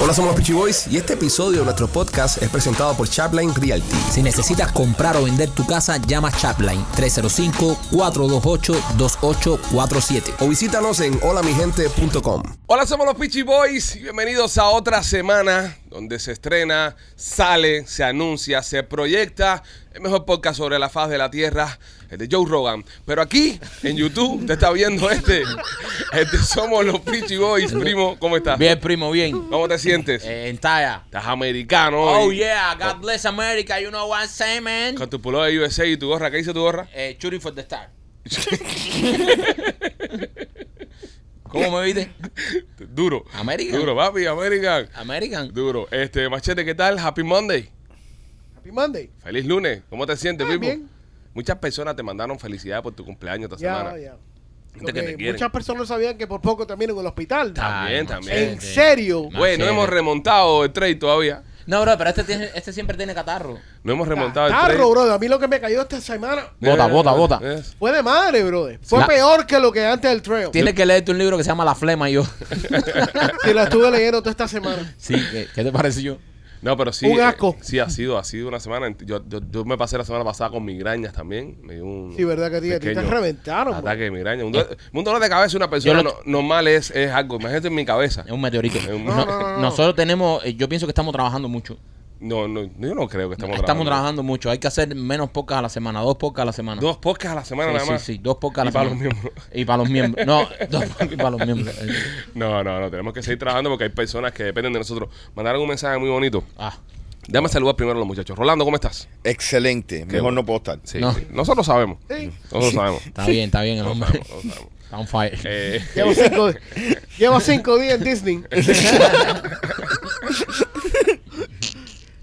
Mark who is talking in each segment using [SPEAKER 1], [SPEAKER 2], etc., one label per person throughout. [SPEAKER 1] Hola, somos los Peachy Boys y este episodio de nuestro podcast es presentado por Chapline Realty.
[SPEAKER 2] Si necesitas comprar o vender tu casa, llama Chapline 305-428-2847.
[SPEAKER 1] O visítanos en holamigente.com.
[SPEAKER 3] Hola, somos los Peachy Boys y bienvenidos a otra semana donde se estrena, sale, se anuncia, se proyecta el mejor podcast sobre la faz de la tierra, el de Joe Rogan. Pero aquí, en YouTube, te está viendo este. Este somos los Peachy Boys, primo. ¿Cómo estás?
[SPEAKER 4] Bien, primo, bien.
[SPEAKER 3] ¿Cómo te sientes?
[SPEAKER 4] Eh, en talla.
[SPEAKER 3] Estás americano
[SPEAKER 4] Oh,
[SPEAKER 3] hoy.
[SPEAKER 4] yeah. God bless America. You know what I'm saying, man.
[SPEAKER 3] Con tu pullover de USA y tu gorra. ¿Qué dice tu gorra?
[SPEAKER 4] Eh, shooting for the star. ¿Cómo me viste?
[SPEAKER 3] Duro.
[SPEAKER 4] American.
[SPEAKER 3] Duro, papi, American.
[SPEAKER 4] American.
[SPEAKER 3] Duro. Este, Machete, ¿qué tal? Happy Monday.
[SPEAKER 5] Happy Monday.
[SPEAKER 3] Feliz lunes. ¿Cómo te sientes,
[SPEAKER 5] Ah,
[SPEAKER 3] Pipo?
[SPEAKER 5] bien.
[SPEAKER 3] Muchas personas te mandaron felicidades por tu cumpleaños esta
[SPEAKER 5] Ya,
[SPEAKER 3] semana.
[SPEAKER 5] ya.
[SPEAKER 3] Gente que
[SPEAKER 5] Porque
[SPEAKER 3] te quiere.
[SPEAKER 5] Muchas personas sabían que por poco también en el hospital.
[SPEAKER 3] También,
[SPEAKER 4] Ay,
[SPEAKER 3] también.
[SPEAKER 5] ¿En
[SPEAKER 4] machete.
[SPEAKER 5] serio?
[SPEAKER 4] Ma-
[SPEAKER 3] Güey, no
[SPEAKER 4] Machete.
[SPEAKER 3] hemos remontado el trade todavía.
[SPEAKER 4] No, bro, pero este, tiene, este siempre tiene catarro.
[SPEAKER 3] No hemos remontado el
[SPEAKER 5] Tarro,
[SPEAKER 3] trade.
[SPEAKER 5] brother. A mí lo que me cayó esta semana
[SPEAKER 4] Bota,
[SPEAKER 3] Eh,
[SPEAKER 4] bota,
[SPEAKER 3] eh,
[SPEAKER 4] bota.
[SPEAKER 3] eh.
[SPEAKER 5] fue de madre, brother. Fue
[SPEAKER 4] La-
[SPEAKER 5] peor que lo que antes del trail.
[SPEAKER 4] Tienes que leerte un libro que se llama La Flema, yo.
[SPEAKER 5] Si la estuve leyendo toda esta semana.
[SPEAKER 4] sí, ¿qué, qué te pareció?
[SPEAKER 3] No, pero sí.
[SPEAKER 5] Un
[SPEAKER 3] eh,
[SPEAKER 5] asco.
[SPEAKER 3] sí, ha sido, ha sido una semana. Ent- Yo, yo, yo me pasé la semana pasada con migrañas también. Me dio un.
[SPEAKER 5] Sí, verdad que a ti- a ti te
[SPEAKER 3] pequeño
[SPEAKER 5] reventaron, bro.
[SPEAKER 3] Ataque de migraña. Un, dolor- un dolor de cabeza de una persona
[SPEAKER 4] Eh, Yo lo- Eh,
[SPEAKER 3] no- normal es, es algo. Imagínate en mi cabeza.
[SPEAKER 4] Es un meteorito.
[SPEAKER 3] Es un-
[SPEAKER 4] No, Nosotros tenemos, eh, yo pienso que estamos trabajando mucho.
[SPEAKER 3] No, no, yo no creo que estamos,
[SPEAKER 4] estamos trabajando mucho. Hay que hacer menos pocas a la semana, dos pocas a la semana. Eh,
[SPEAKER 3] Dos podcasts a la semana
[SPEAKER 4] sí,
[SPEAKER 3] nada más.
[SPEAKER 4] sí, sí, dos pocas a la
[SPEAKER 3] Y para
[SPEAKER 4] semana.
[SPEAKER 3] los miembros.
[SPEAKER 4] Y para los miembros. No, dos pocas para los miembros.
[SPEAKER 3] No, no, no. Tenemos que seguir trabajando porque hay personas que dependen de nosotros. Mandaron un mensaje muy bonito.
[SPEAKER 4] Ah.
[SPEAKER 3] Déjame saludar primero a los muchachos. Rolando, ¿cómo estás?
[SPEAKER 6] Excelente. Mejor no puedo estar.
[SPEAKER 3] Sí.
[SPEAKER 4] No.
[SPEAKER 3] sí. Nosotros sabemos.
[SPEAKER 5] Sí.
[SPEAKER 3] Nosotros sabemos.
[SPEAKER 4] Está bien, está bien el
[SPEAKER 3] Nosotros
[SPEAKER 4] hombre.
[SPEAKER 3] sabemos. nosotros sabemos.
[SPEAKER 4] Está on fire.
[SPEAKER 3] Eh,
[SPEAKER 5] Llevo cinco, llevo cinco días en Disney.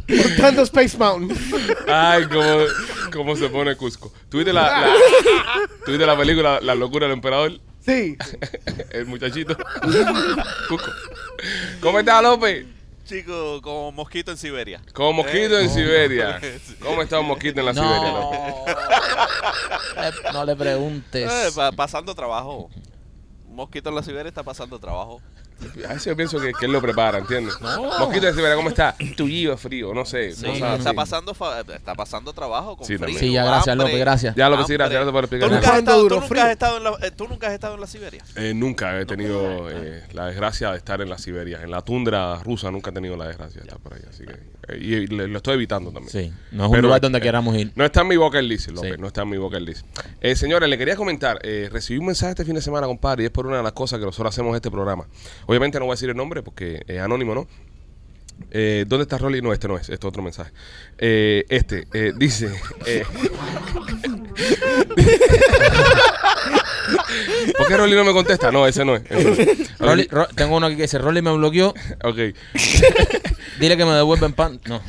[SPEAKER 5] Montando Space Mountain.
[SPEAKER 3] ay, cómo, cómo se pone Cusco. ¿Tuviste la, la, tuviste la película La locura del emperador?
[SPEAKER 5] Sí.
[SPEAKER 3] El muchachito. Cusco. ¿Cómo está, López?
[SPEAKER 7] Chico, como mosquito en Siberia.
[SPEAKER 3] Como mosquito en
[SPEAKER 7] Eh,
[SPEAKER 3] Siberia.
[SPEAKER 7] Sí.
[SPEAKER 3] ¿Cómo está un mosquito en la Siberia? López?
[SPEAKER 4] No. Le- no le preguntes.
[SPEAKER 7] eh, pa- pasando trabajo. Un mosquito en la Siberia está pasando trabajo.
[SPEAKER 3] A veces yo pienso que, que él lo prepara, ¿entiendes? Mosquito de Siberia, ¿cómo está? Tullido, frío, no sé.
[SPEAKER 7] Sí,
[SPEAKER 3] cosas
[SPEAKER 7] está
[SPEAKER 3] así.
[SPEAKER 7] pasando fa- está pasando trabajo con
[SPEAKER 3] Sí,
[SPEAKER 7] frío,
[SPEAKER 3] también.
[SPEAKER 4] Sí, ya, gracias,
[SPEAKER 7] hambre.
[SPEAKER 4] López, gracias.
[SPEAKER 3] Ya, López, sí, gracias,
[SPEAKER 7] Hambre.
[SPEAKER 3] gracias por
[SPEAKER 7] ¿Tú
[SPEAKER 3] explicar.
[SPEAKER 7] nunca, has
[SPEAKER 5] ¿Cuándo
[SPEAKER 7] estado,
[SPEAKER 5] duró
[SPEAKER 7] tú nunca
[SPEAKER 5] frío?
[SPEAKER 7] has estado en la, eh, tú nunca has estado en la Siberia.
[SPEAKER 3] Eh, nunca he tenido eh, la desgracia de estar en la Siberia, en la tundra rusa nunca he tenido la desgracia de estar por ahí, así que eh, y, y le- lo estoy evitando también.
[SPEAKER 4] Sí, no es un
[SPEAKER 3] Pero,
[SPEAKER 4] lugar donde
[SPEAKER 3] eh,
[SPEAKER 4] queramos ir.
[SPEAKER 3] No está en mi boca el list, López,
[SPEAKER 4] Sí.
[SPEAKER 3] no está en mi boca el list. Eh, señores, le quería comentar, eh, recibí un mensaje este fin de semana, compadre, y es por una de las cosas que nosotros hacemos en este programa. Obviamente no voy a decir el nombre porque es anónimo, ¿no? Eh, ¿Dónde está Rolly? No, este no es, este es otro mensaje. Eh, este eh, dice. eh, ¿Por qué Rolly no me contesta? No, ese no es. ese no es.
[SPEAKER 4] Rolly- Ro- tengo uno aquí que dice, Rolly me bloqueó,
[SPEAKER 3] Ok.
[SPEAKER 4] dile que me devuelven pan. No.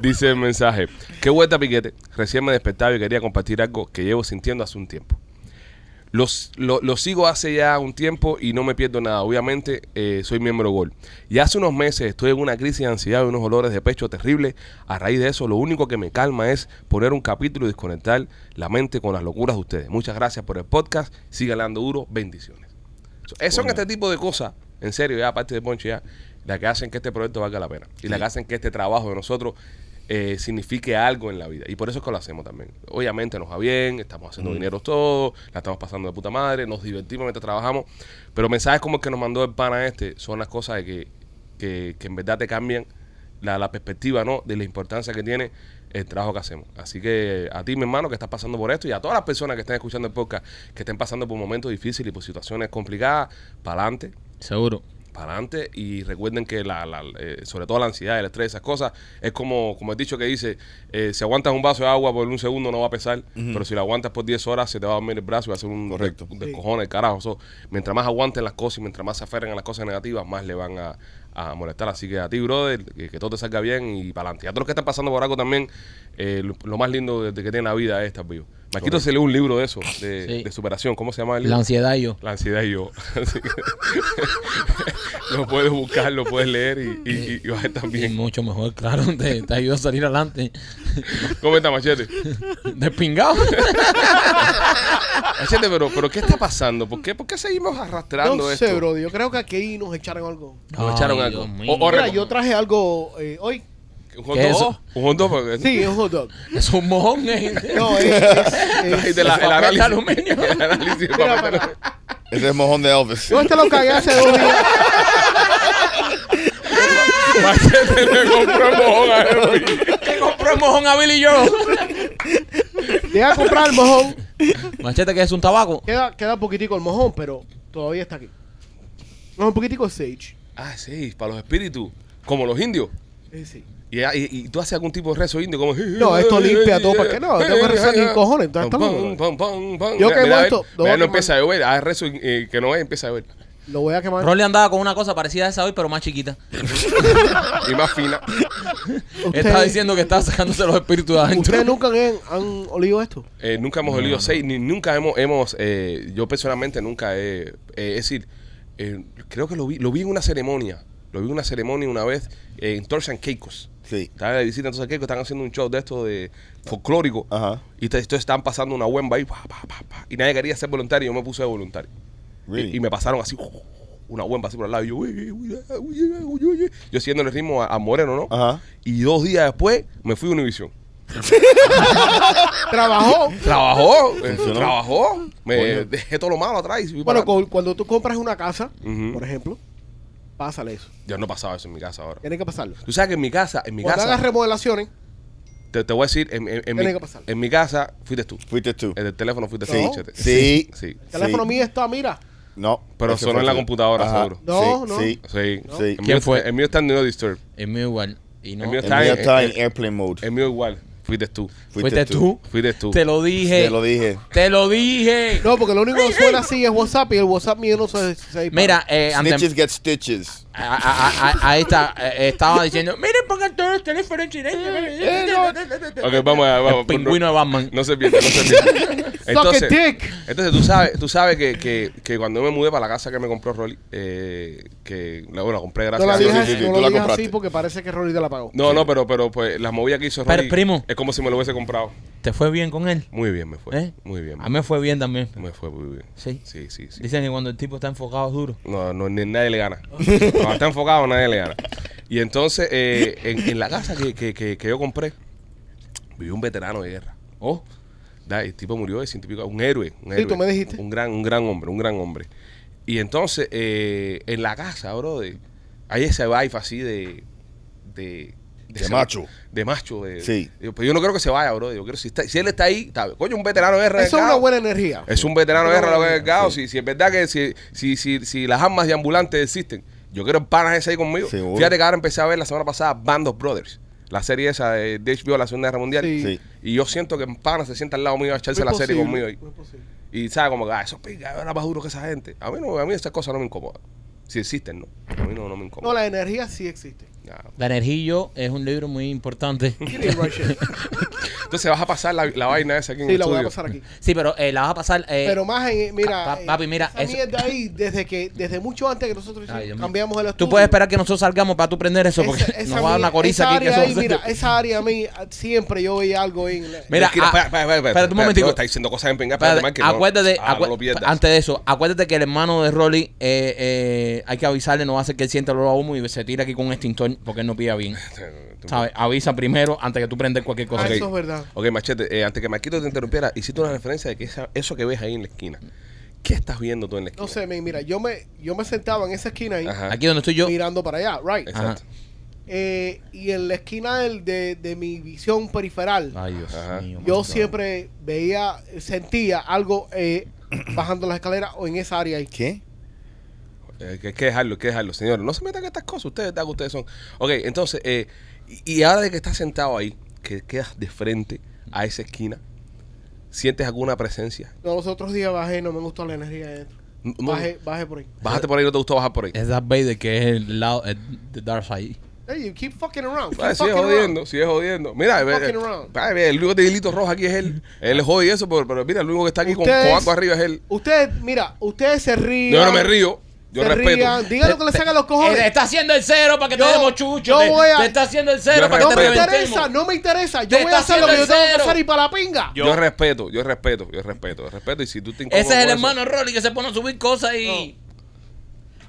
[SPEAKER 3] Dice el mensaje. Qué vuelta, piquete. Recién me despertaba y quería compartir algo que llevo sintiendo hace un tiempo. Los, lo, lo sigo hace ya un tiempo y no me pierdo nada. Obviamente eh, soy miembro Gol. Y hace unos meses estoy en una crisis de ansiedad y unos olores de pecho terribles. A raíz de eso, lo único que me calma es poner un capítulo y desconectar la mente con las locuras de ustedes. Muchas gracias por el podcast. Sigan dando duro. Bendiciones. So- eh, Son este tipo de cosas, en serio, ya aparte de Poncho, ya, las que hacen que este proyecto valga la pena. Y las que hacen que este trabajo de nosotros eh, signifique algo en la vida. Y por eso es que lo hacemos también. Obviamente nos va bien, estamos haciendo dinero todos, la estamos pasando de puta madre, nos divertimos mientras trabajamos. Pero mensajes como el que nos mandó el pana este son las cosas de que, que, que en verdad te cambian la, la perspectiva ¿no? de la importancia que tiene el trabajo que hacemos. Así que a ti, mi hermano, que estás pasando por esto y a todas las personas que están escuchando el podcast, que estén pasando por momentos difíciles y por situaciones complicadas, para adelante,
[SPEAKER 4] Seguro.
[SPEAKER 3] para adelante. Y recuerden que la, la- eh, sobre todo la ansiedad, el estrés, esas cosas, es como, como el dicho que dice, eh, si aguantas un vaso de agua por un segundo no va a pesar, pero si lo aguantas por 10 horas se te va a dormir el brazo y va a ser un,
[SPEAKER 6] Correcto.
[SPEAKER 3] un descojón el carajo. So, mientras más aguanten las cosas y mientras más se aferren a las cosas negativas, más le van a, a molestar. Así que a ti, brother, que, que todo te salga bien y para adelante. Y a todos los que están pasando por algo también, eh, lo, lo más lindo de, de que tiene la vida es estar vivo. Maquito se lee un libro de eso, de,
[SPEAKER 4] Sí.
[SPEAKER 3] de superación. ¿Cómo se llama el libro?
[SPEAKER 4] La ansiedad y yo.
[SPEAKER 3] La ansiedad y yo. Así que lo puedes buscar, lo puedes leer y, y, y- y vas a estar
[SPEAKER 4] Y
[SPEAKER 3] bien.
[SPEAKER 4] mucho mejor, claro. Te, te ayuda a salir adelante.
[SPEAKER 3] ¿Cómo está, Machete?
[SPEAKER 4] Despingado.
[SPEAKER 3] Machete, pero, pero ¿qué está pasando? ¿Por qué, por qué seguimos arrastrando
[SPEAKER 5] No
[SPEAKER 3] esto?
[SPEAKER 5] sé, bro. Yo creo que aquí nos echaron algo.
[SPEAKER 3] Nos echaron
[SPEAKER 4] Ay,
[SPEAKER 3] algo.
[SPEAKER 4] Dios mío.
[SPEAKER 3] O- o
[SPEAKER 5] Mira,
[SPEAKER 3] recom-
[SPEAKER 5] yo traje algo eh, hoy.
[SPEAKER 3] ¿Un
[SPEAKER 4] ¿Qué es
[SPEAKER 3] hot dog?
[SPEAKER 4] eso?
[SPEAKER 3] ¿Un hot dog? porque-
[SPEAKER 5] Sí, es un hot dog.
[SPEAKER 4] Es un mojón, eh.
[SPEAKER 5] No, es. es- es-
[SPEAKER 3] Ay, de la-
[SPEAKER 4] Papel
[SPEAKER 3] el
[SPEAKER 4] de
[SPEAKER 3] análisis.
[SPEAKER 4] aluminio.
[SPEAKER 3] El análisis de
[SPEAKER 5] Mira,
[SPEAKER 3] papel de
[SPEAKER 5] para-
[SPEAKER 3] aluminio.
[SPEAKER 6] Ese es mojón de Elvis.
[SPEAKER 5] Yo este lo cagué hace dos días.
[SPEAKER 3] Machete le compró el mojón a Elvis.
[SPEAKER 4] Que compró el mojón a Billy yo.
[SPEAKER 5] Llega a comprar el mojón.
[SPEAKER 4] Machete, que es un tabaco.
[SPEAKER 5] Queda, queda un poquitico el mojón, pero todavía está aquí. No, un poquitico de sage.
[SPEAKER 3] Ah, sí, para los espíritus, como los indios.
[SPEAKER 5] Eh, sí.
[SPEAKER 3] Y, ah, y- y tú haces algún tipo de rezo indio como...
[SPEAKER 5] No, esto limpia todo, ¿para qué no? Tengo que rezar ni cojones, entonces estamos, bro. Yo que he vuelto-
[SPEAKER 3] No
[SPEAKER 5] lo voy
[SPEAKER 3] no
[SPEAKER 5] a quemar.
[SPEAKER 3] empieza a llover. Ah, rezo eh, que no es, empieza a llover.
[SPEAKER 5] Lo voy a quemar.
[SPEAKER 4] Rolly andaba con una cosa parecida a esa hoy, pero más chiquita.
[SPEAKER 3] Y más fina.
[SPEAKER 5] Ustedes-
[SPEAKER 4] Estaba diciendo que estaba sacándose los espíritus de adentro.
[SPEAKER 5] ¿Ustedes nunca han, han olido esto?
[SPEAKER 3] Eh, nunca hemos olido seis, ni nunca hemos... hemos eh, yo personalmente nunca he... eh, es decir, eh, creo que lo vi, lo vi en una ceremonia. Lo vi en una ceremonia una vez eh, en Torres and Caicos.
[SPEAKER 6] Sí.
[SPEAKER 3] Estaba de visita en Torres and Caicos, están haciendo un show de esto de folclórico.
[SPEAKER 6] Ajá.
[SPEAKER 3] Y te- entonces estaban pasando una huemba ahí, pa, pa, pa, pa, y nadie quería ser voluntario, yo me puse de voluntario.
[SPEAKER 6] Really?
[SPEAKER 3] Y, y me pasaron así, una huemba así por al lado, y yo, "Uy, uy, uy, uy, uy, uy, uy". yo siguiendo el ritmo a, a Moreno, ¿no?
[SPEAKER 6] Ajá.
[SPEAKER 3] Y dos días después me fui a Univisión.
[SPEAKER 5] Trabajó.
[SPEAKER 3] Trabajó, eh,
[SPEAKER 6] Funcionó.
[SPEAKER 3] trabajó, me
[SPEAKER 6] Coño.
[SPEAKER 3] dejé todo lo malo atrás. Y fui para
[SPEAKER 5] Bueno,
[SPEAKER 3] adelante.
[SPEAKER 5] cu- cuando tú compras una casa,
[SPEAKER 3] Ujú.
[SPEAKER 5] por ejemplo, pásale eso.
[SPEAKER 3] ya no pasaba eso en mi casa ahora.
[SPEAKER 5] Tienes que pasarlo.
[SPEAKER 3] Tú sabes que en mi casa, en mi
[SPEAKER 5] cuando hagas
[SPEAKER 3] casa,
[SPEAKER 5] remodelaciones,
[SPEAKER 3] te, te voy a decir, en, en- en mi,
[SPEAKER 5] Tiene que pasar.
[SPEAKER 3] en mi casa fuiste tú.
[SPEAKER 6] Fuiste tú.
[SPEAKER 3] En el teléfono fuiste
[SPEAKER 5] Sí.
[SPEAKER 3] tú. Chete.
[SPEAKER 6] Sí.
[SPEAKER 3] Sí.
[SPEAKER 5] el teléfono mío está, mira.
[SPEAKER 6] No.
[SPEAKER 3] Pero
[SPEAKER 6] Ese
[SPEAKER 3] sonó
[SPEAKER 6] fue
[SPEAKER 3] en la
[SPEAKER 6] tú.
[SPEAKER 3] computadora,
[SPEAKER 6] Ajá.
[SPEAKER 3] seguro.
[SPEAKER 5] No,
[SPEAKER 6] sí,
[SPEAKER 5] no.
[SPEAKER 6] Sí.
[SPEAKER 3] Sí.
[SPEAKER 6] Sí.
[SPEAKER 3] El
[SPEAKER 6] ¿Quién
[SPEAKER 3] mío-
[SPEAKER 4] fue?
[SPEAKER 3] El mío está en No Disturb.
[SPEAKER 4] Es mío igual. Y no.
[SPEAKER 3] El mío
[SPEAKER 6] El
[SPEAKER 3] está
[SPEAKER 6] mío
[SPEAKER 3] en-
[SPEAKER 6] está
[SPEAKER 3] en-
[SPEAKER 6] en airplane mode.
[SPEAKER 3] El mío igual. Fuiste tú.
[SPEAKER 4] Fuiste tú.
[SPEAKER 3] Fuiste tú.
[SPEAKER 4] Te lo dije.
[SPEAKER 6] Te lo dije.
[SPEAKER 4] Te lo dije.
[SPEAKER 5] No, porque lo único que suena así es WhatsApp y el WhatsApp mío no se, se dispara.
[SPEAKER 4] Mira, eh, ante-
[SPEAKER 6] Snitches get stitches.
[SPEAKER 4] a- a- a- a- ahí está. eh, estaba diciendo, miren, pongan todo el teléfono en silencio.
[SPEAKER 5] Eh,
[SPEAKER 3] Ok, vamos a... Vamos,
[SPEAKER 4] El pingüino de Batman.
[SPEAKER 3] No se pierda, no se pierda.
[SPEAKER 5] Suck
[SPEAKER 3] Entonces,
[SPEAKER 5] a dick.
[SPEAKER 3] entonces tú sabes, tú sabes que, que, que cuando me mudé para la casa que me compró Rolly, eh, que la- bueno, la compré
[SPEAKER 5] No
[SPEAKER 3] gracias
[SPEAKER 5] la
[SPEAKER 3] a Dios.
[SPEAKER 5] digas,
[SPEAKER 6] sí, sí,
[SPEAKER 5] no
[SPEAKER 6] tú
[SPEAKER 5] lo
[SPEAKER 6] la
[SPEAKER 5] digas así
[SPEAKER 6] compraste.
[SPEAKER 5] porque parece que Rolly te la pagó.
[SPEAKER 3] No, no, pero, pero pues la movida que hizo
[SPEAKER 4] Pero,
[SPEAKER 3] Rolly
[SPEAKER 4] primo.
[SPEAKER 3] es como si me lo hubiese comprado.
[SPEAKER 4] ¿Te fue bien con él?
[SPEAKER 3] Muy bien me fue.
[SPEAKER 4] ¿Eh?
[SPEAKER 3] Pues, Muy bien.
[SPEAKER 4] A mí me fue bien también.
[SPEAKER 3] Me fue muy bien.
[SPEAKER 4] Sí.
[SPEAKER 3] Sí, sí, sí.
[SPEAKER 4] Dicen que cuando el tipo está enfocado es duro.
[SPEAKER 3] No, no, ni nadie le gana. Cuando está enfocado, nadie le gana. Y entonces, eh, en, en la casa que, que, que, que yo compré, vivió un veterano de guerra. Oh, da, el tipo murió de ciento y pico, un héroe. Un
[SPEAKER 5] Sí,
[SPEAKER 3] héroe,
[SPEAKER 5] tú me dijiste.
[SPEAKER 3] Un gran, un gran hombre, un gran hombre. Y entonces, eh, en la casa, bro, de, hay ese vibe así de. de
[SPEAKER 6] De macho.
[SPEAKER 3] De macho. De,
[SPEAKER 6] Sí.
[SPEAKER 3] Yo, pero yo no creo que se vaya, bro. Yo creo si, está- si él está ahí, está, coño, un veterano de guerra.
[SPEAKER 5] Eso es
[SPEAKER 3] delgado.
[SPEAKER 5] una buena energía.
[SPEAKER 3] Es un veterano de guerra lo que es el caos. Si, si es verdad que si, si, si, si las armas de ambulantes existen, yo quiero panas ese ahí conmigo.
[SPEAKER 6] Seguro.
[SPEAKER 3] Fíjate que ahora empecé a ver la semana pasada Band of Brothers, la serie esa de de HBO, la Segunda Guerra Mundial.
[SPEAKER 5] Sí.
[SPEAKER 6] Sí.
[SPEAKER 3] Y yo siento que pana se sienta al lado mío a echarse
[SPEAKER 5] No
[SPEAKER 3] la
[SPEAKER 5] es
[SPEAKER 3] serie
[SPEAKER 5] posible,
[SPEAKER 3] conmigo. ahí.
[SPEAKER 5] no es posible.
[SPEAKER 3] Y, sabe como que, ah, esos picas, era más duro que esa gente. A mí, no, a mí esas cosas no me incomodan. Si existen, no. A mí no, no me
[SPEAKER 5] No,
[SPEAKER 3] incomoda.
[SPEAKER 5] la energía sí existe.
[SPEAKER 4] La energía y yo es un libro muy importante.
[SPEAKER 5] Get it right, shit.
[SPEAKER 3] Entonces vas a pasar la, la vaina esa aquí en
[SPEAKER 5] Sí,
[SPEAKER 3] el
[SPEAKER 5] la voy a
[SPEAKER 3] estudio.
[SPEAKER 5] pasar aquí.
[SPEAKER 4] Sí, pero eh, la vas a pasar. eh,
[SPEAKER 5] Pero más en, mira,
[SPEAKER 4] pa-
[SPEAKER 5] eh,
[SPEAKER 4] papi, mira,
[SPEAKER 5] esa
[SPEAKER 4] eso-
[SPEAKER 5] mierda ahí, desde que, desde mucho antes que nosotros
[SPEAKER 4] Ay, Dios mío.
[SPEAKER 5] cambiamos el estudio.
[SPEAKER 4] Tú puedes esperar que nosotros salgamos para tú prender eso, porque
[SPEAKER 5] Esa- esa
[SPEAKER 4] nos va a dar una
[SPEAKER 5] mierda-
[SPEAKER 4] coriza
[SPEAKER 5] esa
[SPEAKER 4] aquí. Que
[SPEAKER 5] área
[SPEAKER 4] eso no
[SPEAKER 5] ahí,
[SPEAKER 4] se-
[SPEAKER 5] mira, esa área a mí ah, siempre yo veía algo en la-
[SPEAKER 4] Mira,
[SPEAKER 3] Mira,
[SPEAKER 4] ah,
[SPEAKER 3] espera, espera, espera, espera,
[SPEAKER 4] espérate un
[SPEAKER 3] espera,
[SPEAKER 4] momentico.
[SPEAKER 3] no, Está diciendo cosas empeñadas.
[SPEAKER 4] Espérate,
[SPEAKER 3] Espérate, Mike, que no.
[SPEAKER 4] acuérdate,
[SPEAKER 3] Ah, no
[SPEAKER 4] acué-
[SPEAKER 3] lo pierdas.
[SPEAKER 4] antes de eso, acuérdate que el hermano de Rolly, eh, eh, hay que avisarle, no va a ser que él sienta el olor a humo y se tira aquí con un extintor porque él no pilla bien. ¿Sabes? Avisa primero antes que tú prendes cualquier
[SPEAKER 5] Ah,
[SPEAKER 4] cosa.
[SPEAKER 3] ok.
[SPEAKER 5] Eso es verdad.
[SPEAKER 3] Ok, Machete, eh, antes que Marquito te interrumpiera, hiciste una referencia de que esa- eso que ves ahí en la esquina. ¿Qué estás viendo tú en la esquina?
[SPEAKER 5] No sé, men, mira, yo me, yo me sentaba en esa esquina ahí,
[SPEAKER 3] Ajá.
[SPEAKER 4] Aquí donde estoy yo,
[SPEAKER 5] mirando para allá, right.
[SPEAKER 3] Exacto.
[SPEAKER 5] Eh, y en la esquina del- de, de mi visión periferal,
[SPEAKER 4] Ay, Dios
[SPEAKER 3] Ajá.
[SPEAKER 4] mío.
[SPEAKER 5] yo
[SPEAKER 4] mano.
[SPEAKER 5] siempre veía, sentía algo eh, bajando las escaleras o en esa área ahí.
[SPEAKER 6] ¿Qué?
[SPEAKER 3] Eh, que hay que dejarlo, hay que dejarlo, señores. No se metan en estas cosas, ustedes, ¿verdad? Que ustedes son. Ok, entonces, eh, y, y ahora de que estás sentado ahí, que quedas de frente a esa esquina, ¿sientes alguna presencia?
[SPEAKER 5] No, los otros días bajé, no me gustó la energía de dentro.
[SPEAKER 3] No- no-
[SPEAKER 5] Bajé, bajé por ahí.
[SPEAKER 4] Eh,
[SPEAKER 3] Bájate por ahí, no te gustó bajar por ahí.
[SPEAKER 4] Es Darth Vader, que es el lado el- de Dark Side.
[SPEAKER 5] Hey, you keep fucking around. Keep
[SPEAKER 3] Ah, sigue
[SPEAKER 5] fucking
[SPEAKER 3] jodiendo,
[SPEAKER 5] around.
[SPEAKER 3] sigue jodiendo. Mira, ve-
[SPEAKER 5] fucking around.
[SPEAKER 3] ah, ve, el único de hilito rojo aquí es él. Él jode y eso, pero, pero mira, el único que está aquí con
[SPEAKER 5] Ustedes-
[SPEAKER 3] coaco arriba es él.
[SPEAKER 5] Ustedes, mira, ustedes se ríen.
[SPEAKER 3] Yo no me río, yo
[SPEAKER 5] se
[SPEAKER 3] respeto.
[SPEAKER 5] rían. Digan lo que le sacan los cojones.
[SPEAKER 4] Él está haciendo el cero para que
[SPEAKER 5] Yo-
[SPEAKER 4] te demos chucho.
[SPEAKER 5] yo
[SPEAKER 4] te,
[SPEAKER 5] voy a-
[SPEAKER 4] te está haciendo el
[SPEAKER 3] Yo
[SPEAKER 4] cero para que
[SPEAKER 5] No
[SPEAKER 4] te
[SPEAKER 5] me
[SPEAKER 3] respeto.
[SPEAKER 5] interesa,
[SPEAKER 4] reventemos.
[SPEAKER 5] no me interesa. Yo
[SPEAKER 4] Te
[SPEAKER 5] voy a
[SPEAKER 4] está
[SPEAKER 5] hacer lo que yo
[SPEAKER 4] haciendo
[SPEAKER 5] tengo
[SPEAKER 4] el
[SPEAKER 5] que
[SPEAKER 4] cero.
[SPEAKER 5] hacer y para la pinga.
[SPEAKER 3] Yo, respeto, yo respeto, yo respeto, yo respeto. Y si tú te
[SPEAKER 4] Ese es
[SPEAKER 3] incomodas
[SPEAKER 4] el
[SPEAKER 3] con eso-
[SPEAKER 4] hermano Rolly que se pone a subir cosas y.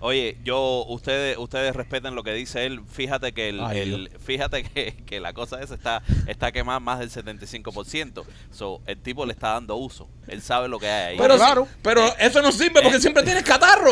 [SPEAKER 7] Oye, yo, ustedes, ustedes respeten lo que dice él. Fíjate que el,
[SPEAKER 4] Ay,
[SPEAKER 7] el- fíjate que, que la cosa esa está, está quemada más del 75%. So, el tipo le está dando uso. Él sabe lo que hay ahí.
[SPEAKER 4] Pero,
[SPEAKER 5] Claro.
[SPEAKER 4] pero eso no sirve porque siempre tienes catarro.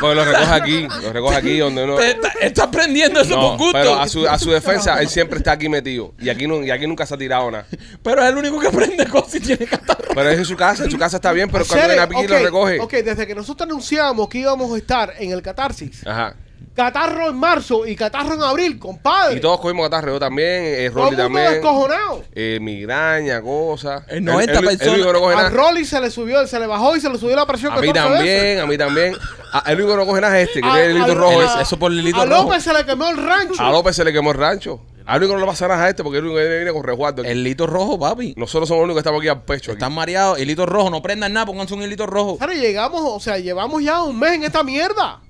[SPEAKER 3] Pues lo recoge aquí, lo recoge aquí donde no.
[SPEAKER 4] Te está- estás prendiendo eso
[SPEAKER 3] No,
[SPEAKER 4] por gusto.
[SPEAKER 3] pero a su, a su defensa, él siempre está aquí metido. Y aquí, no, y aquí nunca se ha tirado nada.
[SPEAKER 4] Pero es el único que prende cosas y tiene catarro.
[SPEAKER 3] Pero es en su casa, en su casa está bien, pero cuando
[SPEAKER 5] Seres,
[SPEAKER 3] viene aquí
[SPEAKER 5] ok,
[SPEAKER 3] lo recoge.
[SPEAKER 5] Ok, desde que nosotros anunciamos que íbamos a estar en el catarsis,
[SPEAKER 3] Ajá.
[SPEAKER 5] catarro en marzo y catarro en abril, compadre.
[SPEAKER 3] Y todos cogimos catarreo también, eh,
[SPEAKER 5] Todo
[SPEAKER 3] Rolly
[SPEAKER 5] el mundo
[SPEAKER 3] también.
[SPEAKER 5] descojonado.
[SPEAKER 3] eh, migraña, cosas.
[SPEAKER 4] Eh, 90
[SPEAKER 3] Él- él- él
[SPEAKER 4] personas.
[SPEAKER 3] único que no coge
[SPEAKER 5] A
[SPEAKER 3] nada.
[SPEAKER 5] Rolly se le subió, se le bajó y se le subió la presión.
[SPEAKER 3] Pues A mí
[SPEAKER 5] 14 veces.
[SPEAKER 3] también, a mí también. A- el único que no coge nada es este, que
[SPEAKER 4] Ah,
[SPEAKER 5] A-
[SPEAKER 3] tiene el hilito
[SPEAKER 5] a-
[SPEAKER 3] rojo.
[SPEAKER 5] a-
[SPEAKER 3] ese.
[SPEAKER 2] eso por el hilito
[SPEAKER 5] A
[SPEAKER 2] rojo.
[SPEAKER 5] López se le quemó el rancho.
[SPEAKER 3] A López se le quemó el rancho. Al único que no le pasa nada es este, porque el único que viene con resguardo.
[SPEAKER 4] El hito rojo, papi.
[SPEAKER 3] Nosotros somos los únicos que estamos aquí al pecho. Aquí.
[SPEAKER 4] Están mareados. Hilito rojo, no prendan nada, pónganse un hilito rojo.
[SPEAKER 5] Sara, llegamos, o sea, llevamos ya un mes en esta mierda.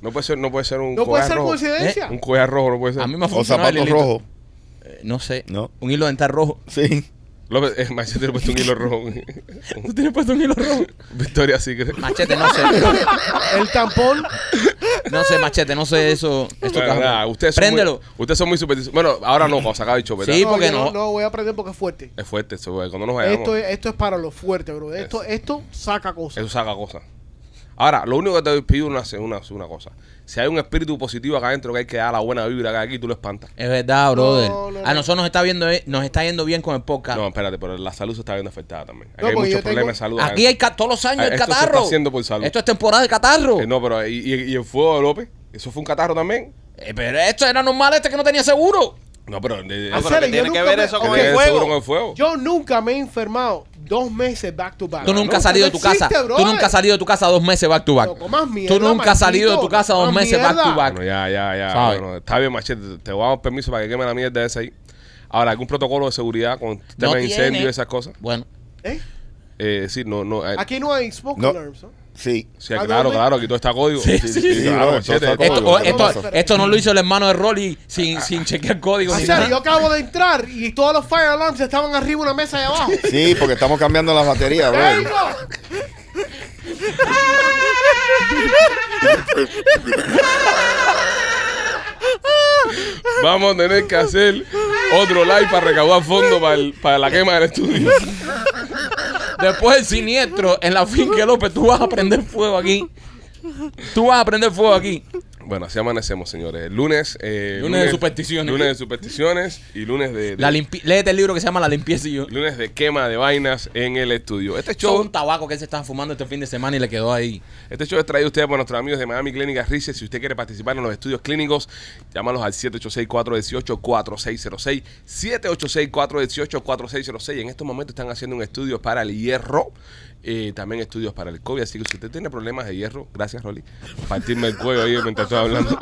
[SPEAKER 3] No puede ser, no puede ser un ¿eh?
[SPEAKER 5] No puede
[SPEAKER 3] collar
[SPEAKER 5] ser
[SPEAKER 3] rojo.
[SPEAKER 5] coincidencia.
[SPEAKER 3] Un collar rojo no puede ser.
[SPEAKER 4] A mí me ha
[SPEAKER 6] O
[SPEAKER 4] funcionado el
[SPEAKER 6] zapatos
[SPEAKER 4] hilito.
[SPEAKER 6] rojos.
[SPEAKER 4] Eh, no sé.
[SPEAKER 6] No.
[SPEAKER 4] Un hilo dental rojo.
[SPEAKER 6] Sí.
[SPEAKER 3] López, eh, Machete le puesto un hilo rojo.
[SPEAKER 4] ¿Tú tienes puesto un hilo rojo?
[SPEAKER 3] Victoria sí que.
[SPEAKER 4] Machete, no sé.
[SPEAKER 5] El tampón.
[SPEAKER 4] No sé, machete, no sé eso. Esto
[SPEAKER 3] Bueno,
[SPEAKER 4] cabrón.
[SPEAKER 3] nada, ustedes son
[SPEAKER 4] Préndelo.
[SPEAKER 3] Muy, ustedes son muy supersticiosos. Bueno, ahora no, cuando se acaba el show, ¿verdad?
[SPEAKER 4] Sí. por
[SPEAKER 5] yo
[SPEAKER 4] qué no?
[SPEAKER 5] No voy a aprender porque es fuerte.
[SPEAKER 3] Es fuerte eso, güey, cuando nos vayamos.
[SPEAKER 5] Esto es, esto es para lo fuerte, bro. Esto, esto saca cosas.
[SPEAKER 3] Eso saca cosas. Ahora, lo único que te pido es una, una, una cosa. Si hay un espíritu positivo acá adentro que hay que dar la buena vibra acá aquí, tú lo espantas.
[SPEAKER 4] Es verdad, brother.
[SPEAKER 5] No, no,
[SPEAKER 4] a
[SPEAKER 5] no.
[SPEAKER 4] nosotros nos está viendo, eh, nos está yendo bien con el podcast.
[SPEAKER 3] No, espérate, pero la salud se está viendo afectada también. Aquí
[SPEAKER 5] No,
[SPEAKER 3] hay
[SPEAKER 5] porque
[SPEAKER 3] muchos
[SPEAKER 5] yo tengo-
[SPEAKER 3] problemas de salud.
[SPEAKER 4] Aquí hay ca- todos los años
[SPEAKER 3] Ah,
[SPEAKER 4] el
[SPEAKER 3] esto se está
[SPEAKER 4] catarro.
[SPEAKER 3] haciendo por salud.
[SPEAKER 4] Esto es temporada de catarro.
[SPEAKER 3] Eh, no, pero ¿y, y, y el fuego de López? ¿Eso fue un catarro también?
[SPEAKER 4] Eh, pero esto era normal, este que no tenía seguro.
[SPEAKER 3] No, pero... eh, de-
[SPEAKER 7] Ah,
[SPEAKER 5] En
[SPEAKER 3] de-
[SPEAKER 7] pero
[SPEAKER 5] serio,
[SPEAKER 7] ¿qué tiene
[SPEAKER 5] yo
[SPEAKER 7] que
[SPEAKER 5] nunca
[SPEAKER 7] ver
[SPEAKER 5] me-
[SPEAKER 7] eso
[SPEAKER 5] ok,
[SPEAKER 7] con
[SPEAKER 3] tiene que ver
[SPEAKER 7] fuego?
[SPEAKER 3] seguro con el fuego.
[SPEAKER 5] Yo nunca me he enfermado dos meses back to
[SPEAKER 3] Ah,
[SPEAKER 5] back.
[SPEAKER 4] Tú nunca has
[SPEAKER 5] No,
[SPEAKER 4] salido de
[SPEAKER 5] no
[SPEAKER 4] tu
[SPEAKER 5] existe,
[SPEAKER 4] casa. Tú
[SPEAKER 5] brother.
[SPEAKER 4] nunca has salido de tu casa dos meses back to back.
[SPEAKER 5] No comas mierda,
[SPEAKER 4] Tú nunca has salido de tu
[SPEAKER 5] maldito,
[SPEAKER 4] casa dos
[SPEAKER 5] no comas
[SPEAKER 4] meses back to
[SPEAKER 5] mierda.
[SPEAKER 4] back.
[SPEAKER 3] Bueno, ya, ya, ya.
[SPEAKER 4] ¿Sabe?
[SPEAKER 3] Bueno, está bien, machete. Te, te voy a dar permiso para que queme la mierda esa ahí. Ahora, ¿algún protocolo de seguridad con temas de
[SPEAKER 4] tiene.
[SPEAKER 3] incendio y esas cosas?
[SPEAKER 4] Bueno,
[SPEAKER 5] ¿Eh?
[SPEAKER 3] Eh, sí, no, no. eh,
[SPEAKER 5] Aquí no hay smoke
[SPEAKER 6] No.
[SPEAKER 5] alarms. ¿no?
[SPEAKER 6] Sí.
[SPEAKER 3] sí,
[SPEAKER 5] ¿a
[SPEAKER 3] claro,
[SPEAKER 5] dónde?
[SPEAKER 3] claro, aquí todo está código.
[SPEAKER 4] Sí, sí, sí,
[SPEAKER 3] claro,
[SPEAKER 6] bro,
[SPEAKER 3] machete,
[SPEAKER 6] todo está
[SPEAKER 4] esto,
[SPEAKER 6] Código,
[SPEAKER 4] oh, esto,
[SPEAKER 5] código.
[SPEAKER 4] esto no lo hizo el hermano de Rolly sin, sin chequear código.
[SPEAKER 5] O
[SPEAKER 4] ni
[SPEAKER 5] sea,
[SPEAKER 4] nada.
[SPEAKER 5] yo acabo de entrar y todos los fire alarms estaban arriba de una mesa de abajo.
[SPEAKER 6] Sí, porque estamos cambiando las baterías, bro.
[SPEAKER 5] ¡Vengo!
[SPEAKER 3] Vamos a tener que hacer otro live para recaudar fondos para, el- para la quema del estudio.
[SPEAKER 4] Después del siniestro en la finca López, tú vas a prender fuego aquí. Tú vas a prender fuego aquí.
[SPEAKER 3] Bueno, así amanecemos, señores. El lunes, eh,
[SPEAKER 4] Lunes de supersticiones.
[SPEAKER 3] Lunes de supersticiones y lunes de, de-
[SPEAKER 4] La limpi- Léete el libro que se llama La limpieza y yo.
[SPEAKER 3] lunes de quema de vainas en el estudio. Este
[SPEAKER 4] Eso es un
[SPEAKER 3] show,
[SPEAKER 4] tabaco que él se estaba fumando este fin de semana y le quedó ahí.
[SPEAKER 3] este show es traído a ustedes por nuestros amigos de Miami Clínicas Research. Si usted quiere participar en los estudios clínicos, llámalos al 786-418-4606. 786-418-4606. En estos momentos están haciendo un estudio para el hierro. eh, también estudios para el COVID. Así que si usted tiene problemas de hierro, gracias, Rolly. Partirme el cuello ahí mientras estoy hablando.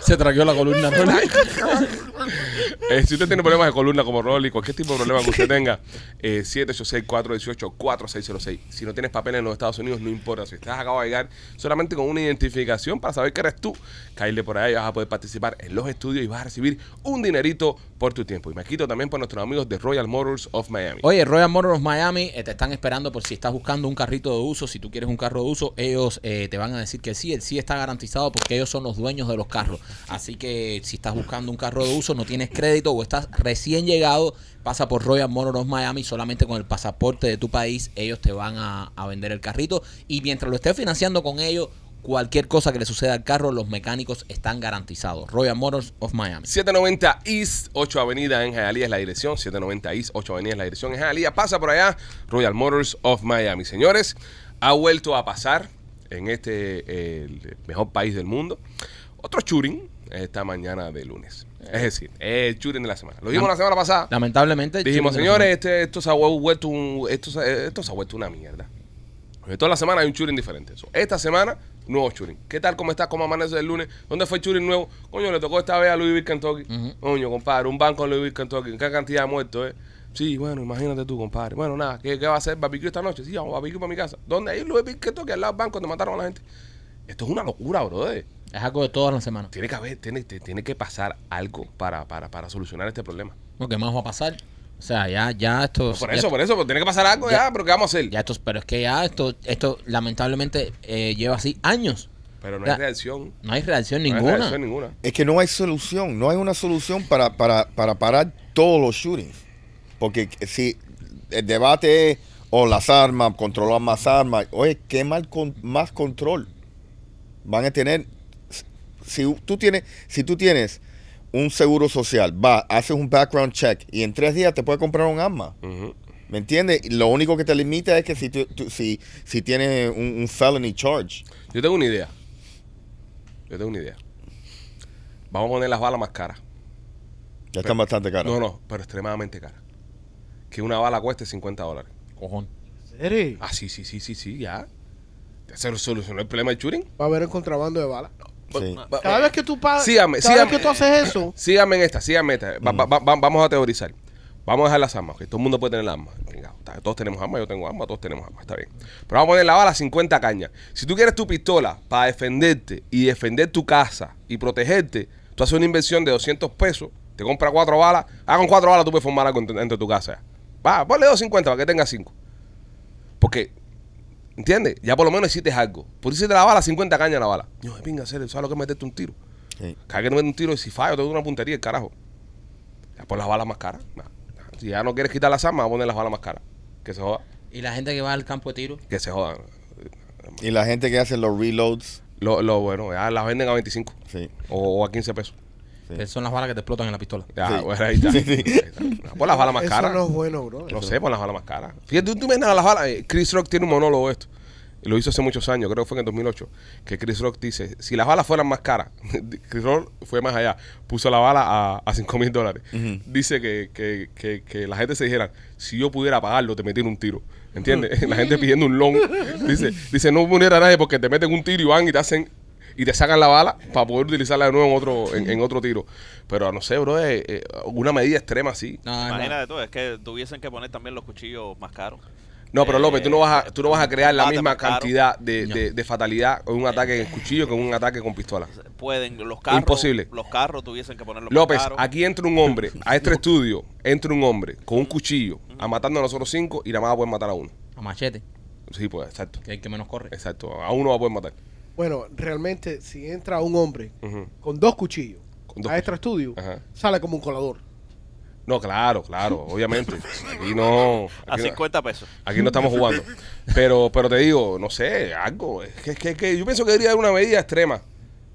[SPEAKER 4] Se traqueó la columna. ¿no?
[SPEAKER 3] Eh, si usted tiene problemas de columna como Rolly, cualquier tipo de problema que usted tenga, eh, 786-418-4606. Si no tienes papel en los Estados Unidos, no importa. Si estás acabado de llegar, solamente con una identificación para saber que eres tú, caerle por ahí, vas a poder participar en los estudios y vas a recibir un dinerito por tu tiempo. Y me quito también por nuestros amigos de Royal Motors of Miami.
[SPEAKER 4] Oye, Royal Motors Miami eh, te están esperando por si estás buscando un carrito de uso. Si tú quieres un carro de uso, ellos eh, te van a decir que sí. El sí está garantizado porque ellos son los dueños de los carros. Así que si estás buscando un carro de uso, no tienes crédito o estás recién llegado, pasa por Royal Motors Miami solamente con el pasaporte de tu país. Ellos te van a, a vender el carrito y mientras lo estés financiando con ellos. Cualquier cosa que le suceda al carro, los mecánicos están garantizados. Royal Motors of Miami.
[SPEAKER 3] 790 East 8 Avenida en Hialeah es la dirección. 790 East 8 Avenida es la dirección en Hialeah. Pasa por allá Royal Motors of Miami. Señores, ha vuelto a pasar en este eh, el mejor país del mundo otro churing esta mañana de lunes. Es decir, es el churing de la semana. Lo vimos la semana pasada.
[SPEAKER 4] Lamentablemente.
[SPEAKER 3] Dijimos,
[SPEAKER 4] Chile-
[SPEAKER 3] señores, este, esto, se ha vuelto un- esto, se- esto se ha vuelto una mierda. Porque Toda la semana hay un churing diferente. So, esta semana nuevo Churin. ¿Qué tal? ¿Cómo estás? ¿Cómo amaneces el lunes? ¿Dónde fue el Churin nuevo? Coño, le tocó esta vez a Louisville, Kentucky. Coño, compadre, un banco en Louisville, Kentucky. ¿En qué cantidad de muertos, eh? Sí, bueno, imagínate tú, compadre. Bueno, nada, ¿qué, qué va a hacer? ¿Barbecue esta noche? Sí, vamos a barbecue para mi casa. ¿Dónde? Ahí en Louisville, Kentucky, al lado del banco, te mataron a la gente. Esto es una locura, brother.
[SPEAKER 4] Es algo de todas las semanas.
[SPEAKER 3] Tiene que haber, tiene, te- tiene que pasar algo para, para, para solucionar este problema.
[SPEAKER 4] Lo que más va a pasar. O sea, ya, ya esto.
[SPEAKER 3] Por
[SPEAKER 4] ya
[SPEAKER 3] eso, por eso, pues, tiene que pasar algo ya,
[SPEAKER 4] Ya.
[SPEAKER 3] pero ¿qué vamos a hacer?
[SPEAKER 4] Ya esto, pero es que ya esto, esto lamentablemente eh, lleva así años.
[SPEAKER 3] Pero no
[SPEAKER 4] Ya.
[SPEAKER 3] hay reacción.
[SPEAKER 4] No hay reacción
[SPEAKER 3] No hay
[SPEAKER 4] ninguna.
[SPEAKER 3] reacción ninguna.
[SPEAKER 6] Es que no hay solución, no hay una solución para, para, para parar todos los shootings. Porque si el debate es, o las armas, controlar más armas, oye, ¿qué mal con, más control van a tener? Si tú tienes, si tú tienes un seguro social, va, haces un background check y en tres días te puedes comprar un arma.
[SPEAKER 3] Ujú.
[SPEAKER 6] ¿Me entiendes? Y Lo único que te limita es que si, tú- tú- si, si tienes un, un felony charge.
[SPEAKER 3] Yo tengo una idea. Yo tengo una idea. Vamos a poner las balas más caras.
[SPEAKER 6] Ya están bastante caros.
[SPEAKER 3] No, no, pero extremadamente caras. Que una bala cueste 50 dólares.
[SPEAKER 4] Cojón.
[SPEAKER 5] ¿Serio?
[SPEAKER 3] Ah, sí, sí, sí, sí, sí, ya. ¿Se solucionó el problema del shooting?
[SPEAKER 5] Va a haber el contrabando de balas.
[SPEAKER 6] Sí.
[SPEAKER 3] Va-
[SPEAKER 5] Cada vez que tú pagas,
[SPEAKER 3] Sígame,
[SPEAKER 5] cada
[SPEAKER 3] sígame.
[SPEAKER 5] vez que tú haces eso,
[SPEAKER 3] Síganme en esta, síganme en esta. Va- va- va- va- vamos a teorizar. Vamos a dejar las armas, que todo el mundo puede tener armas. Venga, está- todos tenemos armas, yo tengo armas, todos tenemos armas, está bien. Pero vamos a poner la bala 50 cañas. Si tú quieres tu pistola para defenderte y defender tu casa y protegerte, tú haces una inversión de 200 pesos, te compras cuatro balas, ah, con cuatro balas tú puedes formar algo dentro de tu casa. Va, ponle 250 para que tengas 5. Porque ¿Entiendes? Ya por lo menos hiciste algo. Por eso te la bala, 50 cañas la bala. No, de pinga, serio, ¿sabes lo que es meterte un tiro?
[SPEAKER 6] Sí.
[SPEAKER 3] Cada que te metes un tiro, si fallo, te doy una puntería, el carajo. Ya por las balas más caras. Nah, nah. Si ya no quieres quitar las armas, vamos a poner las balas más caras. Que se joda,
[SPEAKER 4] Y la gente que va al campo de tiro.
[SPEAKER 3] que se jodan.
[SPEAKER 6] Y la gente que hace los reloads.
[SPEAKER 3] Lo, lo bueno, ya las venden a 25
[SPEAKER 6] Sí.
[SPEAKER 3] o, o a 15 pesos.
[SPEAKER 6] Sí.
[SPEAKER 4] que Son las balas que te explotan en la pistola.
[SPEAKER 3] Ya,
[SPEAKER 6] Sí.
[SPEAKER 3] bueno, ahí está.
[SPEAKER 6] Sí, sí.
[SPEAKER 3] Ahí está. Nah, Por las balas más
[SPEAKER 5] eso
[SPEAKER 3] caras.
[SPEAKER 5] no es bueno, bro.
[SPEAKER 3] No sé, por las balas más caras. Fíjate, tú, tú ves nada, las balas. eh, Chris Rock tiene un monólogo de esto. Y Lo hizo hace muchos años, creo que fue en el 2008, que Chris Rock dice, si las balas fueran más caras, Chris Rock fue más allá, puso la bala a, a 5 mil dólares. Dice que, que, que, que la gente se dijera, si yo pudiera pagarlo, te metiera un tiro. ¿Entiendes? La gente pidiendo un long. Dice, dice no puniera a nadie porque te meten un tiro y van y te hacen y te sacan la bala para poder utilizarla de nuevo en otro en, en otro tiro. Pero no sé, bro, eh, eh, una medida extrema así.
[SPEAKER 4] No, no.
[SPEAKER 7] Imagínate tú, es que tuviesen que poner también los cuchillos más caros.
[SPEAKER 3] No, pero López, tú no vas a, tú no vas a crear la
[SPEAKER 7] Ah,
[SPEAKER 3] misma
[SPEAKER 7] te marcaron.
[SPEAKER 3] cantidad de, de- de fatalidad con un ataque en cuchillo que con un ataque con pistola.
[SPEAKER 7] Pueden, los carros.
[SPEAKER 3] Imposible.
[SPEAKER 7] Los carros tuviesen que ponerlos
[SPEAKER 3] López,
[SPEAKER 7] más caros.
[SPEAKER 3] aquí entra un hombre, a este estudio entra un hombre con un cuchillo a matando a nosotros cinco y nada más va a poder matar a uno.
[SPEAKER 4] A machete,
[SPEAKER 3] Sí, pues, exacto.
[SPEAKER 4] que es el que menos corre.
[SPEAKER 3] Exacto, a uno va a poder matar.
[SPEAKER 5] Bueno, realmente, si entra un hombre
[SPEAKER 3] Ujú.
[SPEAKER 5] con dos cuchillos
[SPEAKER 3] Con dos
[SPEAKER 5] a extra estudio,
[SPEAKER 3] Ajá.
[SPEAKER 5] sale como un colador.
[SPEAKER 3] No, claro, claro, obviamente. Aquí no.
[SPEAKER 7] A
[SPEAKER 3] aquí no-
[SPEAKER 7] 50 pesos.
[SPEAKER 3] Aquí no estamos jugando. Pero, pero te digo, no sé, algo. Es que, es que- es que yo pienso que debería haber una medida extrema.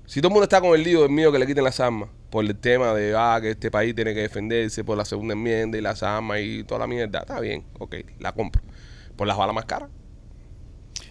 [SPEAKER 3] Si todo el mundo está con el lío del mío que le quiten las armas, por el tema de ah, que este país tiene que defenderse por la segunda enmienda y las armas y toda la mierda, está bien, ok, la compro. Por las balas más caras.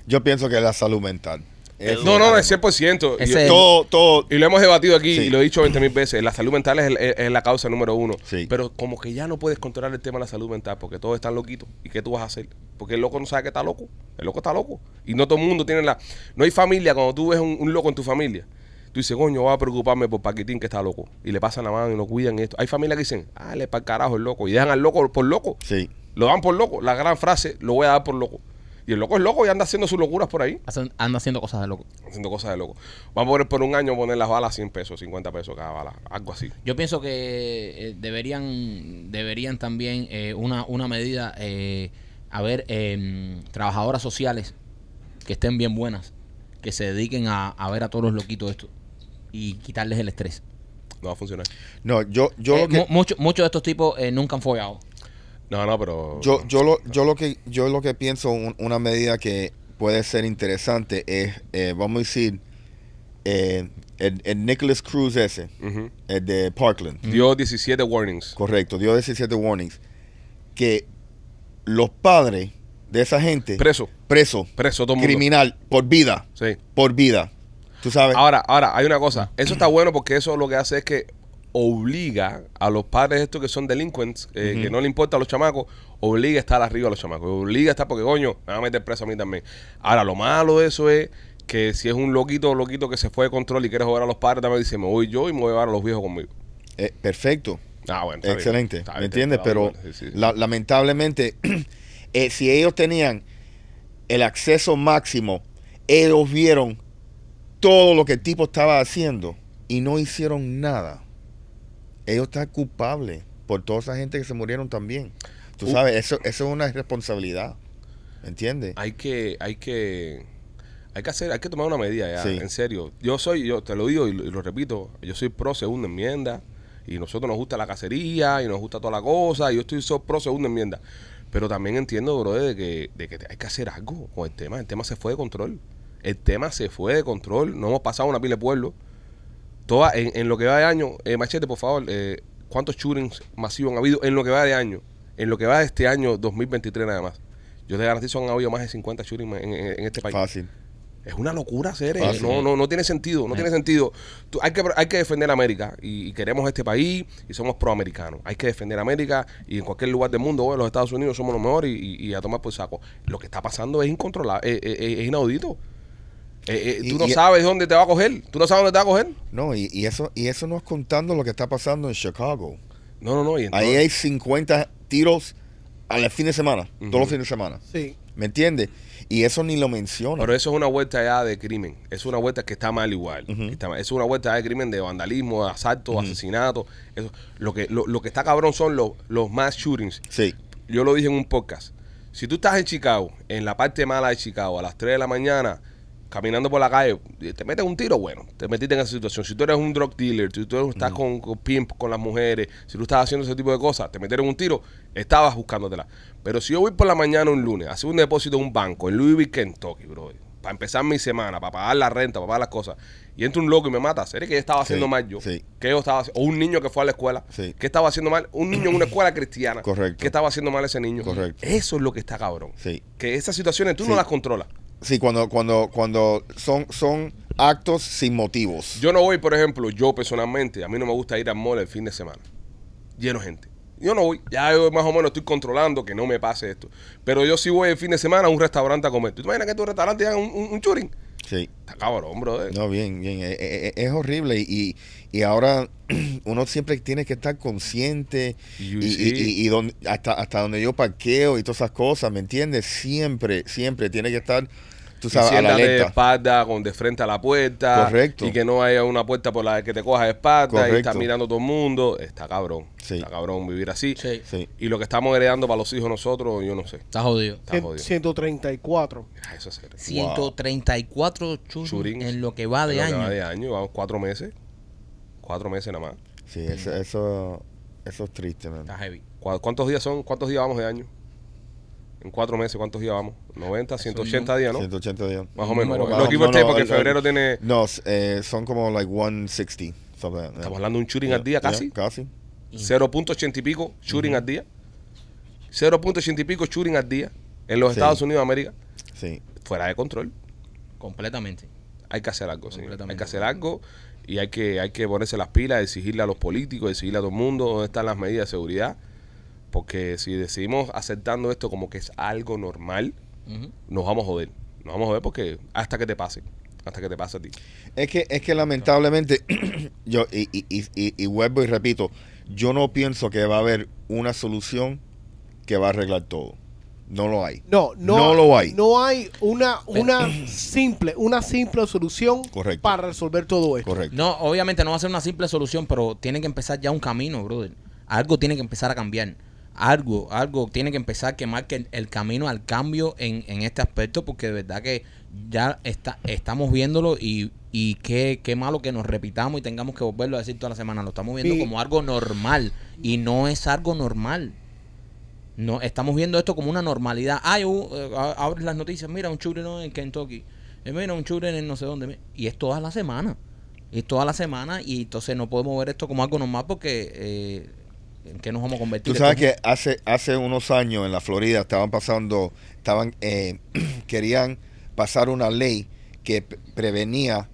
[SPEAKER 6] Yo pienso que es la salud mental. Eso
[SPEAKER 3] No, no, no,
[SPEAKER 6] algo.
[SPEAKER 3] es 100%. Y-
[SPEAKER 4] Ese-
[SPEAKER 6] Todo, todo.
[SPEAKER 3] Y lo hemos debatido aquí
[SPEAKER 6] Sí.
[SPEAKER 3] y lo he dicho 20 mil veces. La salud mental es, el- es- es la causa número uno.
[SPEAKER 6] Sí.
[SPEAKER 3] Pero como que ya no puedes controlar el tema de la salud mental porque todos están loquitos. ¿Y qué tú vas a hacer? Porque el loco no sabe que está loco. El loco está loco. Y no todo el mundo tiene la... No hay familia. Cuando tú ves un, un loco en tu familia, tú dices, coño, voy a preocuparme por Paquitín que está loco. Y le pasan la mano y lo cuidan y esto. Hay familias que dicen, ah, le para carajo el loco. Y dejan al loco por loco.
[SPEAKER 6] Sí.
[SPEAKER 3] Lo dan por loco. La gran frase, lo voy a dar por loco. Y el loco es loco y anda haciendo sus locuras por ahí
[SPEAKER 4] Hacen- anda haciendo cosas de loco.
[SPEAKER 3] haciendo cosas de loco. Vamos a poner por un año poner las balas 100 pesos, 50 pesos cada bala, algo así.
[SPEAKER 4] Yo pienso que eh, deberían deberían también eh, una, una medida, eh, haber eh, trabajadoras sociales que estén bien buenas, que se dediquen a, a ver a todos los loquitos esto y quitarles el estrés.
[SPEAKER 3] No va a funcionar.
[SPEAKER 6] No, yo, yo
[SPEAKER 4] Eh,
[SPEAKER 6] lo que.
[SPEAKER 4] mu- mucho- Muchos de estos tipos eh, nunca han follado.
[SPEAKER 3] No, no, pero.
[SPEAKER 6] Yo, yo lo, yo lo que yo lo que pienso un- una medida que puede ser interesante es eh, vamos a decir eh, el, el Nicholas Cruz ese,
[SPEAKER 3] Ujú.
[SPEAKER 6] el de Parkland.
[SPEAKER 3] Dio 17 warnings.
[SPEAKER 6] Correcto, dio 17 warnings que los padres de esa gente
[SPEAKER 3] Preso.
[SPEAKER 6] preso,
[SPEAKER 3] Preso todo el mundo.
[SPEAKER 6] criminal por vida,
[SPEAKER 3] Sí.
[SPEAKER 6] por vida. ¿Tú sabes?
[SPEAKER 3] Ahora, ahora, hay una cosa. Eso está bueno porque eso lo que hace es que obliga a los padres estos que son delincuentes, eh, que no le importa a los chamacos, obliga a estar arriba a los chamacos. Obliga a estar porque, coño, me van a meter preso a mí también. Ahora, lo malo de eso es que si es un loquito o loquito que se fue de control y quiere jugar a los padres, también dice, me voy yo y me voy a llevar a los viejos conmigo.
[SPEAKER 6] Eh, perfecto.
[SPEAKER 3] Ah, bueno, está bien.
[SPEAKER 6] Excelente,
[SPEAKER 3] Está
[SPEAKER 6] ¿me
[SPEAKER 3] bien,
[SPEAKER 6] entiendes?
[SPEAKER 3] está
[SPEAKER 6] Pero
[SPEAKER 3] bueno, sí, sí.
[SPEAKER 6] la- lamentablemente, eh, si ellos tenían el acceso máximo, ellos vieron todo lo que el tipo estaba haciendo y no hicieron nada. Ellos están culpables por toda esa gente que se murieron también. Tú
[SPEAKER 3] Uh.
[SPEAKER 6] sabes, eso, eso es una irresponsabilidad, ¿me entiendes?
[SPEAKER 3] hay que, hay que, hay que hacer, hay que tomar una medida ya,
[SPEAKER 6] Sí.
[SPEAKER 3] en serio. Yo soy, yo te lo digo y lo, y lo repito, yo soy pro segunda enmienda y nosotros nos gusta la cacería y nos gusta toda la cosa. y Yo estoy so- pro segunda enmienda, pero también entiendo, bro, de que, de que hay que hacer algo con el tema. El tema se fue de control. El tema se fue de control. No hemos pasado una pila de pueblo. Toda, en, en lo que va de año, eh, Machete, por favor, eh, ¿cuántos shootings masivos han habido en lo que va de año? En lo que va de este año 2023 nada más. Yo te garantizo han habido más de 50 shootings en, en- en este país.
[SPEAKER 6] Fácil.
[SPEAKER 3] Es una locura hacer
[SPEAKER 6] Fácil.
[SPEAKER 3] eso. No, no, no tiene sentido, no tiene sentido. Tú- hay, que, hay que defender a América y, y queremos este país y somos proamericanos. Hay que defender a América y en cualquier lugar del mundo, bueno, los Estados Unidos somos los mejores y, y- y a tomar por saco. Lo que está pasando es incontrolable, eh, eh, eh, es inaudito. Eh, eh,
[SPEAKER 6] Y-
[SPEAKER 3] tú no
[SPEAKER 6] y-
[SPEAKER 3] sabes dónde te va a coger. Tú no sabes dónde te va a coger.
[SPEAKER 6] No, y, y eso, y eso no es contando lo que está pasando en Chicago.
[SPEAKER 3] No, no, no. Y entonces-
[SPEAKER 6] Ahí hay 50 tiros al fin de semana, todos
[SPEAKER 3] Ujú.
[SPEAKER 6] los fines de semana.
[SPEAKER 5] Sí.
[SPEAKER 6] ¿Me entiendes? Y eso ni lo menciona.
[SPEAKER 3] Pero eso es una vuelta ya de crimen. Es una vuelta que está mal igual. Está mal. Es una vuelta de crimen de vandalismo, de asalto, asesinato. Eso. Lo, que, lo, lo que está cabrón son los, los mass shootings.
[SPEAKER 6] sí.
[SPEAKER 3] Yo lo dije en un podcast. Si tú estás en Chicago, en la parte mala de Chicago, a las 3 de la mañana, caminando por la calle, eh, te metes un tiro, bueno, te metiste en esa situación. Si tú eres un drug dealer, si tú
[SPEAKER 6] Mm.
[SPEAKER 3] estás con, con pimp, con las mujeres, si tú estás haciendo ese tipo de cosas, te metieron un tiro, estabas buscándotela. Pero si yo voy por la mañana un lunes, a hacer un depósito en un banco, en Louisville, Kentucky, bro, para empezar mi semana, para pagar la renta, para pagar las cosas, y entra un loco y me mata, ¿sería que yo estaba haciendo
[SPEAKER 6] Sí,
[SPEAKER 3] mal yo?
[SPEAKER 6] sí.
[SPEAKER 3] ¿Qué yo estaba haciendo? O un niño que fue a la escuela,
[SPEAKER 6] Sí.
[SPEAKER 3] ¿qué estaba haciendo mal? Un niño en una escuela cristiana.
[SPEAKER 6] Correcto.
[SPEAKER 3] ¿Qué estaba haciendo mal ese niño?
[SPEAKER 6] Correcto.
[SPEAKER 3] Eso es lo que está cabrón.
[SPEAKER 6] Sí.
[SPEAKER 3] Que esas situaciones tú no
[SPEAKER 6] Sí.
[SPEAKER 3] las controlas.
[SPEAKER 6] Sí, cuando, cuando, cuando son, son actos sin motivos.
[SPEAKER 3] Yo no voy, por ejemplo, yo personalmente, a mí no me gusta ir al mall el fin de semana. Lleno de gente. Yo no voy. Ya yo más o menos estoy controlando que no me pase esto. Pero yo sí voy el fin de semana a un restaurante a comer. ¿Tú te imaginas que en tu restaurante hagan un, un, un churing?
[SPEAKER 6] Sí.
[SPEAKER 3] Está cabrón, brother.
[SPEAKER 6] No, bien, bien. Eh, eh, eh, Es, horrible y, y ahora uno siempre tiene que estar consciente y,
[SPEAKER 3] Y-
[SPEAKER 6] y- y- y donde- hasta, hasta donde yo parqueo y todas esas cosas, ¿me entiendes? Siéntate, Siempre, siempre tiene que estar, tú
[SPEAKER 3] Y
[SPEAKER 6] sabes, a la
[SPEAKER 3] siéntate de
[SPEAKER 6] alerta.
[SPEAKER 3] espalda, con de frente a la puerta.
[SPEAKER 6] Correcto.
[SPEAKER 3] Y que no haya una puerta por la que te cojas de espalda y estás
[SPEAKER 6] Correcto.
[SPEAKER 3] mirando todo el mundo. Está cabrón.
[SPEAKER 6] Sí.
[SPEAKER 3] Está cabrón vivir así.
[SPEAKER 4] Sí.
[SPEAKER 6] Sí.
[SPEAKER 3] Y lo que estamos heredando para los hijos nosotros, yo no sé.
[SPEAKER 4] Está jodido.
[SPEAKER 3] Está
[SPEAKER 5] Cien-
[SPEAKER 3] jodido.
[SPEAKER 5] 134.
[SPEAKER 3] Ah, eso es serio.
[SPEAKER 2] 134 shootings
[SPEAKER 3] Shootings.
[SPEAKER 2] en lo que va de
[SPEAKER 3] Lo que
[SPEAKER 2] año.
[SPEAKER 3] va de año, vamos cuatro meses. Cuatro meses nada más.
[SPEAKER 6] Sí, eso, eso, eso es triste, man.
[SPEAKER 4] Está heavy.
[SPEAKER 3] ¿Cu- ¿Cuántos días son? ¿Cuántos días vamos de año? En cuatro meses, ¿cuántos días vamos? 90, 180 días, ¿no?
[SPEAKER 6] 180 días.
[SPEAKER 3] Más o menos.
[SPEAKER 4] Número
[SPEAKER 3] ¿no?
[SPEAKER 4] bajo.
[SPEAKER 3] No, aquí usted, porque
[SPEAKER 6] el-
[SPEAKER 3] febrero
[SPEAKER 6] el-
[SPEAKER 3] tiene...
[SPEAKER 6] No, s- eh, son como like 160. something like that.
[SPEAKER 3] Estamos hablando de un shooting
[SPEAKER 6] Yeah,
[SPEAKER 3] al día
[SPEAKER 6] yeah,
[SPEAKER 3] casi.
[SPEAKER 6] Casi.
[SPEAKER 3] 0.80 y pico shooting al día. 0.80 y pico shooting al día en los
[SPEAKER 6] Sí.
[SPEAKER 3] Estados Unidos de América.
[SPEAKER 6] Sí.
[SPEAKER 3] Fuera de control.
[SPEAKER 4] Completamente.
[SPEAKER 3] Hay que hacer algo, señor. Hay que
[SPEAKER 4] Completamente.
[SPEAKER 3] hacer algo y hay que, hay que ponerse las pilas, exigirle a los políticos, exigirle a todo el mundo dónde están las medidas de seguridad. Porque si decidimos aceptando esto como que es algo normal,
[SPEAKER 4] Ujú.
[SPEAKER 3] nos vamos a joder. Nos vamos a joder porque hasta que te pase. Hasta que te pase a ti.
[SPEAKER 6] Es que, es que lamentablemente, yo, y, y, y, y- y vuelvo y repito, yo no pienso que va a haber una solución que va a arreglar todo. No lo hay.
[SPEAKER 5] No, no,
[SPEAKER 6] No lo hay.
[SPEAKER 5] No hay una, una
[SPEAKER 3] Eh.
[SPEAKER 5] simple, una simple solución
[SPEAKER 6] Correcto.
[SPEAKER 5] para resolver todo esto.
[SPEAKER 6] Correcto.
[SPEAKER 4] No, obviamente no va a ser una simple solución, pero tiene que empezar ya un camino, brother. Algo tiene que empezar a cambiar. Algo, algo tiene que empezar que marque el, el camino al cambio en, en este aspecto, porque de verdad que ya está, estamos viéndolo y, y qué, qué malo que nos repitamos y tengamos que volverlo a decir toda la semana. Lo estamos viendo
[SPEAKER 5] Y-
[SPEAKER 4] como algo normal y no es algo normal. No, estamos viendo esto como una normalidad. Ay, uh, eh, a- abres las noticias, mira un shooting en Kentucky, Eh, mira un shooting en no sé dónde. mi- Y es toda la semana. Y es toda la semana y entonces no podemos ver esto como algo normal porque eh, ¿en qué nos vamos a convertir?
[SPEAKER 6] Tú sabes
[SPEAKER 4] Esto es
[SPEAKER 6] que hace, hace unos años en la Florida estaban pasando, estaban, eh, querían pasar una ley que pre- prevenía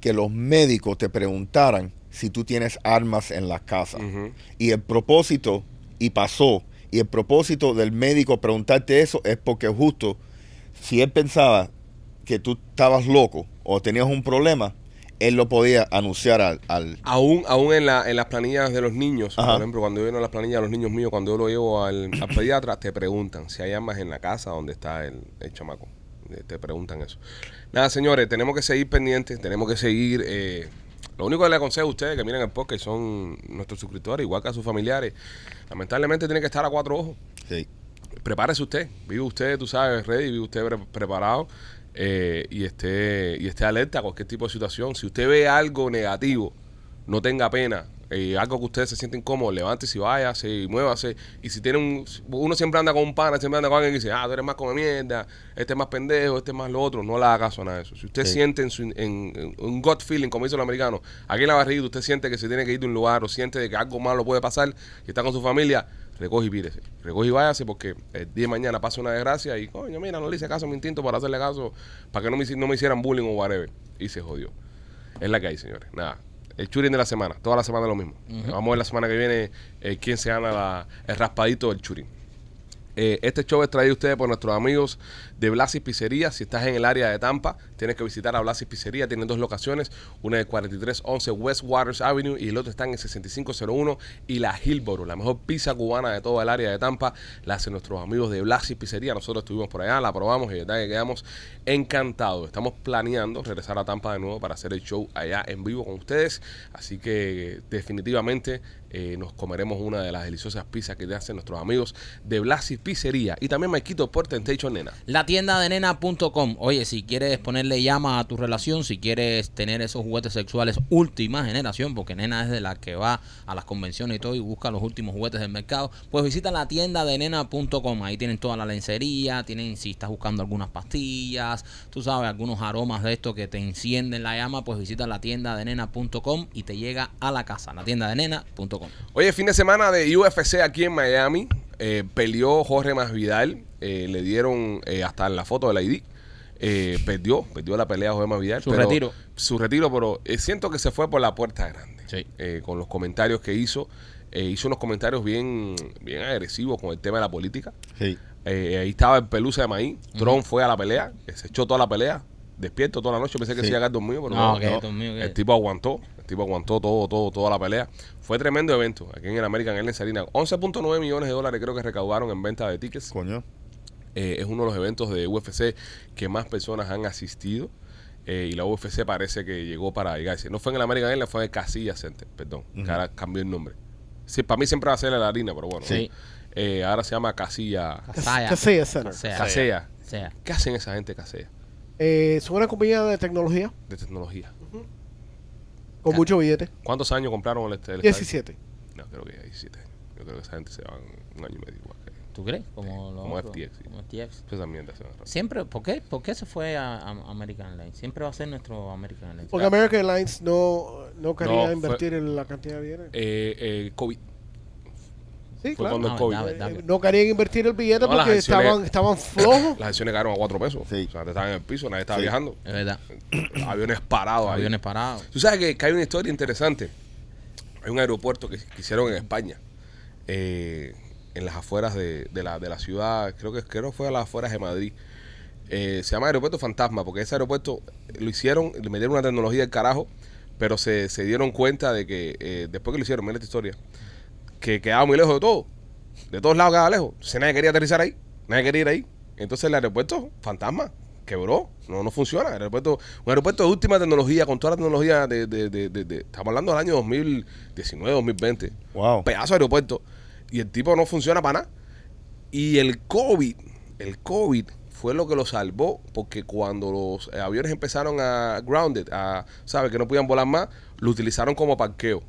[SPEAKER 6] que los médicos te preguntaran si tú tienes armas en la casa.
[SPEAKER 3] Ujú.
[SPEAKER 6] Y el propósito, y pasó, y el propósito del médico preguntarte eso es porque justo si él pensaba que tú estabas loco o tenías un problema, él lo podía anunciar al... al-
[SPEAKER 3] Aún, aún en, la, en las planillas de los niños,
[SPEAKER 6] Ajá.
[SPEAKER 3] por ejemplo, cuando yo lleno las planillas de los niños míos, cuando yo lo llevo al, al pediatra, te preguntan si hay armas en la casa donde está el, el chamaco. Eh, Te preguntan eso. Nada, señores, tenemos que seguir pendientes, tenemos que seguir... eh, lo único que le aconsejo a ustedes que miren el podcast, son nuestros suscriptores, igual que a sus familiares, lamentablemente tienen que estar a cuatro ojos
[SPEAKER 6] sí.
[SPEAKER 3] prepárese usted, vive usted, tú sabes, ready, vive usted pre- preparado eh, y, esté, y esté alerta a cualquier tipo de situación. Si usted ve algo negativo, no tenga pena. eh, algo que usted se siente incómodo, levántese y váyase y muévase. Y si tiene un. Uno siempre anda con un pana, siempre anda con alguien que dice, ah, tú eres más come mierda, este es más pendejo, este es más lo otro. No le haga caso a nada de eso. Si usted siente en, su, en- en un gut feeling, como dicen los americanos, aquí en la barriga, usted siente que se tiene que ir de un lugar o siente de que algo malo puede pasar y está con su familia, recoge y pírese. Recoge y váyase porque el día de mañana pasa una desgracia y, coño, mira, no le hice caso a mi instinto para hacerle caso, para que no me, hici- no me hicieran bullying o whatever. Y se jodió. Es la que hay, señores. Nada. El churin de la semana. Toda la semana lo mismo. Vamos a ver la semana que viene eh, quién se gana la- el raspadito del churin. Eh, este show es traído a ustedes por nuestros amigos de Blasis Pizzería. Si estás en el área de Tampa, tienes que visitar a Blasis Pizzería. Tienen dos locaciones, una de 4311 West Waters Avenue y el otro está en el 6501 y la Hillboro, la mejor pizza cubana de toda el área de Tampa. La hacen nuestros amigos de Blasis Pizzería. Nosotros estuvimos por allá, la probamos y de verdad que quedamos encantados. Estamos planeando regresar a Tampa de nuevo para hacer el show allá en vivo con ustedes. Así que definitivamente eh, nos comeremos una de las deliciosas pizzas que te hacen nuestros amigos de Blasi Pizzería y también Maikito por Temptation Nena.
[SPEAKER 4] La tienda de nena.com. Oye, si quieres ponerle llama a tu relación, si quieres tener esos juguetes sexuales última generación, porque nena es de la que va a las convenciones y todo y busca los últimos juguetes del mercado, pues visita la tienda de nena.com. Ahí tienen toda la lencería, tienen si estás buscando algunas pastillas, tú sabes, algunos aromas de esto que te encienden la llama, pues visita la tienda de nena.com y te llega a la casa, la tienda de nena.com.
[SPEAKER 3] Oye, fin de semana de UFC aquí en Miami. eh, peleó Jorge Masvidal. eh, le dieron eh, hasta en la foto del ID. eh, perdió, perdió la pelea Jorge Masvidal.
[SPEAKER 4] Su
[SPEAKER 3] pero-
[SPEAKER 4] retiro.
[SPEAKER 3] Su retiro, pero eh, siento que se fue por la puerta grande.
[SPEAKER 4] Sí.
[SPEAKER 3] eh, con los comentarios que hizo. eh, hizo unos comentarios bien, bien agresivos con el tema de la política.
[SPEAKER 6] Sí.
[SPEAKER 3] Eh, ahí estaba el pelusa de maíz. Trump fue a la pelea. eh, Se echó toda la pelea. Despierto toda la noche. Pensé que
[SPEAKER 6] Sí.
[SPEAKER 3] se iba a quedar dormido, pero
[SPEAKER 4] No,
[SPEAKER 3] no.
[SPEAKER 4] que
[SPEAKER 6] no.
[SPEAKER 4] Dios mío, que-
[SPEAKER 3] El tipo aguantó. El tipo aguantó todo, todo, toda la pelea. Fue tremendo evento aquí en el American Airlines Arena. 11.9 millones de dólares creo que recaudaron en venta de tickets.
[SPEAKER 6] Coño.
[SPEAKER 3] Eh, es uno de los eventos de UFC que más personas han asistido. eh, y la UFC parece que llegó para llegarse. No fue en el American Airlines, fue en el Casilla Center, perdón. que ahora cambió el nombre. Sí, para mí siempre va a ser la harina, pero bueno.
[SPEAKER 4] Sí.
[SPEAKER 3] Eh, ahora se llama Casilla.
[SPEAKER 4] Casaya.
[SPEAKER 5] Casella Center.
[SPEAKER 4] Casea.
[SPEAKER 3] Casella.
[SPEAKER 4] Sea.
[SPEAKER 3] ¿Qué hacen esa gente casera
[SPEAKER 5] Eh, son una compañía de tecnología
[SPEAKER 3] de tecnología?
[SPEAKER 5] con mucho billete.
[SPEAKER 3] ¿Cuántos años compraron el, este- el estadio?
[SPEAKER 5] 17.
[SPEAKER 3] No, creo que 17 años. Yo creo que esa gente se van un año y medio igual que
[SPEAKER 4] ¿Tú crees? Como, lo
[SPEAKER 3] Como
[SPEAKER 4] otro,
[SPEAKER 3] FTX, sí.
[SPEAKER 4] Como FTX.
[SPEAKER 3] pues esa mierda se van rápido.
[SPEAKER 4] Siempre, ¿por qué, ¿por qué se fue a, a American Airlines? Siempre va a ser nuestro American Airlines.
[SPEAKER 5] Porque American Airlines no, no quería
[SPEAKER 3] No, fue-
[SPEAKER 5] invertir en la cantidad de billetes.
[SPEAKER 3] Eh, eh, COVID. Fue
[SPEAKER 5] Sí, claro.
[SPEAKER 3] cuando el
[SPEAKER 4] Ah,
[SPEAKER 3] COVID.
[SPEAKER 4] verdad, verdad.
[SPEAKER 5] Eh, No querían invertir el billete
[SPEAKER 3] No, las
[SPEAKER 5] porque
[SPEAKER 3] acciones-
[SPEAKER 5] estaban, estaban flojos.
[SPEAKER 3] Las acciones cayeron a 4 pesos.
[SPEAKER 6] Sí.
[SPEAKER 3] O sea, te estaban en el piso, nadie estaba
[SPEAKER 6] Sí.
[SPEAKER 3] viajando.
[SPEAKER 4] Es verdad.
[SPEAKER 3] Aviones parados ahí.
[SPEAKER 4] Aviones parados.
[SPEAKER 3] Tú sabes que, que hay una historia interesante. Hay un aeropuerto que, que hicieron en España, eh, en las afueras de, de la, de la ciudad, creo que creo que fue a las afueras de Madrid. Eh, se llama Aeropuerto Fantasma, porque ese aeropuerto lo hicieron, le metieron una tecnología del carajo, pero se, se dieron cuenta de que eh, después que lo hicieron, mira esta historia, que quedaba muy lejos de todo. De todos lados quedaba lejos. Entonces nadie quería aterrizar ahí. Nadie quería ir ahí. Entonces el aeropuerto, fantasma, quebró. No, no funciona. El aeropuerto, un aeropuerto de última tecnología, con toda la tecnología de, de- de- de- de- estamos hablando del año 2019, 2020.
[SPEAKER 6] Wow.
[SPEAKER 3] Un pedazo de aeropuerto. Y el tipo no funciona para nada. Y el COVID, el COVID fue lo que lo salvó, porque cuando los eh, aviones empezaron a grounded, a, ¿sabes? Que no podían volar más, lo utilizaron como parqueo,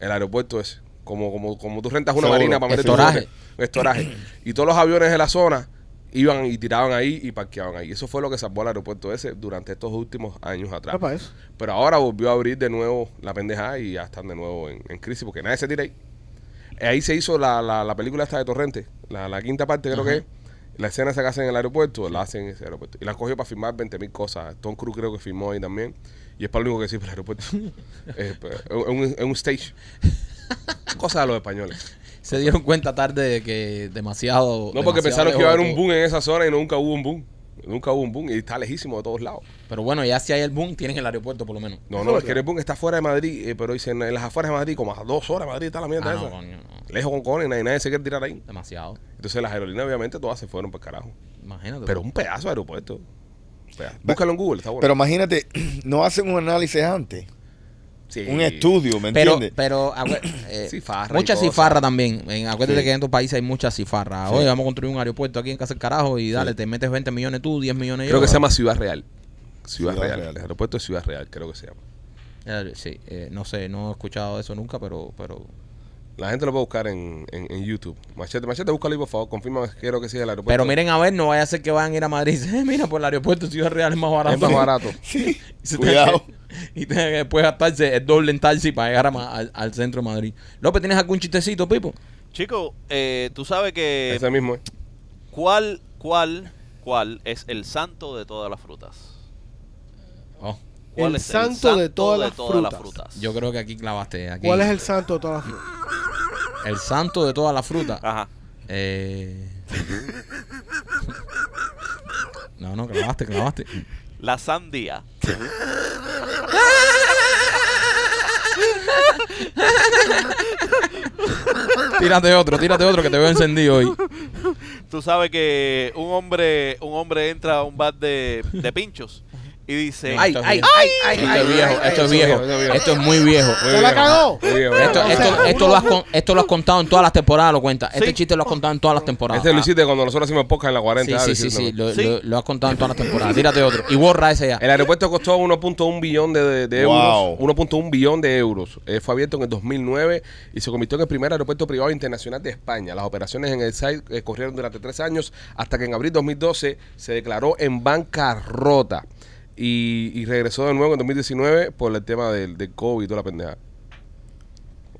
[SPEAKER 3] el aeropuerto ese. Como, como, como tú rentas una
[SPEAKER 6] Seguro.
[SPEAKER 3] marina para meter tus
[SPEAKER 4] Estoraje.
[SPEAKER 3] aviones. Estoraje. Y todos los aviones de la zona iban y tiraban ahí y parqueaban ahí. Eso fue lo que salvó al aeropuerto ese durante estos últimos años atrás.
[SPEAKER 5] Para eso.
[SPEAKER 3] Pero ahora volvió a abrir de nuevo la pendeja y ya están de nuevo en, en crisis porque nadie se tira ahí. Eh, Ahí se hizo la, la, la película esta de Torrente, la, la quinta parte creo que es. La escena esa que hacen en el aeropuerto, la hacen en ese aeropuerto. Y la han cogido para firmar 20.000 mil cosas. Tom Cruise creo que firmó ahí también. Y es para lo único que sirve el aeropuerto. Eh, pues, Es un, es un stage. Cosa de los españoles.
[SPEAKER 4] Se dieron cuenta tarde de que demasiado.
[SPEAKER 3] No porque
[SPEAKER 4] Pues demasiado
[SPEAKER 3] pensaron que iba a haber
[SPEAKER 4] lejos
[SPEAKER 3] un
[SPEAKER 4] de todo.
[SPEAKER 3] boom en esa zona y nunca hubo un boom. Nunca hubo un boom y está lejísimo de todos lados.
[SPEAKER 4] Pero bueno, ya si hay el boom, tienen el aeropuerto por lo menos.
[SPEAKER 3] No,
[SPEAKER 5] Eso
[SPEAKER 3] no,
[SPEAKER 5] lo
[SPEAKER 3] es que
[SPEAKER 5] creo.
[SPEAKER 3] el boom está fuera de Madrid, eh, pero dicen en las afueras de Madrid, como a dos horas de Madrid está la mierda
[SPEAKER 4] Ah,
[SPEAKER 3] esa.
[SPEAKER 4] no, coño, no.
[SPEAKER 3] Lejos con cojones, nadie, nadie se quiere tirar ahí.
[SPEAKER 4] Demasiado.
[SPEAKER 3] Entonces las aerolíneas obviamente todas se fueron para carajo.
[SPEAKER 4] Imagínate.
[SPEAKER 3] Pero un pedazo de aeropuerto. Un pedazo. Búscalo en Google, está bueno.
[SPEAKER 6] Pero imagínate, no hacen un análisis antes,
[SPEAKER 3] Sí.
[SPEAKER 6] un estudio, ¿me
[SPEAKER 4] pero,
[SPEAKER 6] entiendes?
[SPEAKER 4] pero acu- eh,
[SPEAKER 3] Cifarra y
[SPEAKER 4] mucha
[SPEAKER 3] cosas.
[SPEAKER 4] cifarra también. En, acuérdate
[SPEAKER 6] Sí.
[SPEAKER 4] que en tu país hay mucha cifarra. Oye, vamos a construir un aeropuerto aquí en Casa del Carajo y dale, te metes 20 millones tú, 10 millones
[SPEAKER 3] Creo
[SPEAKER 4] yo.
[SPEAKER 3] que se llama Ciudad Real. Ciudad,
[SPEAKER 6] Ciudad
[SPEAKER 3] Real.
[SPEAKER 6] Real.
[SPEAKER 3] El aeropuerto de Ciudad Real, creo que se llama.
[SPEAKER 4] Eh, sí, eh, no sé, no he escuchado eso nunca, pero, pero
[SPEAKER 3] La gente lo puede buscar en, en, en YouTube. Machete, machete, búscalo ahí, por favor. Confirma que creo que sí es el aeropuerto.
[SPEAKER 4] Pero miren a ver, no vaya a ser que vayan a ir a Madrid. y dicen, "Eh, mira, por el aeropuerto de Ciudad Real es más barato.
[SPEAKER 3] es más barato.
[SPEAKER 6] Sí,
[SPEAKER 4] Y se
[SPEAKER 6] cuidado.
[SPEAKER 4] tenga que- y tenga que después gastarse el doble en taxi para llegar a ma- al, al centro de Madrid. López, ¿tienes algún chistecito, Pipo?
[SPEAKER 7] Chico, eh, tú sabes que
[SPEAKER 3] Ese mismo es.
[SPEAKER 7] cuál, cuál, cuál es el santo de todas las frutas.
[SPEAKER 4] Oh,
[SPEAKER 7] ¿Cuál
[SPEAKER 5] El
[SPEAKER 7] es
[SPEAKER 5] santo de todas las frutas.
[SPEAKER 4] yo creo que aquí clavaste. Aquí.
[SPEAKER 5] ¿Cuál es el santo de todas las frutas?
[SPEAKER 4] El santo de toda la fruta.
[SPEAKER 7] Ajá.
[SPEAKER 4] Eh... No, no, clavaste, clavaste.
[SPEAKER 7] La sandía.
[SPEAKER 4] Tírate otro, tírate otro que te veo encendido hoy.
[SPEAKER 7] Tú sabes que un hombre, un hombre entra a un bar de, de pinchos y dice,
[SPEAKER 4] Ay, ay, Esto es viejo, esto es viejo, esto es muy viejo.
[SPEAKER 5] ¡Se la cagó!
[SPEAKER 3] Muy bien,
[SPEAKER 4] Esto,
[SPEAKER 3] bueno.
[SPEAKER 5] O sea,
[SPEAKER 4] esto, esto,
[SPEAKER 5] uno-
[SPEAKER 4] lo has con- esto lo has contado en todas las temporadas, lo cuenta. Este
[SPEAKER 7] Sí.
[SPEAKER 4] chiste lo has contado en todas las temporadas.
[SPEAKER 3] Este lo hiciste cuando nosotros hacíamos podcast en la 40. ah,
[SPEAKER 4] Sí, sí,
[SPEAKER 3] lo
[SPEAKER 4] sí,
[SPEAKER 3] hiciste
[SPEAKER 4] sí,
[SPEAKER 3] también.
[SPEAKER 4] lo,
[SPEAKER 7] Sí.
[SPEAKER 4] lo- lo has contado en todas las temporadas. Tírate otro. Y borra ese ya.
[SPEAKER 3] El aeropuerto costó 1.1 billón de, de- de
[SPEAKER 6] Wow.
[SPEAKER 3] euros. 1.1 billón de euros. Eh, fue abierto en el 2009 y se convirtió en el primer aeropuerto privado internacional de España. Las operaciones en el site eh, corrieron durante tres años hasta que en abril de 2012 se declaró en bancarrota y, y regresó de nuevo en 2019 por el tema del, del COVID y toda la pendeja.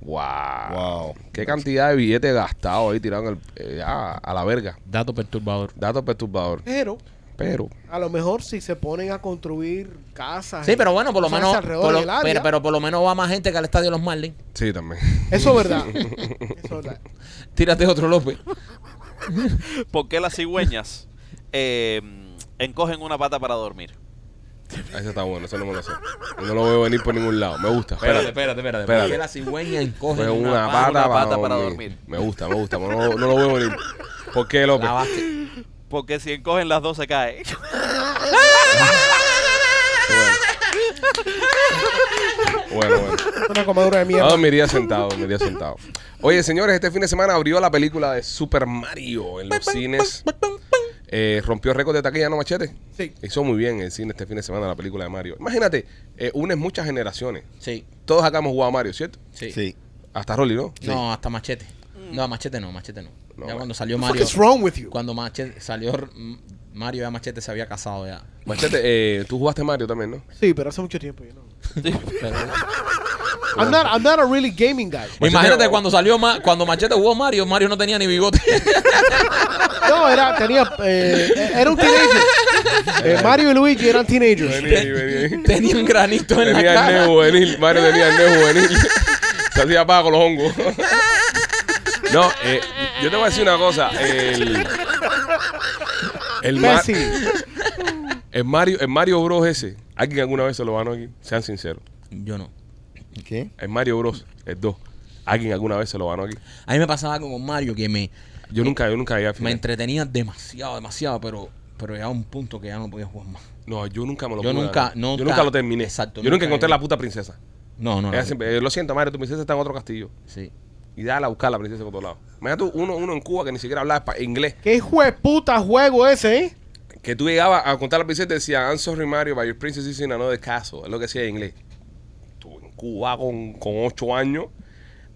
[SPEAKER 3] Wow.
[SPEAKER 6] Wow.
[SPEAKER 3] Qué cantidad de billetes gastados ahí tirados en el- eh, a, a la verga.
[SPEAKER 4] Dato perturbador.
[SPEAKER 3] Dato perturbador.
[SPEAKER 5] Pero
[SPEAKER 3] Pero
[SPEAKER 5] a lo mejor si se ponen a construir casas.
[SPEAKER 4] Sí,
[SPEAKER 5] y
[SPEAKER 4] pero bueno, por lo
[SPEAKER 5] cosas
[SPEAKER 4] menos.
[SPEAKER 5] alrededor
[SPEAKER 4] por lo-
[SPEAKER 5] del área,
[SPEAKER 4] pero, pero por lo menos va más gente que al estadio de los Marlins.
[SPEAKER 3] sí también.
[SPEAKER 5] Eso es verdad. Eso es verdad.
[SPEAKER 4] Tírate otro, López.
[SPEAKER 7] ¿por qué las cigüeñas eh, encogen una pata para dormir?
[SPEAKER 3] Eso Ah, está bueno, eso no me lo sé. No lo veo venir por ningún lado. Me gusta. Espérate,
[SPEAKER 4] espérate, espérate.
[SPEAKER 3] espérate.
[SPEAKER 4] Porque la cigüeña encoge
[SPEAKER 3] Fue
[SPEAKER 4] una,
[SPEAKER 3] una,
[SPEAKER 4] pa-
[SPEAKER 3] pata,
[SPEAKER 7] una
[SPEAKER 3] para,
[SPEAKER 7] pata para
[SPEAKER 3] dormir.
[SPEAKER 7] dormir.
[SPEAKER 3] Me gusta, me gusta. No, no lo veo venir. ¿Por qué, López?
[SPEAKER 4] Clavaste.
[SPEAKER 7] Porque si encogen las dos se cae.
[SPEAKER 3] Bueno, bueno.
[SPEAKER 5] Una comadura de mierda.
[SPEAKER 4] Oh,
[SPEAKER 3] No, me iría sentado, me iría sentado. Oye, señores, este fin de semana abrió la película de Super Mario en los cines. Eh, rompió récord de taquilla, ¿no, Machete?
[SPEAKER 5] Sí.
[SPEAKER 3] Hizo muy bien el cine este fin de semana la película de Mario. Imagínate, eh, unes muchas generaciones.
[SPEAKER 4] Sí,
[SPEAKER 3] Todos acá hemos jugado a Mario, ¿cierto?
[SPEAKER 4] sí.
[SPEAKER 6] Sí.
[SPEAKER 3] Hasta Rolly, ¿no?
[SPEAKER 4] No, hasta Machete. No, Machete no, Machete no.
[SPEAKER 3] No,
[SPEAKER 4] ya
[SPEAKER 3] ma-
[SPEAKER 4] cuando salió
[SPEAKER 5] What the fuck
[SPEAKER 4] Mario.
[SPEAKER 5] is wrong with you?
[SPEAKER 4] Cuando Machete salió mm, Mario, ya Machete se había casado ya.
[SPEAKER 3] Machete, eh, tú jugaste Mario también, ¿no?
[SPEAKER 5] Sí, pero hace mucho tiempo. yo no.
[SPEAKER 4] Pero-
[SPEAKER 5] I'm not, I'm not a really gaming guy.
[SPEAKER 4] Pues imagínate cuando salió Ma- cuando Machete jugó Mario, Mario no tenía ni bigote.
[SPEAKER 5] No, era, tenía, eh, era un teenager. Eh, Mario y Luigi eran teenagers.
[SPEAKER 3] Vení, vení.
[SPEAKER 4] tenía un granito en la
[SPEAKER 3] Tenía el
[SPEAKER 4] cara.
[SPEAKER 3] neo juvenil. Mario tenía el neo juvenil. Se hacía pago los hongos. No, eh, yo te voy a decir una cosa. El, el, Mar-
[SPEAKER 5] Messi.
[SPEAKER 3] el Mario, el Mario Bros. ese. ¿Alguien alguna vez se lo ganó aquí? Sean sinceros.
[SPEAKER 4] Yo no.
[SPEAKER 6] ¿Qué?
[SPEAKER 3] El Mario Bros. El 2. ¿Alguien alguna vez se lo ganó aquí?
[SPEAKER 4] A mí me pasaba algo con Mario que me,
[SPEAKER 3] Yo nunca, yo nunca llegué al
[SPEAKER 4] me
[SPEAKER 3] final.
[SPEAKER 4] entretenía demasiado, demasiado, pero pero llegaba un punto que ya no podía jugar más.
[SPEAKER 3] No, yo nunca me lo
[SPEAKER 4] Yo
[SPEAKER 3] pude
[SPEAKER 4] nunca-
[SPEAKER 3] ganar.
[SPEAKER 4] nunca-
[SPEAKER 3] yo nunca lo terminé.
[SPEAKER 4] Exacto,
[SPEAKER 3] yo nunca,
[SPEAKER 4] nunca
[SPEAKER 3] encontré
[SPEAKER 4] llegué.
[SPEAKER 3] la puta princesa.
[SPEAKER 4] No, no, no.
[SPEAKER 3] Ella siempre, eh, lo siento, Mario, tu princesa está en otro castillo.
[SPEAKER 4] Sí.
[SPEAKER 3] Y dale a buscar la princesa por todos lados. Imagínate tú, uno, uno en Cuba que ni siquiera hablaba espa- inglés.
[SPEAKER 5] ¿Qué hijo de puta juego ese, eh?
[SPEAKER 3] Que tú llegabas a contar la princesa y te decía, I'm sorry Mario, but your princess is in another castle. Es lo que decía en inglés. Tú en Cuba con, con ocho años.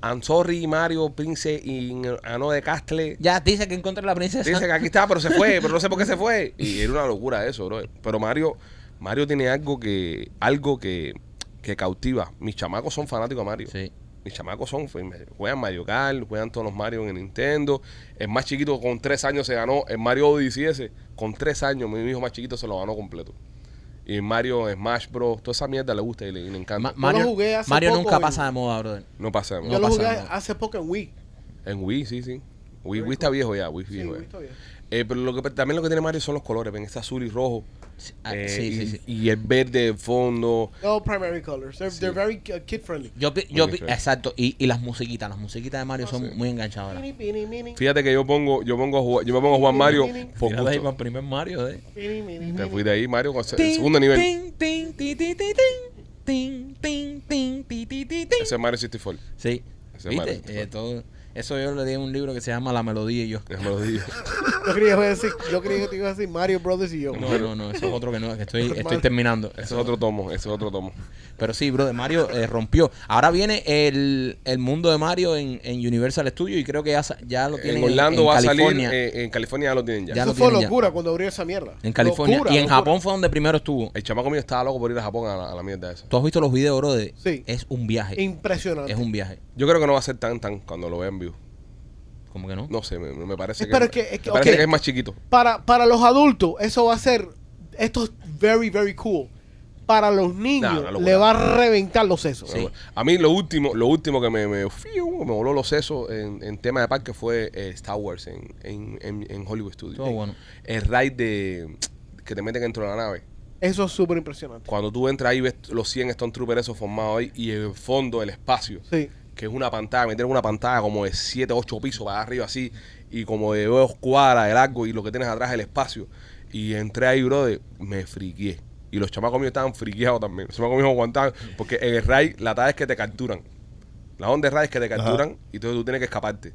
[SPEAKER 3] I'm sorry Mario, princess in another castle.
[SPEAKER 4] Ya dice que encontré la princesa.
[SPEAKER 3] Dice que aquí está, pero se fue, pero no sé por qué se fue. Y era una locura eso, bro. Pero Mario, Mario tiene algo que, algo que, que cautiva. Mis chamacos son fanáticos de Mario.
[SPEAKER 4] Sí.
[SPEAKER 3] Mis chamacos son, pues, juegan Mario Kart, juegan todos los Mario en el Nintendo. El más chiquito con tres años se ganó el Mario Odyssey ese. Con tres años, mi hijo más chiquito se lo ganó completo. Y el Mario Smash Bros, toda esa mierda le gusta y le, y le encanta.
[SPEAKER 4] Ma- Mario,
[SPEAKER 5] jugué hace
[SPEAKER 4] Mario
[SPEAKER 5] poco
[SPEAKER 4] nunca
[SPEAKER 5] en-
[SPEAKER 4] pasa de moda, brother.
[SPEAKER 3] no pasa de
[SPEAKER 5] Yo
[SPEAKER 3] moda.
[SPEAKER 5] lo
[SPEAKER 4] pasa
[SPEAKER 5] jugué
[SPEAKER 4] nada.
[SPEAKER 5] hace poco en Wii.
[SPEAKER 3] En Wii, sí, sí. Wii, Wii está viejo ya, Wii
[SPEAKER 5] Sí,
[SPEAKER 3] viejo
[SPEAKER 5] Wii
[SPEAKER 3] ya.
[SPEAKER 5] todavía.
[SPEAKER 3] Eh, pero lo que, también lo que tiene Mario son los colores. Ven, está azul y rojo.
[SPEAKER 4] ah,
[SPEAKER 3] eh,
[SPEAKER 4] sí, sí,
[SPEAKER 3] y,
[SPEAKER 4] sí.
[SPEAKER 3] y el verde de fondo.
[SPEAKER 5] No primary colors. They're, they're very uh, kid friendly.
[SPEAKER 4] Yo, pi- yo
[SPEAKER 3] Muy
[SPEAKER 4] pi-
[SPEAKER 3] bien.
[SPEAKER 4] exacto, y, y las musiquitas, las musiquitas de Mario son muy enganchadoras.
[SPEAKER 5] Mini, mini, mini,
[SPEAKER 3] Fíjate que yo pongo, yo pongo a jugar, yo me pongo a jugar Mario por
[SPEAKER 4] Mira, ahí va
[SPEAKER 3] gusto.
[SPEAKER 4] el primer Mario, eh.
[SPEAKER 5] mini, mini,
[SPEAKER 3] Te
[SPEAKER 5] mini.
[SPEAKER 3] fui de ahí, Mario, con el segundo nivel.
[SPEAKER 4] Tin, tin, tin, tin, tin, tin. Tin, tin, tin, tin, tin, tin, tin.
[SPEAKER 3] Ese es Mario 64.
[SPEAKER 4] Sí.
[SPEAKER 3] Ese pues. Mario
[SPEAKER 4] ¿Viste?
[SPEAKER 3] Kart.
[SPEAKER 4] Eh, todo- eso yo le di un libro que se llama La Melodía y yo.
[SPEAKER 3] Ya me lo digo.
[SPEAKER 5] Yo creía, que iba a decir, yo creía que te iba a decir Mario Brothers y yo.
[SPEAKER 4] No, no, no, eso es otro que no, que estoy, estoy terminando.
[SPEAKER 3] Ese es otro tomo, ese es otro tomo.
[SPEAKER 4] Pero sí, bro, de Mario eh, rompió. Ahora viene el, el mundo de Mario en, en Universal Studios y creo que ya, sa- ya lo tienen
[SPEAKER 3] En Orlando
[SPEAKER 4] en
[SPEAKER 3] va
[SPEAKER 4] California.
[SPEAKER 3] a salir, eh, en California ya lo tienen ya.
[SPEAKER 4] Ya
[SPEAKER 5] Eso
[SPEAKER 4] lo
[SPEAKER 5] fue
[SPEAKER 4] tienen ya.
[SPEAKER 5] locura cuando abrió esa mierda.
[SPEAKER 4] en California.
[SPEAKER 5] Locura,
[SPEAKER 4] y en
[SPEAKER 5] locura.
[SPEAKER 4] Japón fue donde primero estuvo.
[SPEAKER 3] El chamaco mío estaba loco por ir a Japón a la, a la mierda esa.
[SPEAKER 4] ¿Tú has visto los videos, bro? De,
[SPEAKER 5] Sí.
[SPEAKER 4] Es un viaje.
[SPEAKER 5] Impresionante.
[SPEAKER 4] Es un viaje.
[SPEAKER 3] Yo creo que no va a ser tan tan cuando lo vean vivo.
[SPEAKER 4] ¿Cómo que no?
[SPEAKER 3] No sé, me, me parece
[SPEAKER 5] Pero es
[SPEAKER 3] que,
[SPEAKER 5] que- es que-
[SPEAKER 3] me parece
[SPEAKER 5] ok.
[SPEAKER 3] que es más chiquito.
[SPEAKER 5] Para, para los adultos, eso va a ser. Esto es very, very cool. Para los niños,
[SPEAKER 3] una locura.
[SPEAKER 5] le va a reventar los sesos.
[SPEAKER 4] Sí.
[SPEAKER 3] A mí lo último, lo último que me, me, fiu, me voló los sesos en, en tema de parque fue eh, Star Wars en, en, en- en Hollywood Studios.
[SPEAKER 4] Estuvo bueno.
[SPEAKER 3] El ride de que te meten dentro de la nave.
[SPEAKER 5] Eso es súper impresionante.
[SPEAKER 3] Cuando tú entras ahí ves los 100 Stone Troopers esos formados ahí y el fondo, el espacio.
[SPEAKER 5] Sí.
[SPEAKER 3] que es una pantalla, meter una pantalla como de 7, 8 pisos para arriba así, y como de dos cuadras de largo, y lo que tienes atrás es el espacio. Y entré ahí, brother, me friqué. Y los chamacos míos estaban friqueados también. Los chamacos míos aguantaban, porque en el raid la tarea es que te capturan. La onda de raid es que te capturan, y entonces tú tienes que escaparte.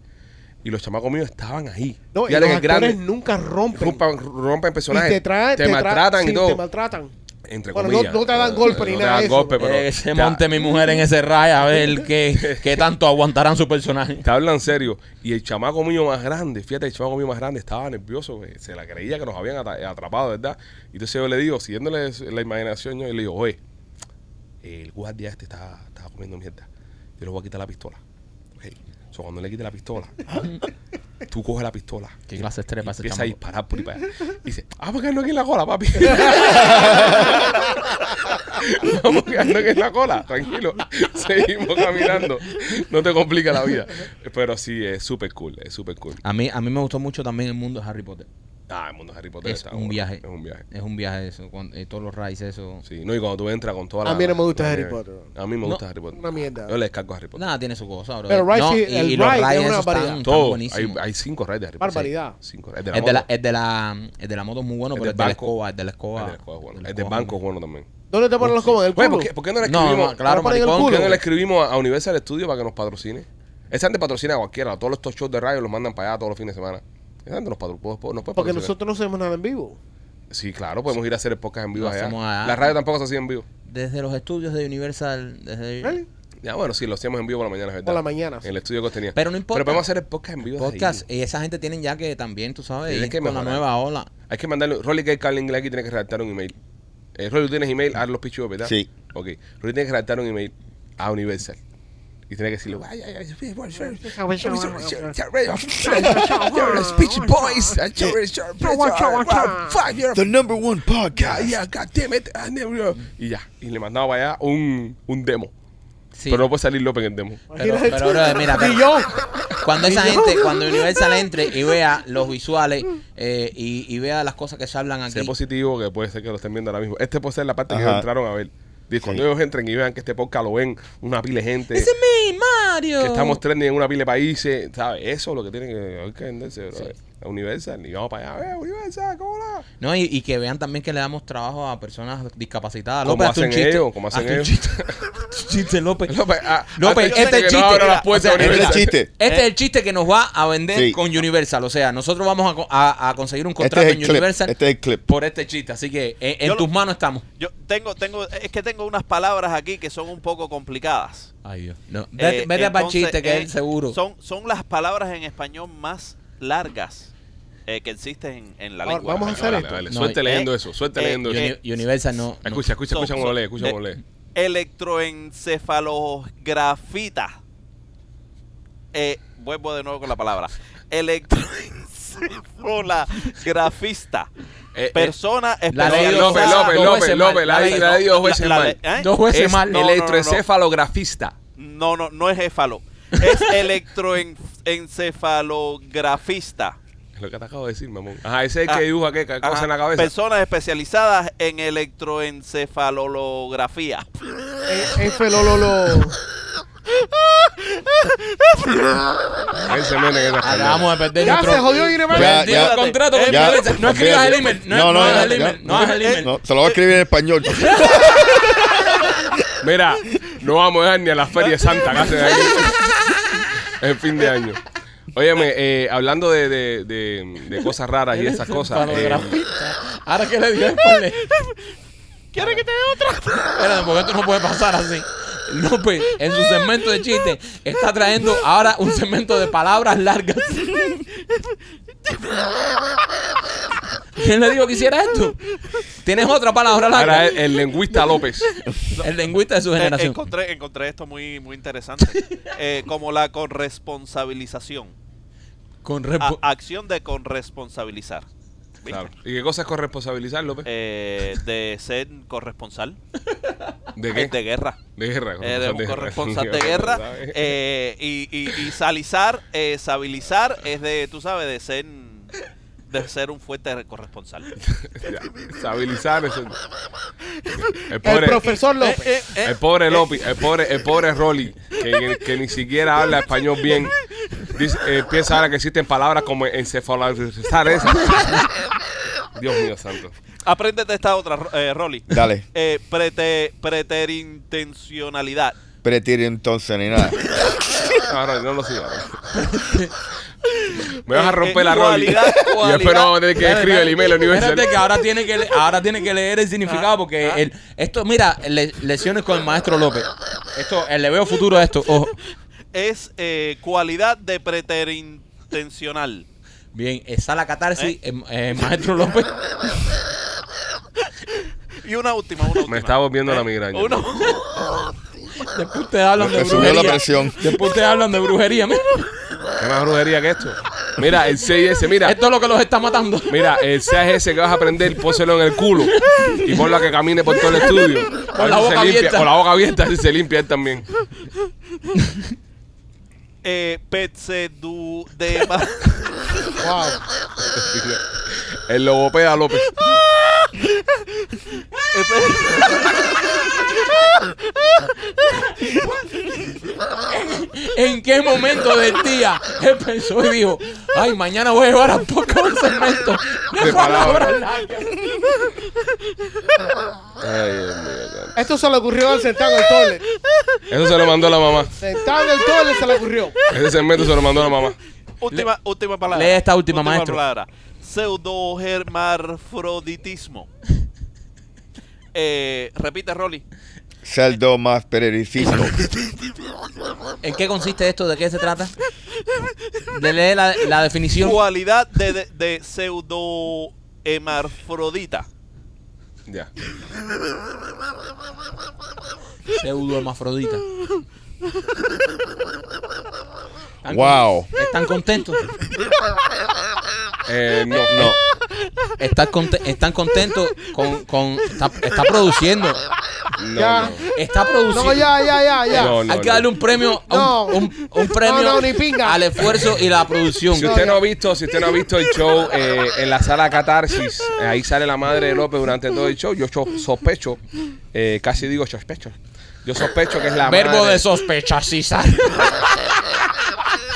[SPEAKER 3] Y los chamacos míos estaban ahí.
[SPEAKER 5] No, y
[SPEAKER 3] Fíjate
[SPEAKER 5] los
[SPEAKER 3] que
[SPEAKER 5] actores
[SPEAKER 3] es grande,
[SPEAKER 5] nunca rompen.
[SPEAKER 3] rompan, rompan personajes,
[SPEAKER 5] Y te, traen- te tra-
[SPEAKER 3] maltratan
[SPEAKER 5] sí,
[SPEAKER 3] y todo.
[SPEAKER 5] Te maltratan.
[SPEAKER 3] entre
[SPEAKER 5] Bueno, no-
[SPEAKER 3] comillas.
[SPEAKER 5] no te dan golpe ni
[SPEAKER 3] no
[SPEAKER 5] nada
[SPEAKER 3] te dan
[SPEAKER 5] de eso.
[SPEAKER 3] golpe, Pues, pero
[SPEAKER 4] Eh, se
[SPEAKER 3] te-
[SPEAKER 4] monte mi mujer en ese ray a ver qué, qué tanto aguantarán su personaje.
[SPEAKER 3] Te hablan serio. Y el chamaco mío más grande, fíjate, el chamaco mío más grande estaba nervioso, eh, se la creía que nos habían ata- atrapado, ¿verdad? Y entonces yo le digo, siguiéndole su- la imaginación, yo le digo, oye, el guardia este estaba, estaba comiendo mierda. Yo le voy a quitar la pistola. Ok. O sea, cuando le quite la pistola, tú coges la pistola.
[SPEAKER 4] ¿Qué clase de estrés
[SPEAKER 3] y
[SPEAKER 4] pasa
[SPEAKER 3] empieza a
[SPEAKER 4] este chamaco?
[SPEAKER 3] disparar por ahí para allá. Y dice, ah, porque no aquí en la cola, papi. No, porque ando en la cola, tranquilo. Seguimos caminando. No te complica la vida. Pero sí, es súper cool, es súper cool.
[SPEAKER 4] A mí, a mí me gustó mucho también el mundo de Harry Potter.
[SPEAKER 3] Ah, el mundo de Harry Potter
[SPEAKER 4] Es
[SPEAKER 3] está
[SPEAKER 4] un viaje.
[SPEAKER 3] Es un viaje.
[SPEAKER 4] Es un viaje eso, con, eh, todos los rays eso.
[SPEAKER 3] Sí, no, y cuando tú entras con toda la.
[SPEAKER 5] A mí no me gusta
[SPEAKER 3] la
[SPEAKER 5] Harry
[SPEAKER 3] nieve.
[SPEAKER 5] Potter.
[SPEAKER 3] A mí me gusta Harry Potter.
[SPEAKER 5] una mierda.
[SPEAKER 3] Yo le descargo a Harry Potter.
[SPEAKER 4] Nada tiene su cosa, bro.
[SPEAKER 5] Pero Rise
[SPEAKER 4] No,
[SPEAKER 5] sí,
[SPEAKER 4] y,
[SPEAKER 5] el
[SPEAKER 4] y los
[SPEAKER 5] Rise es
[SPEAKER 4] Rise
[SPEAKER 5] una
[SPEAKER 4] esos están,
[SPEAKER 5] barbaridad.
[SPEAKER 4] están
[SPEAKER 3] Todo. Hay,
[SPEAKER 4] buenísimos.
[SPEAKER 3] hay cinco raids de Harry Potter.
[SPEAKER 5] Barbaridad.
[SPEAKER 3] Sí, Cinco raids de la
[SPEAKER 4] el, de la,
[SPEAKER 3] moto.
[SPEAKER 4] el, de la, el eh, de la moto es muy bueno,
[SPEAKER 3] El del
[SPEAKER 4] pero el de la
[SPEAKER 3] banco.
[SPEAKER 4] escoba, el de la escoba.
[SPEAKER 3] El del juego es bueno.
[SPEAKER 4] del
[SPEAKER 3] El de
[SPEAKER 4] escoba.
[SPEAKER 3] banco es bueno también.
[SPEAKER 5] ¿Dónde te ponen los comas? ¿En el
[SPEAKER 3] Oh, Oye,
[SPEAKER 5] culo?
[SPEAKER 3] ¿por qué, por qué no le
[SPEAKER 4] No,
[SPEAKER 3] escribimos?
[SPEAKER 4] no, claro,
[SPEAKER 5] ponen el
[SPEAKER 4] maricón.
[SPEAKER 3] ¿Por
[SPEAKER 5] culo.
[SPEAKER 3] qué no le escribimos a Universal Studios para que nos patrocine? Esa gente patrocina a cualquiera. Todos estos shows de radio los mandan para allá todos los fines de semana. Esa gente nos, patro- nos puede
[SPEAKER 5] Porque
[SPEAKER 3] patrocinar.
[SPEAKER 5] nosotros no hacemos nada en vivo.
[SPEAKER 3] Sí, claro, podemos ir a hacer el podcast en vivo
[SPEAKER 4] Lo
[SPEAKER 3] allá.
[SPEAKER 4] hacemos allá.
[SPEAKER 3] La radio tampoco se hacía en vivo.
[SPEAKER 4] Desde los estudios de Universal. Desde
[SPEAKER 5] ¿Really?
[SPEAKER 3] Ya, bueno, sí, lo hacíamos en vivo por la mañana, es verdad.
[SPEAKER 5] Por la mañana, sí.
[SPEAKER 3] En el estudio que tenía.
[SPEAKER 4] Pero no importa.
[SPEAKER 3] Pero podemos hacer el podcast en vivo. desde
[SPEAKER 4] podcast.
[SPEAKER 3] ahí.
[SPEAKER 4] Y esa gente tienen ya que también, tú sabes,
[SPEAKER 3] Tienes
[SPEAKER 4] ir
[SPEAKER 3] que
[SPEAKER 4] con la
[SPEAKER 3] mejorar.
[SPEAKER 4] nueva ola.
[SPEAKER 3] Hay que mandarle. Rolly Gay, Carl Inglés aquí tiene que redactar un email. Eh, Rolly, tú tienes email a los pichos, ¿verdad?
[SPEAKER 6] Sí.
[SPEAKER 3] Ok. Rolly tiene que redactar un email a Universal. Y tiene que decirle, vaya, vaya, You're a speech boys. Five year
[SPEAKER 6] The number one podcast. Este
[SPEAKER 3] Yeah, God damn it. I never- Y ya. Y le mandaba para allá un, un demo.
[SPEAKER 4] Sí.
[SPEAKER 3] Pero no puede salir López en el demo.
[SPEAKER 4] Pero- pero, bro, mira, pero-
[SPEAKER 5] Y yo.
[SPEAKER 4] Cuando esa gente, cuando Universal entre y vea los visuales eh, y, y vea las cosas que se hablan aquí.
[SPEAKER 3] Sé positivo que puede ser que lo estén viendo ahora mismo. Este puede ser la parte que
[SPEAKER 6] Ajá.
[SPEAKER 3] ellos entraron a ver. Dice, Cuando ellos entren y vean que este podcast lo ven una pila de gente.
[SPEAKER 4] Ese es mi Mario.
[SPEAKER 3] que estamos trending en una pila de países, ¿sabes? Eso es lo que tienen que, hay que venderse, bro. A Universal, y vamos para allá, eh, Universal, ¿cómo la?
[SPEAKER 4] No, y, y que vean también que le damos trabajo a personas discapacitadas.
[SPEAKER 3] ¿Cómo
[SPEAKER 4] López, hazte un
[SPEAKER 3] hacen
[SPEAKER 4] chiste.
[SPEAKER 3] ellos? ¿Cómo hacen
[SPEAKER 4] Hazte un
[SPEAKER 3] ellos?
[SPEAKER 4] chiste. chiste, López.
[SPEAKER 3] López, ah,
[SPEAKER 4] López,
[SPEAKER 3] hazte
[SPEAKER 4] este
[SPEAKER 3] que
[SPEAKER 4] chiste.
[SPEAKER 3] No abra
[SPEAKER 4] mira,
[SPEAKER 3] las puertas
[SPEAKER 4] o
[SPEAKER 3] de
[SPEAKER 4] sea,
[SPEAKER 6] Este
[SPEAKER 3] Universal.
[SPEAKER 6] chiste.
[SPEAKER 4] Este es el chiste que nos va a vender
[SPEAKER 6] Sí.
[SPEAKER 4] con Universal. O sea, nosotros vamos a co- a, a conseguir un
[SPEAKER 6] Este
[SPEAKER 4] contrato
[SPEAKER 6] es el
[SPEAKER 4] en
[SPEAKER 6] clip.
[SPEAKER 4] Universal
[SPEAKER 6] Este es el clip.
[SPEAKER 4] por este chiste. Así que eh, en
[SPEAKER 7] Yo lo-
[SPEAKER 4] tus manos estamos.
[SPEAKER 7] Yo tengo, tengo, es que tengo unas palabras aquí que son un poco complicadas.
[SPEAKER 4] Ay, Dios. No, vete
[SPEAKER 7] Eh,
[SPEAKER 4] vete para el
[SPEAKER 7] entonces,
[SPEAKER 4] chiste, que es
[SPEAKER 7] eh,
[SPEAKER 4] el seguro.
[SPEAKER 7] Son, son las palabras en español más largas eh, que existen en, en la
[SPEAKER 5] Ahora,
[SPEAKER 7] lengua.
[SPEAKER 5] vamos a hacer
[SPEAKER 7] española.
[SPEAKER 3] Dale, dale,
[SPEAKER 4] No,
[SPEAKER 3] suelta
[SPEAKER 4] eh,
[SPEAKER 3] leyendo eso, suelta
[SPEAKER 7] eh,
[SPEAKER 3] leyendo
[SPEAKER 7] yo
[SPEAKER 3] eso.
[SPEAKER 4] Uni- Universal no. no.
[SPEAKER 3] Escucha, escucha,
[SPEAKER 7] So-
[SPEAKER 3] escucha
[SPEAKER 7] so-
[SPEAKER 3] cómo lo lee, escucha
[SPEAKER 7] eh,
[SPEAKER 3] cómo lo lee.
[SPEAKER 7] Electroencefalografita. Eh, vuelvo de nuevo con la palabra. Electroencefalografista.
[SPEAKER 3] Eh,
[SPEAKER 7] Persona
[SPEAKER 4] La
[SPEAKER 3] López,
[SPEAKER 4] ley
[SPEAKER 7] especializada-
[SPEAKER 3] López,
[SPEAKER 4] dos
[SPEAKER 3] López,
[SPEAKER 4] veces
[SPEAKER 3] López,
[SPEAKER 4] mal,
[SPEAKER 3] López, la
[SPEAKER 4] la
[SPEAKER 3] di-
[SPEAKER 4] ley
[SPEAKER 3] la di dos
[SPEAKER 7] la-
[SPEAKER 3] veces
[SPEAKER 7] la-
[SPEAKER 3] mal.
[SPEAKER 7] la- ¿eh?
[SPEAKER 4] Dos veces
[SPEAKER 3] Es
[SPEAKER 4] mal.
[SPEAKER 7] no, no, no, no.
[SPEAKER 3] Electroencefalografista.
[SPEAKER 7] No, no, no es éfalo. Es electroencefalografista.
[SPEAKER 3] Es lo que te acabo de decir, mamón. Ajá, ese es el
[SPEAKER 7] Ah, pues,
[SPEAKER 3] que dibuja que cosa
[SPEAKER 7] Ajá.
[SPEAKER 3] en la cabeza.
[SPEAKER 7] Personas especializadas en electroencefalografía.
[SPEAKER 5] Es felololo.
[SPEAKER 3] Él se mete en esas
[SPEAKER 4] Acabamos de perder
[SPEAKER 5] Ya
[SPEAKER 4] nuestro-
[SPEAKER 5] se jodió Universal.
[SPEAKER 6] Ya,
[SPEAKER 4] Perdimos
[SPEAKER 6] ya.
[SPEAKER 4] el contrato con
[SPEAKER 6] Ya.
[SPEAKER 4] Universal. No escribas el
[SPEAKER 6] Olvídate.
[SPEAKER 4] email. No,
[SPEAKER 6] No, no,
[SPEAKER 4] no hagas el
[SPEAKER 6] ya,
[SPEAKER 4] email.
[SPEAKER 6] ya.
[SPEAKER 4] No hagas el email.
[SPEAKER 6] No, se lo voy a escribir en español.
[SPEAKER 3] Mira, no vamos a dejar ni a la Feria de Santa que hacen aquí el fin de año. Óyeme, eh, hablando de, de- de- de cosas raras y esas cosas. eh,
[SPEAKER 4] Panografista. Ahora que le dio el ponle.
[SPEAKER 7] ¿Quieres que te dé otra?
[SPEAKER 4] Espérate, porque esto no puede pasar así. López, en su segmento de chiste, está trayendo ahora un segmento de palabras largas. ¿Quién le dijo que hiciera esto? ¿Tienes otra palabra
[SPEAKER 3] ahora
[SPEAKER 4] larga?
[SPEAKER 3] el, el lingüista López.
[SPEAKER 4] El lingüista de su
[SPEAKER 7] Eh,
[SPEAKER 4] generación.
[SPEAKER 7] encontré, encontré esto muy, muy interesante. Eh, como la corresponsabilización.
[SPEAKER 4] Con
[SPEAKER 7] A-
[SPEAKER 3] Ah,
[SPEAKER 4] respo-
[SPEAKER 7] acción de corresponsabilizar. ¿Viste?
[SPEAKER 3] Claro. ¿Y qué cosa es corresponsabilizar, López?
[SPEAKER 7] Eh, de ser corresponsal
[SPEAKER 3] ¿De
[SPEAKER 7] eh,
[SPEAKER 3] qué?
[SPEAKER 7] de guerra.
[SPEAKER 3] De guerra.
[SPEAKER 7] Eh, de un corresponsal de guerra. eh, y, y, y salizar, eh, sabilizar es de, tú sabes, de ser de ser un fuerte corresponsal.
[SPEAKER 3] Estabilizar eso. El
[SPEAKER 5] El
[SPEAKER 3] pobre,
[SPEAKER 5] profesor López.
[SPEAKER 7] Eh, eh,
[SPEAKER 3] el pobre López, el pobre, el pobre Rolly, que, que- que ni siquiera habla español bien. Dice, eh, piensa ahora que existen palabras como encefalizar esas. Dios mío santo.
[SPEAKER 7] apréndete esta otra, Ro- eh, Rolly.
[SPEAKER 6] Dale.
[SPEAKER 7] Eh, prete- preterintencionalidad.
[SPEAKER 6] Pretire entonces ni nada.
[SPEAKER 3] Ahora no lo sigo. ahora. Me vas a
[SPEAKER 7] Eh,
[SPEAKER 3] romper
[SPEAKER 7] eh,
[SPEAKER 3] la Rolly.
[SPEAKER 7] cualidad,
[SPEAKER 3] Y
[SPEAKER 7] cualidad.
[SPEAKER 3] espero vamos a tener que
[SPEAKER 4] Espérate,
[SPEAKER 3] escribir el email a Universal.
[SPEAKER 4] Espérate que ahora tiene que, le- ahora tiene que leer el
[SPEAKER 3] Ah,
[SPEAKER 4] significado porque el- esto, mira, le- lesiones con el maestro López. Esto, eh, le veo futuro a esto. Ojo.
[SPEAKER 7] Es eh, cualidad de preterintencional.
[SPEAKER 4] Bien, esa la catarsis, eh, eh, maestro López.
[SPEAKER 7] Y una última, una última.
[SPEAKER 3] Me está volviendo la migraña.
[SPEAKER 7] Uno.
[SPEAKER 4] Después ustedes hablan de
[SPEAKER 6] Me subió la
[SPEAKER 4] brujería.
[SPEAKER 6] presión.
[SPEAKER 4] Después ustedes hablan de brujería. mira.
[SPEAKER 3] ¿Qué más brujería que esto? Mira, el 6S, mira.
[SPEAKER 4] Esto es lo que los está matando.
[SPEAKER 3] Mira, el 6S que vas a aprender, póselo en el culo. Y ponlo a que camine por todo el estudio. A ver
[SPEAKER 4] la
[SPEAKER 3] si
[SPEAKER 4] boca
[SPEAKER 3] se limpia-
[SPEAKER 4] abierta.
[SPEAKER 3] Con la boca abierta, si se limpia él también.
[SPEAKER 7] Eh, petsedu de ma-
[SPEAKER 5] Wow.
[SPEAKER 3] El logopeda López.
[SPEAKER 7] eh, pe-
[SPEAKER 4] ¿En qué momento del día él pensó y dijo, ay, mañana voy a llevar a poco un segmento de
[SPEAKER 3] De palabras.
[SPEAKER 4] palabras largas"?
[SPEAKER 3] Ay, Dios mío, santo.
[SPEAKER 5] Esto se le ocurrió al sentado en el toilet.
[SPEAKER 3] Eso se lo mandó la mamá.
[SPEAKER 5] Sentado en el toilet se le ocurrió.
[SPEAKER 3] Ese segmento se lo mandó la mamá.
[SPEAKER 7] última, última palabra.
[SPEAKER 4] Lee esta última, maestro.
[SPEAKER 7] palabra. Pseudohermafroditismo. Eh, repite, Rolly.
[SPEAKER 6] Saldo más perericito.
[SPEAKER 4] ¿En qué consiste esto? ¿De qué se trata? De leer la, la definición.
[SPEAKER 7] Cualidad de, de, de pseudohermafrodita.
[SPEAKER 3] Ya.
[SPEAKER 4] Pseudo hermafrodita.
[SPEAKER 6] Wow.
[SPEAKER 4] ¿Están contentos?
[SPEAKER 3] Eh, no,
[SPEAKER 6] No.
[SPEAKER 4] ¿Están, conte- están contentos con... con está, está produciendo.
[SPEAKER 3] no,
[SPEAKER 5] Ya.
[SPEAKER 3] no.
[SPEAKER 4] Está produciendo.
[SPEAKER 5] No, ya, ya, ya, ya.
[SPEAKER 3] No, no.
[SPEAKER 4] Hay que darle un premio, a un-
[SPEAKER 5] No.
[SPEAKER 4] un, un, premio
[SPEAKER 5] No, no, ni pinga.
[SPEAKER 4] al esfuerzo y la producción.
[SPEAKER 3] Si usted no ha visto, si usted no ha visto el show eh, en la sala Catarsis, eh, ahí sale la madre de López durante todo el show. Yo cho- sospecho, eh, casi digo sospecho. Yo sospecho que es la
[SPEAKER 4] Verbo
[SPEAKER 3] madre.
[SPEAKER 4] de sospecha, César.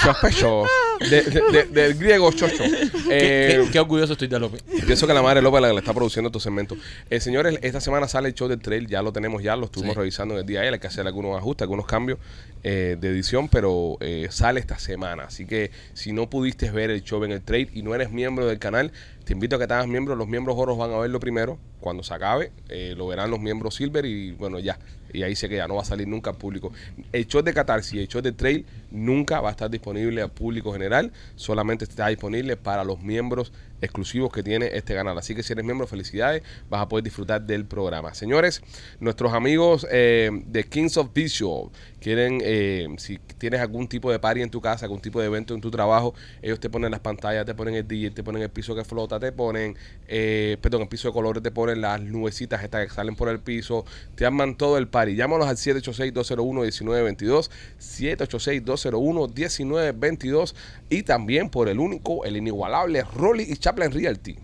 [SPEAKER 3] sospecho. de- de- de- del griego chocho.
[SPEAKER 4] Qué,
[SPEAKER 3] Eh,
[SPEAKER 4] qué- qué orgulloso estoy de López.
[SPEAKER 3] Pienso que la madre López es la que le está produciendo tu segmento. Eh, señores, esta semana sale el show del trail, ya lo tenemos ya, lo estuvimos
[SPEAKER 4] Sí.
[SPEAKER 3] revisando en el día de ayer, hay que hacer algunos ajustes, algunos cambios eh, de edición, pero eh, sale esta semana. Así que si no pudiste ver el show en el trail y no eres miembro del canal, te invito a que te hagas miembro. Los miembros oros van a verlo primero, cuando se acabe, eh, lo verán los miembros silver y bueno, ya. Y ahí se queda, no va a salir nunca al público. El show de Catarsis, el show de trail, nunca va a estar disponible al público general, solamente está disponible para los miembros exclusivos que tiene este canal. Así que si eres miembro, felicidades, vas a poder disfrutar del programa. Señores, nuestros amigos eh, de Kings of Visual quieren, eh, si tienes algún tipo de party en tu casa, algún tipo de evento en tu trabajo, ellos te ponen las pantallas, te ponen el DJ, te ponen el piso que flota, te ponen, eh, perdón, el piso de colores, te ponen las nubecitas estas que salen por el piso, te arman todo el party. Llámalos al 786-201-1922, 786-201-1922. y también por el único, el inigualable Rolly y Chaplin Realty.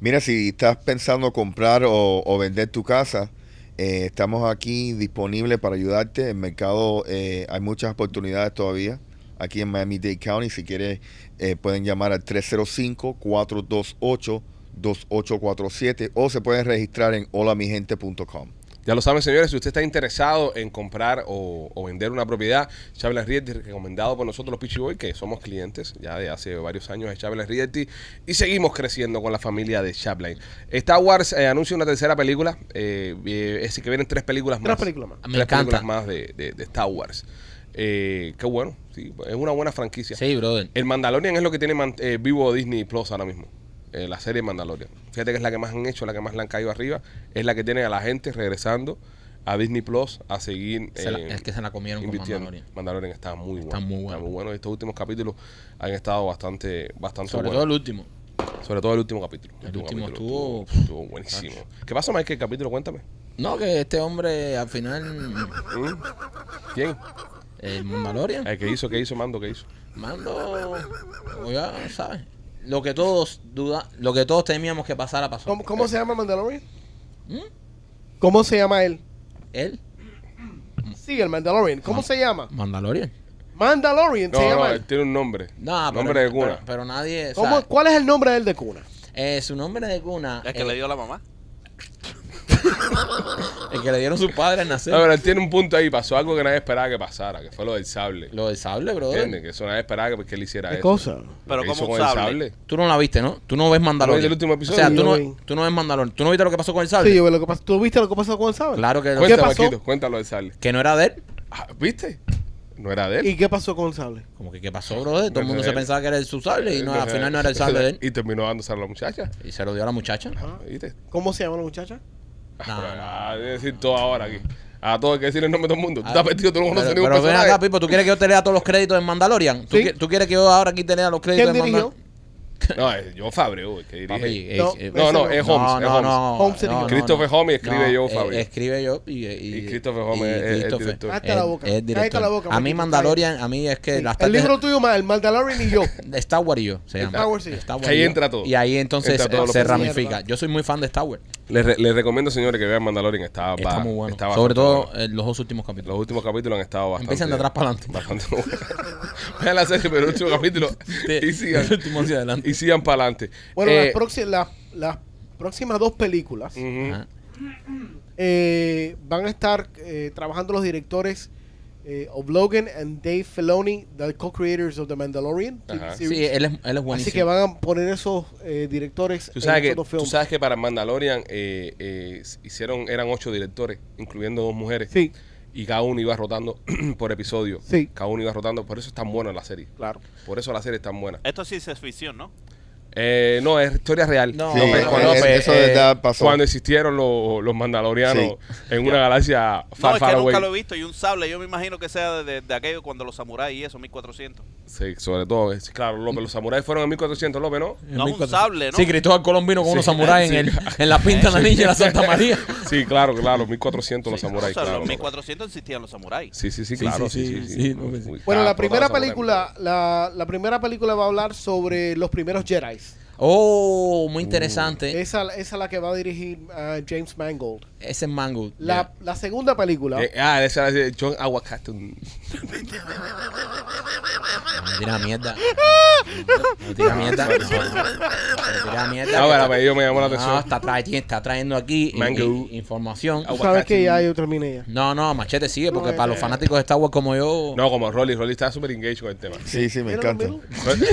[SPEAKER 6] Mira, si estás pensando comprar o, o vender tu casa, eh, estamos aquí disponibles para ayudarte. El mercado, eh, hay muchas oportunidades todavía aquí en Miami-Dade County. Si quieres, eh, pueden llamar al 305-428-2847 o se pueden registrar en holamigente.com.
[SPEAKER 3] Ya lo saben, señores, si usted está interesado en comprar o, o vender una propiedad, Chables Realty, recomendado por nosotros los Pichi Boy, que somos clientes ya de hace varios años de Chables Realty, y seguimos creciendo con la familia de Chaplin. Star Wars eh, anuncia una tercera película, eh, eh, es que vienen tres películas
[SPEAKER 5] Tres
[SPEAKER 3] más.
[SPEAKER 5] películas más.
[SPEAKER 3] Tres
[SPEAKER 4] Ah, Me encanta.
[SPEAKER 3] películas más de, de- de Star Wars. Eh, qué bueno, sí, es una buena franquicia.
[SPEAKER 4] Sí, brother.
[SPEAKER 3] El Mandalorian es lo que tiene man- eh, vivo Disney Plus ahora mismo. Eh, la serie Mandalorian. Fíjate que es la que más han hecho, la que más le han caído arriba. Es la que tiene a la gente regresando a Disney Plus a seguir.
[SPEAKER 4] Se la-
[SPEAKER 3] eh,
[SPEAKER 4] es que se la comieron con
[SPEAKER 3] invirtiendo.
[SPEAKER 4] Mandalorian.
[SPEAKER 3] Mandalorian está muy bueno.
[SPEAKER 4] Está muy bueno.
[SPEAKER 3] Estos últimos capítulos han estado bastante, bastante
[SPEAKER 4] Sobre todo
[SPEAKER 3] buenos.
[SPEAKER 4] el último.
[SPEAKER 3] Sobre todo el último capítulo.
[SPEAKER 4] El
[SPEAKER 3] capítulo
[SPEAKER 4] último estuvo-
[SPEAKER 3] estuvo buenísimo. ¿Qué pasó, Mike? ¿El capítulo? Cuéntame.
[SPEAKER 4] No, que este hombre al final.
[SPEAKER 3] ¿Quién?
[SPEAKER 4] El Mandalorian.
[SPEAKER 3] Eh, ¿Qué hizo? ¿Qué hizo? Mando, ¿qué hizo?
[SPEAKER 4] Mando, como ya sabes, lo que todos duda, lo que todos temíamos que pasara pasó.
[SPEAKER 5] ¿Cómo, cómo se llama Mandalorian? ¿Cómo se llama él?
[SPEAKER 4] él?
[SPEAKER 5] Sí, el Mandalorian. ¿Cómo se llama?
[SPEAKER 4] Mandalorian.
[SPEAKER 5] Mandalorian
[SPEAKER 3] No,
[SPEAKER 5] se
[SPEAKER 3] no,
[SPEAKER 5] llama.
[SPEAKER 3] él
[SPEAKER 5] él.
[SPEAKER 3] tiene un nombre.
[SPEAKER 4] No,
[SPEAKER 3] nombre
[SPEAKER 4] pero,
[SPEAKER 3] de cuna.
[SPEAKER 4] Pero, pero nadie. o
[SPEAKER 5] ¿Cómo-
[SPEAKER 4] sea,
[SPEAKER 5] ¿Cuál es el nombre de él de cuna?
[SPEAKER 4] eh, su nombre de cuna.
[SPEAKER 7] Es que
[SPEAKER 4] eh,
[SPEAKER 7] le dio la mamá.
[SPEAKER 4] el que le dieron sus padres al nacer.
[SPEAKER 3] No, pero él tiene un punto ahí. Pasó algo que nadie esperaba que pasara, que fue lo del sable.
[SPEAKER 4] Lo del sable, bro.
[SPEAKER 3] ¿Entiendes? Que eso nadie esperaba que, que él hiciera eso.
[SPEAKER 7] Pero
[SPEAKER 3] ¿Qué
[SPEAKER 7] como
[SPEAKER 3] hizo
[SPEAKER 7] un
[SPEAKER 3] con el
[SPEAKER 7] sable.
[SPEAKER 4] Tú no la viste, ¿no? Tú no ves Mandalorian.
[SPEAKER 3] ¿No viste el último episodio?
[SPEAKER 4] O sea,
[SPEAKER 5] Yo
[SPEAKER 4] tú
[SPEAKER 5] vi.
[SPEAKER 4] no, tú no ves Mandalorian. ¿Tú no viste lo que pasó con el sable?
[SPEAKER 5] Sí, yo veo lo que pasó. ¿Tú viste lo que pasó con el sable?
[SPEAKER 4] Claro que
[SPEAKER 3] Cuéntalo,
[SPEAKER 5] pasó?
[SPEAKER 3] Paquito, cuéntalo del sable.
[SPEAKER 4] Que no era de él.
[SPEAKER 3] Ah, ¿Viste? No era de él.
[SPEAKER 5] ¿Y qué pasó con el sable?
[SPEAKER 4] Como que, ¿qué pasó, bro? Todo
[SPEAKER 3] No
[SPEAKER 4] el mundo
[SPEAKER 3] era
[SPEAKER 4] se
[SPEAKER 3] él.
[SPEAKER 4] pensaba que era el su sable y no, al
[SPEAKER 3] sé.
[SPEAKER 4] final no era el sable de él.
[SPEAKER 3] Y terminó dándose a la muchacha. Ah,
[SPEAKER 4] Y se lo dio a la muchacha.
[SPEAKER 3] ¿Viste?
[SPEAKER 5] ¿Cómo se llama la muchacha?
[SPEAKER 4] No,
[SPEAKER 3] Ah,
[SPEAKER 4] no. Ah,
[SPEAKER 3] ah, voy a decir todo ahora aquí. A todo hay que decir el nombre de todo el mundo. Tú estás perdido, tú no conoces
[SPEAKER 4] Pero,
[SPEAKER 3] ningún
[SPEAKER 4] pero ven
[SPEAKER 3] personaje.
[SPEAKER 4] acá, Pipo, ¿tú quieres que yo te lea todos los créditos de Mandalorian? ¿Tú,
[SPEAKER 5] Sí.
[SPEAKER 4] qui- tú quieres que yo ahora aquí te lea los créditos de
[SPEAKER 5] ¿Quién dirigió?
[SPEAKER 4] Mandalorian?
[SPEAKER 3] No, es yo Fabreu, el que dirige.
[SPEAKER 4] Papi, eh,
[SPEAKER 5] No,
[SPEAKER 4] eh,
[SPEAKER 3] no, no,
[SPEAKER 5] ese
[SPEAKER 3] es Holmes. es
[SPEAKER 4] no,
[SPEAKER 3] Holmes.
[SPEAKER 4] no,
[SPEAKER 5] Holmes
[SPEAKER 4] no,
[SPEAKER 5] dirigió.
[SPEAKER 4] no,
[SPEAKER 3] Christopher
[SPEAKER 4] no.
[SPEAKER 3] Holmes, escribe
[SPEAKER 4] No,
[SPEAKER 3] yo,
[SPEAKER 4] eh,
[SPEAKER 3] Fabio.
[SPEAKER 4] escribe yo y, y,
[SPEAKER 3] Y Christopher Holmes es- es el director.
[SPEAKER 5] Cállate la boca,
[SPEAKER 4] es el director.
[SPEAKER 5] cállate la boca,
[SPEAKER 4] a mí
[SPEAKER 5] Paquito,
[SPEAKER 4] Mandalorian, a mí es que las
[SPEAKER 5] el
[SPEAKER 4] tardes-
[SPEAKER 5] libro tuyo más, el Mandalorian y yo.
[SPEAKER 4] de Star Wars y yo se llama.
[SPEAKER 5] Star Wars y yo.
[SPEAKER 4] Star Wars
[SPEAKER 3] Que ahí
[SPEAKER 4] y yo.
[SPEAKER 3] entra todo.
[SPEAKER 4] Y ahí entonces
[SPEAKER 3] Entra todo
[SPEAKER 4] eh,
[SPEAKER 3] lo
[SPEAKER 4] se
[SPEAKER 3] que-
[SPEAKER 4] ramifica.
[SPEAKER 5] Mierda.
[SPEAKER 4] Yo soy muy fan de Star Wars.
[SPEAKER 3] Les, re- les recomiendo, señores, que vean Mandalorian. Está,
[SPEAKER 4] Está
[SPEAKER 3] ba-
[SPEAKER 4] muy bueno.
[SPEAKER 3] está bastante
[SPEAKER 4] Sobre todo
[SPEAKER 3] bueno.
[SPEAKER 4] eh, los dos últimos capítulos.
[SPEAKER 3] Los últimos capítulos han estado bastante.
[SPEAKER 4] Empiezan de atrás para adelante.
[SPEAKER 3] Bastante bueno. Vean la serie, pero el último capítulo. Y sigan,
[SPEAKER 4] Los últimos hacia adelante.
[SPEAKER 3] y sigan para adelante.
[SPEAKER 5] Bueno,
[SPEAKER 3] Eh,
[SPEAKER 5] las, próxi- las- las próximas dos películas
[SPEAKER 3] ujú.
[SPEAKER 4] Ajá.
[SPEAKER 5] eh, van a estar eh, trabajando los directores eh, of Logan and Dave Filoni, the co-creators of The Mandalorian. TV
[SPEAKER 3] Ajá.
[SPEAKER 5] series.
[SPEAKER 4] Sí, él es, él es buenísimo.
[SPEAKER 5] Así que van a poner esos eh, directores
[SPEAKER 3] Tú sabes,
[SPEAKER 5] en
[SPEAKER 3] que,
[SPEAKER 5] todos los
[SPEAKER 3] tú
[SPEAKER 5] filmes.
[SPEAKER 3] sabes que para Mandalorian eh, eh, hicieron, eran ocho directores, incluyendo dos mujeres.
[SPEAKER 5] Sí,
[SPEAKER 3] Y cada uno iba rotando por episodio.
[SPEAKER 5] Sí.
[SPEAKER 3] Cada uno iba rotando. Por eso es tan buena la serie.
[SPEAKER 5] claro.
[SPEAKER 3] Por eso la serie es tan buena.
[SPEAKER 7] Esto sí es ficción, ¿no?
[SPEAKER 3] Eh, no, es historia real.
[SPEAKER 4] No,
[SPEAKER 6] Sí,
[SPEAKER 4] López,
[SPEAKER 6] es-
[SPEAKER 4] con
[SPEAKER 6] es-
[SPEAKER 4] López,
[SPEAKER 6] eso de
[SPEAKER 4] eh,
[SPEAKER 6] verdad pasó.
[SPEAKER 3] Cuando existieron los, los mandalorianos en una galaxia far,
[SPEAKER 7] no, es que
[SPEAKER 3] far
[SPEAKER 7] nunca
[SPEAKER 3] away.
[SPEAKER 7] lo he visto. Y un sable, yo me imagino que sea de, de- de aquello cuando los samuráis y eso, 1400.
[SPEAKER 3] Sí, sobre todo. es- claclaro, López, los samuráis fueron en 1400, López, ¿no?
[SPEAKER 7] No, un
[SPEAKER 4] 1400.
[SPEAKER 7] sable, ¿no?
[SPEAKER 4] Sí, Cristóbal Colón vino con unos
[SPEAKER 3] Sí.
[SPEAKER 4] samuráis en, el, en la pinta de la niña de la Santa María.
[SPEAKER 3] Sí, claro, claro, 1400 los
[SPEAKER 7] O sea,
[SPEAKER 3] samuráis. claro,
[SPEAKER 7] los
[SPEAKER 3] López.
[SPEAKER 7] 1400 existían los samuráis.
[SPEAKER 3] Sí, sí, sí,
[SPEAKER 4] Sí,
[SPEAKER 3] claro.
[SPEAKER 4] sí,
[SPEAKER 3] Sí, sí,
[SPEAKER 4] sí,
[SPEAKER 3] sí. Ah,
[SPEAKER 4] sí, no, pues sí.
[SPEAKER 3] Uy,
[SPEAKER 5] Bueno,
[SPEAKER 3] cada
[SPEAKER 5] la primera
[SPEAKER 3] prota samurái.
[SPEAKER 5] película, la, la primera película va a hablar sobre los primeros Jedi.
[SPEAKER 4] Oh,
[SPEAKER 3] Uh.
[SPEAKER 4] muy interesante.
[SPEAKER 5] Esa, esa es la que va a dirigir ah, James Mangold.
[SPEAKER 4] Ese es Mango.
[SPEAKER 5] La, la segunda película.
[SPEAKER 3] Eh, ah, esa era de John Aguacate.
[SPEAKER 4] Me tira mierda. Me tira mierda. No, me tira mierda.
[SPEAKER 3] No, pero apellido Ah, me llamó la atención.
[SPEAKER 4] No, está, trae- está trayendo aquí i-
[SPEAKER 3] Mango.
[SPEAKER 4] i- información.
[SPEAKER 5] Tú sabes que ya yo terminé ya.
[SPEAKER 4] No, no, Machete sigue porque
[SPEAKER 5] No,
[SPEAKER 4] para los
[SPEAKER 5] eh.
[SPEAKER 4] fanáticos de Star Wars como yo...
[SPEAKER 3] No, como Rolly. Rolly estaba súper engaged con el tema.
[SPEAKER 6] Sí, sí, me
[SPEAKER 5] Pero
[SPEAKER 6] encanta.
[SPEAKER 5] lo mismo.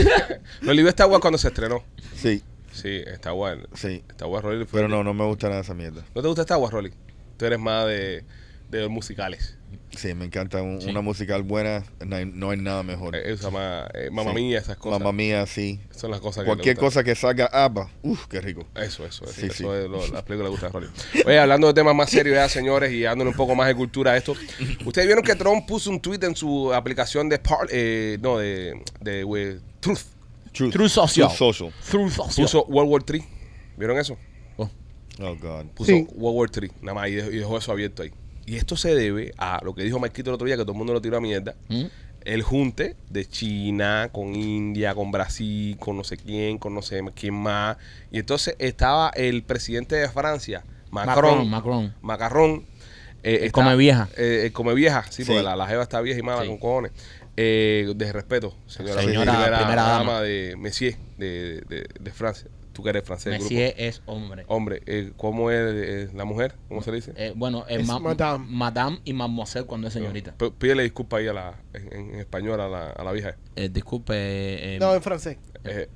[SPEAKER 3] Rolly vio Star Wars cuando se estrenó.
[SPEAKER 6] Sí,
[SPEAKER 3] Sí, Star Wars.
[SPEAKER 6] sí.
[SPEAKER 3] Star Wars, Rolly. fue-
[SPEAKER 6] Pero no, no me gusta nada esa mierda.
[SPEAKER 3] ¿No te gusta Star Wars, Rolly? Tú eres más de, de los musicales.
[SPEAKER 6] Sí, me encanta un- una musical buena. No hay, no hay nada mejor.
[SPEAKER 3] Eh, esa más, eh, mamá
[SPEAKER 6] Sí.
[SPEAKER 3] mía, esas cosas.
[SPEAKER 6] Mamma mía, sí.
[SPEAKER 3] Son las cosas que
[SPEAKER 6] Cualquier
[SPEAKER 3] le gustan.
[SPEAKER 6] cosa que salga ABBA. Uf, qué rico.
[SPEAKER 3] Eso, eso, eso,
[SPEAKER 6] Sí,
[SPEAKER 3] eso
[SPEAKER 6] sí.
[SPEAKER 3] es lo, las películas que gustan a Rolly. Oye, hablando de temas más serios ya, señores, y dándole un poco más de cultura a esto. Ustedes vieron que Trump puso un tweet en su aplicación de Par- eh, no, de, de, eh, Truth.
[SPEAKER 6] Truth.
[SPEAKER 4] True Social.
[SPEAKER 6] Truth Social.
[SPEAKER 4] True Social.
[SPEAKER 3] Puso World War 3. ¿Vieron eso?
[SPEAKER 4] Oh,
[SPEAKER 6] Oh, God.
[SPEAKER 3] Puso
[SPEAKER 5] Sí.
[SPEAKER 3] World War 3, nada más, y dejó, y dejó eso abierto ahí. Y esto se debe a lo que dijo Marquito el otro día, que todo el mundo lo tiró a mierda.
[SPEAKER 4] ¿Mm?
[SPEAKER 3] el junte de China con India, con Brasil, con no sé quién, con no sé quién más. Y entonces estaba el presidente de Francia, Macron.
[SPEAKER 4] Macron, Macron.
[SPEAKER 3] Macarrón. eh,
[SPEAKER 4] El come vieja.
[SPEAKER 3] eh, el come vieja, sí,
[SPEAKER 6] Sí.
[SPEAKER 3] porque la, la jeva está vieja y mala
[SPEAKER 4] Sí.
[SPEAKER 3] con cojones. Eh, de respeto, señora,
[SPEAKER 4] Señora primera dama.
[SPEAKER 3] de Messier de, de- de Francia. Tú que eres francés, del
[SPEAKER 4] Messier es hombre.
[SPEAKER 3] grupo. Hombre, eh, ¿cómo es eh, la mujer? ¿Cómo se le dice?
[SPEAKER 4] Eh, bueno, es,
[SPEAKER 5] Es
[SPEAKER 4] ma-
[SPEAKER 5] madame.
[SPEAKER 4] madame. y mademoiselle cuando es señorita.
[SPEAKER 3] P- Pídele disculpas ahí a la, en, en español a la, a la vieja.
[SPEAKER 4] Eh, disculpe, eh,
[SPEAKER 5] No, en francés.
[SPEAKER 3] Eh,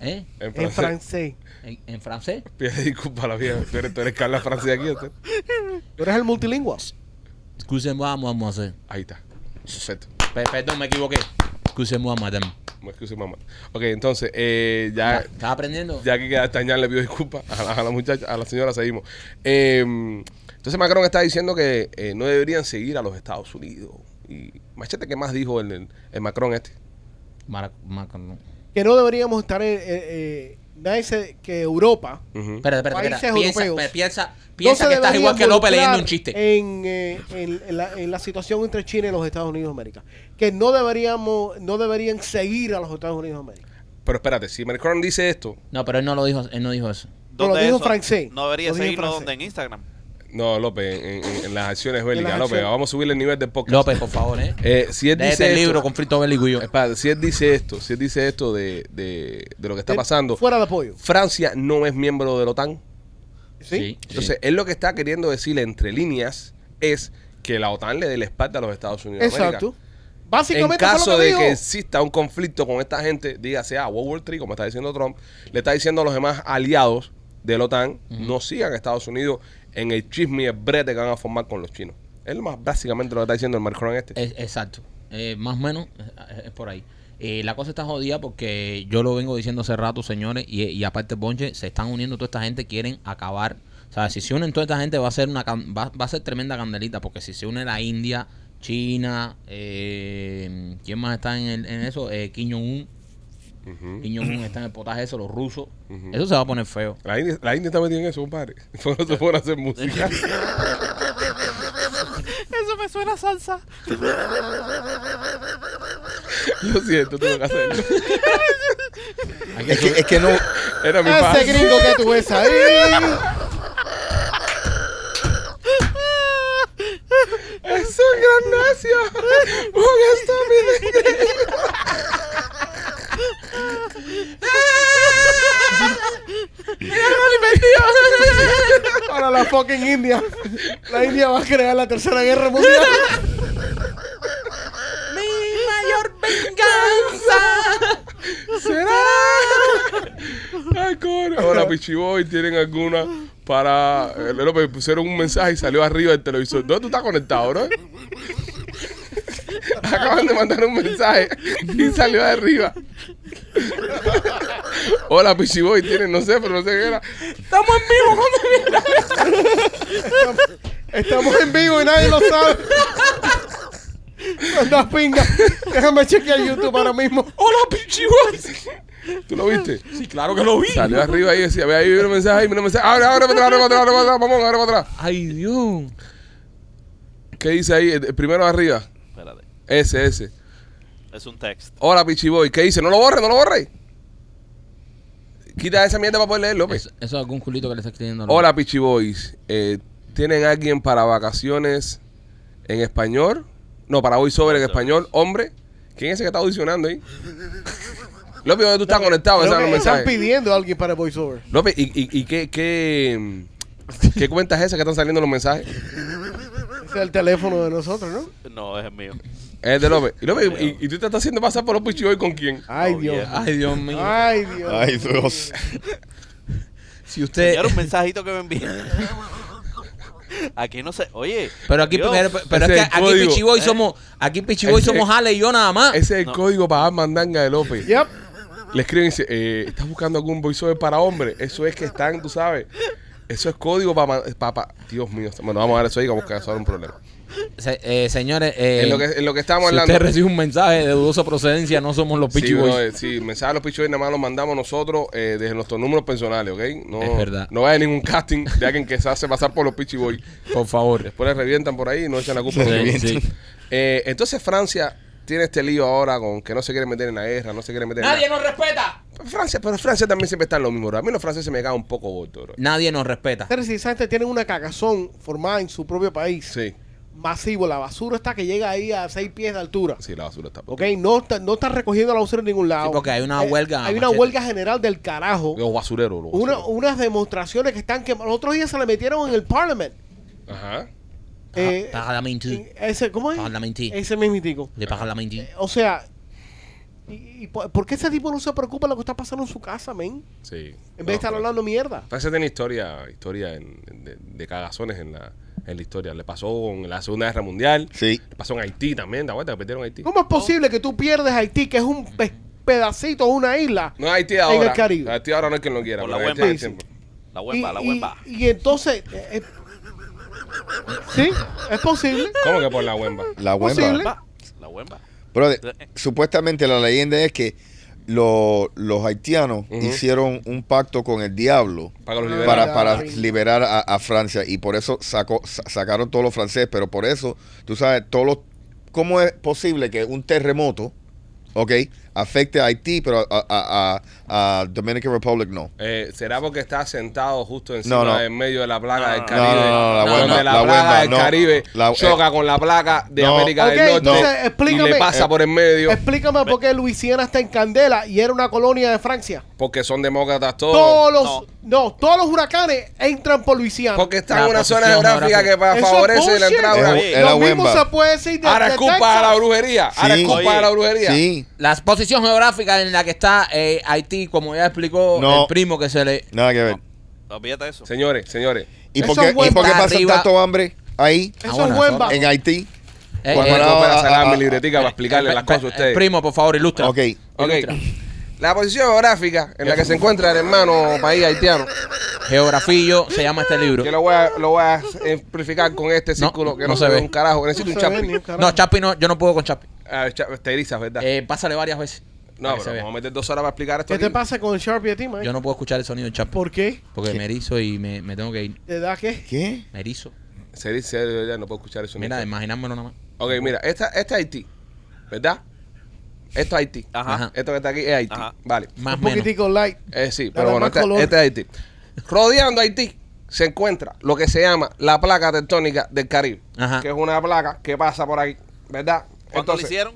[SPEAKER 4] ¿eh?
[SPEAKER 3] en
[SPEAKER 5] En
[SPEAKER 3] francés.
[SPEAKER 5] francés.
[SPEAKER 4] ¿En, en francés?
[SPEAKER 3] Pídele disculpas a la vieja. Tú eres, tú eres Carla Francia aquí. ¿tú?
[SPEAKER 5] Tú eres el multilingüe.
[SPEAKER 4] Excusez-moi, mademoiselle.
[SPEAKER 3] Ahí está. Perfecto.
[SPEAKER 4] Pe- perdón, me equivoqué. Excusez-moi, madame.
[SPEAKER 3] Me excuse, mamá. Ok, entonces, eh, ya,
[SPEAKER 4] ¿Estás aprendiendo?
[SPEAKER 3] ya que Castañán le pidió disculpas a la, a la muchacha, a la señora, seguimos. Eh, entonces Macron está diciendo que eh, no deberían seguir a los Estados Unidos. Y machete, ¿qué más dijo el, el- el Macron este?
[SPEAKER 4] Mara- Macron.
[SPEAKER 5] Que no deberíamos estar en. eh, eh, nadie se- que Europa.
[SPEAKER 3] Ujú.
[SPEAKER 4] Espera, espera,
[SPEAKER 5] Países
[SPEAKER 4] espera. Piensa,
[SPEAKER 5] europeos.
[SPEAKER 4] pe- piensa,
[SPEAKER 5] no
[SPEAKER 4] piensa
[SPEAKER 5] se
[SPEAKER 4] que estás
[SPEAKER 5] debería
[SPEAKER 4] igual que López
[SPEAKER 5] involucrar
[SPEAKER 4] leyendo un chiste.
[SPEAKER 5] En, eh, en- en la, en la situación entre China y los Estados Unidos de América. Que no deberíamos, no deberían seguir a los Estados Unidos de América.
[SPEAKER 3] Pero espérate, si Macron dice esto,
[SPEAKER 4] No, pero él no lo dijo, él no dijo eso.
[SPEAKER 5] No, lo
[SPEAKER 7] ¿Dónde
[SPEAKER 5] dijo
[SPEAKER 7] eso?
[SPEAKER 5] francés.
[SPEAKER 7] No debería
[SPEAKER 5] Lo dijo en
[SPEAKER 7] seguirlo
[SPEAKER 5] francés.
[SPEAKER 7] donde en Instagram.
[SPEAKER 3] no, López, en, en- en las acciones bélicas,
[SPEAKER 5] las
[SPEAKER 3] López,
[SPEAKER 5] acciones.
[SPEAKER 3] vamos a subir el nivel del podcast.
[SPEAKER 4] López, por favor, ¿eh?
[SPEAKER 3] Eh, si él
[SPEAKER 4] Léete
[SPEAKER 3] dice
[SPEAKER 4] el
[SPEAKER 3] esto-
[SPEAKER 4] libro, conflicto bélico y yo.
[SPEAKER 3] Espérate, si él dice esto, si él dice esto de, de- de lo que está
[SPEAKER 5] Eh,
[SPEAKER 3] pasando,
[SPEAKER 5] Fuera de apoyo.
[SPEAKER 3] Francia no es miembro de la OTAN.
[SPEAKER 5] ¿Sí?
[SPEAKER 3] Entonces, él lo que está queriendo decir entre líneas es que la OTAN le dé la espalda a los Estados Unidos. de
[SPEAKER 5] Exacto.
[SPEAKER 3] América. En
[SPEAKER 5] Básicamente fue
[SPEAKER 3] caso
[SPEAKER 5] lo que
[SPEAKER 3] de
[SPEAKER 5] dijo.
[SPEAKER 3] que exista un conflicto con esta gente, dígase a World War III, como está diciendo Trump, le está diciendo a los demás aliados de la OTAN, no sigan a Estados Unidos en el chisme y el brete que van a formar con los chinos. Es lo más básicamente lo que está diciendo el Macron este.
[SPEAKER 4] Es- exacto. Eh, más o menos eh, es por ahí. Eh, la cosa está jodida porque yo lo vengo diciendo hace rato, señores, y, y aparte Bonche, se están uniendo toda esta gente, quieren acabar. O sea, si se unen toda esta gente va a ser una can- va, va a ser tremenda candelita, porque si se une la India, China, eh, ¿quién más está en, el- en eso? Eh, Kim Jong-un.
[SPEAKER 3] Ujú.
[SPEAKER 4] Kim Jong-un está en el potaje eso, los rusos.
[SPEAKER 3] Ujú.
[SPEAKER 4] Eso se va a poner feo.
[SPEAKER 3] La India, la India está metida en eso, compadre. Por eso se pueden hacer música.
[SPEAKER 7] Eso me suena a salsa.
[SPEAKER 3] Lo siento, tuve que hacerlo.
[SPEAKER 6] Es que, es que no.
[SPEAKER 3] Era mi
[SPEAKER 5] Ese
[SPEAKER 3] padre.
[SPEAKER 5] gringo que tú ves ahí.
[SPEAKER 3] Es un gran nacio. Un estúpido inglés.
[SPEAKER 5] Para la fucking India. La India va a crear la tercera guerra mundial.
[SPEAKER 3] Ay, coño. Ahora, Pichiboy, ¿tienen alguna para. eh, López pusieron un mensaje y salió arriba del televisor. ¿Dónde tú estás conectado, bro? Acaban de mandar un mensaje y salió de arriba. Hola, Pichiboy, tienen, no sé, pero no sé qué era.
[SPEAKER 5] Estamos en vivo y nadie lo sabe. Andas pinga. Déjame chequear YouTube ahora mismo.
[SPEAKER 3] ¿Tú lo viste?
[SPEAKER 4] Claro que lo vi.
[SPEAKER 3] Salió arriba y decía, ve ahí, viene un mensaje, ahí viene un mensaje. Abre, abre, para atrás, abre, para atrás, abre, para atrás, vamos, abre, para atrás.
[SPEAKER 4] Ay, Dios.
[SPEAKER 3] ¿Qué dice ahí? El- el primero arriba.
[SPEAKER 7] Espérate.
[SPEAKER 3] Ese, ese.
[SPEAKER 7] Es un text.
[SPEAKER 3] Hola, Pichiboy. ¿Qué dice? No lo borre, no lo borre. Quita esa mierda para poder leer, López.
[SPEAKER 4] Eso, eso es algún culito que le está escribiendo. a los-
[SPEAKER 3] Hola, Pichiboys. Eh, ¿Tienen alguien para vacaciones en español? No, para hoy sobre en español. Hombre, ¿quién es ese que está audicionando ahí? López, ¿dónde tú estás conectado?
[SPEAKER 5] Creo
[SPEAKER 3] Ese
[SPEAKER 5] que
[SPEAKER 3] era el
[SPEAKER 5] están
[SPEAKER 3] mensaje.
[SPEAKER 5] pidiendo a alguien para el voiceover.
[SPEAKER 3] López, ¿y, y, y qué, qué, qué cuentas es esa que están saliendo los mensajes?
[SPEAKER 5] Ese es el teléfono de nosotros, ¿no?
[SPEAKER 7] No, es el mío.
[SPEAKER 3] Es de López. Y, López, ¿y, y tú te estás haciendo pasar por los Pichiboy con quién?
[SPEAKER 5] Ay,
[SPEAKER 7] Oh,
[SPEAKER 5] Dios.
[SPEAKER 7] yeah.
[SPEAKER 4] Ay, Dios mío.
[SPEAKER 5] Ay, Dios.
[SPEAKER 6] Ay, Dios.
[SPEAKER 4] Si usted.
[SPEAKER 7] Era un mensajito que me envió. Aquí no sé. Oye.
[SPEAKER 4] Pero aquí, pues,
[SPEAKER 7] Dios.
[SPEAKER 4] pero, pero es
[SPEAKER 3] Ese
[SPEAKER 4] que
[SPEAKER 3] es el
[SPEAKER 4] aquí
[SPEAKER 3] código.
[SPEAKER 4] Pichiboy somos, aquí Pichiboy
[SPEAKER 3] Ese-
[SPEAKER 4] somos Ale y yo nada más.
[SPEAKER 3] Ese es el código para dar mandanga de López.
[SPEAKER 5] Yep.
[SPEAKER 3] Le escriben y dice, eh, ¿estás buscando algún voiceover para hombre? Eso es que están, tú sabes. Eso es código para... Dios mío. Bueno, vamos a ver eso ahí, vamos a causar un problema.
[SPEAKER 4] Se- eh, señores, eh,
[SPEAKER 3] en, lo que, en lo que estábamos
[SPEAKER 4] si
[SPEAKER 3] hablando...
[SPEAKER 4] usted recibe un mensaje de dudosa procedencia, no somos los
[SPEAKER 3] Sí,
[SPEAKER 4] Pichiboys.
[SPEAKER 3] bro, eh, sí, mensaje a los pichiboys nada más los mandamos nosotros eh, desde nuestros números personales, ¿ok? No,
[SPEAKER 4] Es verdad.
[SPEAKER 3] No vaya a ningún casting de alguien que se hace pasar por los pichiboys.
[SPEAKER 4] por favor.
[SPEAKER 3] Después les revientan por ahí y no echan la culpa. a
[SPEAKER 4] Sí,
[SPEAKER 3] los pichiboys.
[SPEAKER 4] sí.
[SPEAKER 3] Eh, entonces Francia tiene este lío ahora con que no se quiere meter en la guerra, no se quiere meter
[SPEAKER 4] Nadie
[SPEAKER 3] en
[SPEAKER 4] nos respeta.
[SPEAKER 3] la... Francia, pero Francia también siempre está en lo mismo. bro. A mí los franceses me cagan un poco gordo, bro.
[SPEAKER 4] Nadie nos respeta.
[SPEAKER 5] Ustedes, si esa gente tiene una cagazón formada en su propio país,
[SPEAKER 3] Sí,
[SPEAKER 5] masivo, la basura está que llega ahí a seis pies de altura.
[SPEAKER 3] sí, la basura está.
[SPEAKER 5] Ok, no está, no está recogiendo la basura en ningún lado.
[SPEAKER 4] Sí, porque hay una
[SPEAKER 5] Eh,
[SPEAKER 4] huelga,
[SPEAKER 5] Hay una
[SPEAKER 4] machete.
[SPEAKER 5] huelga general del carajo.
[SPEAKER 3] Los basureros, los
[SPEAKER 5] Una-
[SPEAKER 3] basureros.
[SPEAKER 5] unas demostraciones que están quemadas. Los otros días se le metieron en el Parliament.
[SPEAKER 3] Ajá.
[SPEAKER 5] Eh,
[SPEAKER 4] Parlamento.
[SPEAKER 5] en ese, ¿Cómo es?
[SPEAKER 4] Parlamento.
[SPEAKER 5] Ese mismitico.
[SPEAKER 4] Le paga la mentira.
[SPEAKER 5] O sea, y, y por, por qué ese tipo no se preocupa de lo que está pasando en su casa, men?
[SPEAKER 3] Sí.
[SPEAKER 5] En vez de
[SPEAKER 3] pues.
[SPEAKER 5] estar hablando mierda.
[SPEAKER 3] Francia tiene historia, historia en- en- de, de cagazones en la, en la historia. Le pasó en la Segunda Guerra Mundial.
[SPEAKER 6] Sí.
[SPEAKER 3] Le pasó en Haití también, ¿te acuerdas? Que perdieron Haití.
[SPEAKER 5] ¿Cómo es posible que tú pierdes Haití, que es un pe- pedacito, una isla?
[SPEAKER 3] No, Haití
[SPEAKER 5] el
[SPEAKER 3] ahora.
[SPEAKER 5] Caribe.
[SPEAKER 3] Haití ahora no hay quien lo quiera.
[SPEAKER 7] Por la
[SPEAKER 3] pero Haití
[SPEAKER 7] Wemba.
[SPEAKER 3] hay tiempo.
[SPEAKER 7] La
[SPEAKER 5] Y,
[SPEAKER 7] huemba, la
[SPEAKER 5] y-
[SPEAKER 7] huemba.
[SPEAKER 5] y entonces... eh, eh, sí, es posible.
[SPEAKER 3] ¿Cómo que por la Wemba?
[SPEAKER 6] La
[SPEAKER 5] Posible.
[SPEAKER 6] buena.
[SPEAKER 7] Va, La huemba.
[SPEAKER 6] Brother, supuestamente la leyenda es que lo- los haitianos
[SPEAKER 3] Ujú.
[SPEAKER 6] hicieron un pacto con el diablo
[SPEAKER 3] Para que los
[SPEAKER 5] Ah,
[SPEAKER 3] liberaran.
[SPEAKER 6] para, para
[SPEAKER 5] Ay.
[SPEAKER 6] liberar a, a Francia y por eso sacó, sa- sacaron todos los franceses, pero por eso, tú sabes, todos los, ¿cómo es posible que un terremoto, ok, afecte a Haití, pero a, a- a- a Dominican Republic no?
[SPEAKER 3] Eh, ¿Será porque está sentado justo encima
[SPEAKER 6] No, no.
[SPEAKER 3] en medio de la plaga del
[SPEAKER 7] No,
[SPEAKER 3] Caribe?
[SPEAKER 6] no, no, la
[SPEAKER 3] Donde
[SPEAKER 6] Wemba,
[SPEAKER 3] la,
[SPEAKER 6] la
[SPEAKER 3] plaga
[SPEAKER 6] Wemba,
[SPEAKER 3] del
[SPEAKER 6] no.
[SPEAKER 3] Caribe
[SPEAKER 6] La- eh,
[SPEAKER 3] choca con la plaga de
[SPEAKER 6] no.
[SPEAKER 3] América
[SPEAKER 5] Ok,
[SPEAKER 3] del Norte
[SPEAKER 5] entonces,
[SPEAKER 3] y
[SPEAKER 5] explícame.
[SPEAKER 3] le pasa por en medio
[SPEAKER 5] Explícame por qué Luisiana está en candela y era una colonia de Francia.
[SPEAKER 3] porque son demócratas todos.
[SPEAKER 5] Todos los, no. todos los huracanes entran por Luisiana.
[SPEAKER 3] Porque están
[SPEAKER 4] La
[SPEAKER 3] en una zona
[SPEAKER 4] posición
[SPEAKER 3] geográfica que
[SPEAKER 5] Eso es
[SPEAKER 3] favorece la
[SPEAKER 5] bullshit.
[SPEAKER 3] entrada.
[SPEAKER 6] Es-
[SPEAKER 3] de
[SPEAKER 6] es la
[SPEAKER 5] Lo mismo
[SPEAKER 6] Wemba.
[SPEAKER 5] se puede decir de,
[SPEAKER 3] una- Ahora
[SPEAKER 5] de
[SPEAKER 3] es culpa
[SPEAKER 5] Texas. Ah,
[SPEAKER 3] de la brujería. Ahora
[SPEAKER 6] Sí.
[SPEAKER 3] es culpa de la brujería.
[SPEAKER 6] Sí,
[SPEAKER 4] La posición geográfica en la que está eh, Haití, como ya explicó
[SPEAKER 6] No.
[SPEAKER 4] el primo que se le...
[SPEAKER 6] nada que ver.
[SPEAKER 7] Olvídate de eso.
[SPEAKER 3] Señores, señores,
[SPEAKER 6] ¿Y
[SPEAKER 5] Eso
[SPEAKER 6] por qué,
[SPEAKER 5] es bueno.
[SPEAKER 6] y por qué
[SPEAKER 4] Está
[SPEAKER 6] pasan
[SPEAKER 4] arriba.
[SPEAKER 6] tanto hambre ahí,
[SPEAKER 5] Eso
[SPEAKER 4] Ah,
[SPEAKER 5] es
[SPEAKER 4] bueno,
[SPEAKER 5] Wemba.
[SPEAKER 6] en Haití?
[SPEAKER 4] Eh,
[SPEAKER 6] Cuando
[SPEAKER 4] eh,
[SPEAKER 6] no,
[SPEAKER 3] Copa
[SPEAKER 6] ah,
[SPEAKER 3] de sacar
[SPEAKER 6] ah,
[SPEAKER 3] mi
[SPEAKER 6] ah,
[SPEAKER 3] libretica para explicarle
[SPEAKER 4] eh,
[SPEAKER 3] las
[SPEAKER 4] pe-
[SPEAKER 3] cosas a
[SPEAKER 4] pe-
[SPEAKER 3] ustedes.
[SPEAKER 4] Primo, por favor, ilustra.
[SPEAKER 6] Ok.
[SPEAKER 3] Ok.
[SPEAKER 4] Ilustra.
[SPEAKER 3] La posición geográfica en la que se encuentra el hermano país haitiano,
[SPEAKER 4] Geografillo se llama este libro.
[SPEAKER 3] que lo voy a, lo voy a ejemplificar con este
[SPEAKER 4] No,
[SPEAKER 3] círculo que no,
[SPEAKER 4] no
[SPEAKER 3] se
[SPEAKER 4] se
[SPEAKER 3] ve
[SPEAKER 4] ve.
[SPEAKER 3] un carajo. Necesito un
[SPEAKER 5] se ve ni
[SPEAKER 3] chapi.
[SPEAKER 5] un carajo.
[SPEAKER 4] No, Chapi no, yo no puedo con Chapi.
[SPEAKER 3] Ah, cha- te erizas, ¿verdad?
[SPEAKER 4] Eh, pásale varias veces.
[SPEAKER 3] no,
[SPEAKER 4] para que se
[SPEAKER 3] pero
[SPEAKER 4] vea.
[SPEAKER 3] vamos a meter dos horas para explicar esto.
[SPEAKER 5] ¿Qué te
[SPEAKER 3] aquí.
[SPEAKER 5] pasa con el Sharpie a ti, man?
[SPEAKER 4] Yo no puedo escuchar el sonido de Chapi.
[SPEAKER 5] ¿Por qué?
[SPEAKER 4] Porque me erizo y me, me tengo que ir.
[SPEAKER 5] ¿Te da qué?
[SPEAKER 6] ¿Qué?
[SPEAKER 4] Me erizo.
[SPEAKER 3] Se eriza, de verdad, no puedo escuchar eso. este
[SPEAKER 4] Mira,
[SPEAKER 3] nunca.
[SPEAKER 4] imaginármelo nada más.
[SPEAKER 3] Ok, mira, esta, esta es Haití, ¿verdad? Esto es Haití.
[SPEAKER 7] Ajá.
[SPEAKER 4] Ajá.
[SPEAKER 3] Esto que está aquí es Haití.
[SPEAKER 7] Ajá.
[SPEAKER 3] Vale.
[SPEAKER 4] Más
[SPEAKER 5] un
[SPEAKER 4] menos.
[SPEAKER 5] poquitico light.
[SPEAKER 3] Eh, sí,
[SPEAKER 5] Dale
[SPEAKER 3] pero bueno,
[SPEAKER 5] más
[SPEAKER 3] este,
[SPEAKER 5] color.
[SPEAKER 3] este es Haití. Rodeando Haití se encuentra lo que se llama la placa tectónica del Caribe,
[SPEAKER 4] Ajá.
[SPEAKER 3] que es una placa que pasa por aquí, ¿verdad?
[SPEAKER 7] ¿Cuándo lo hicieron?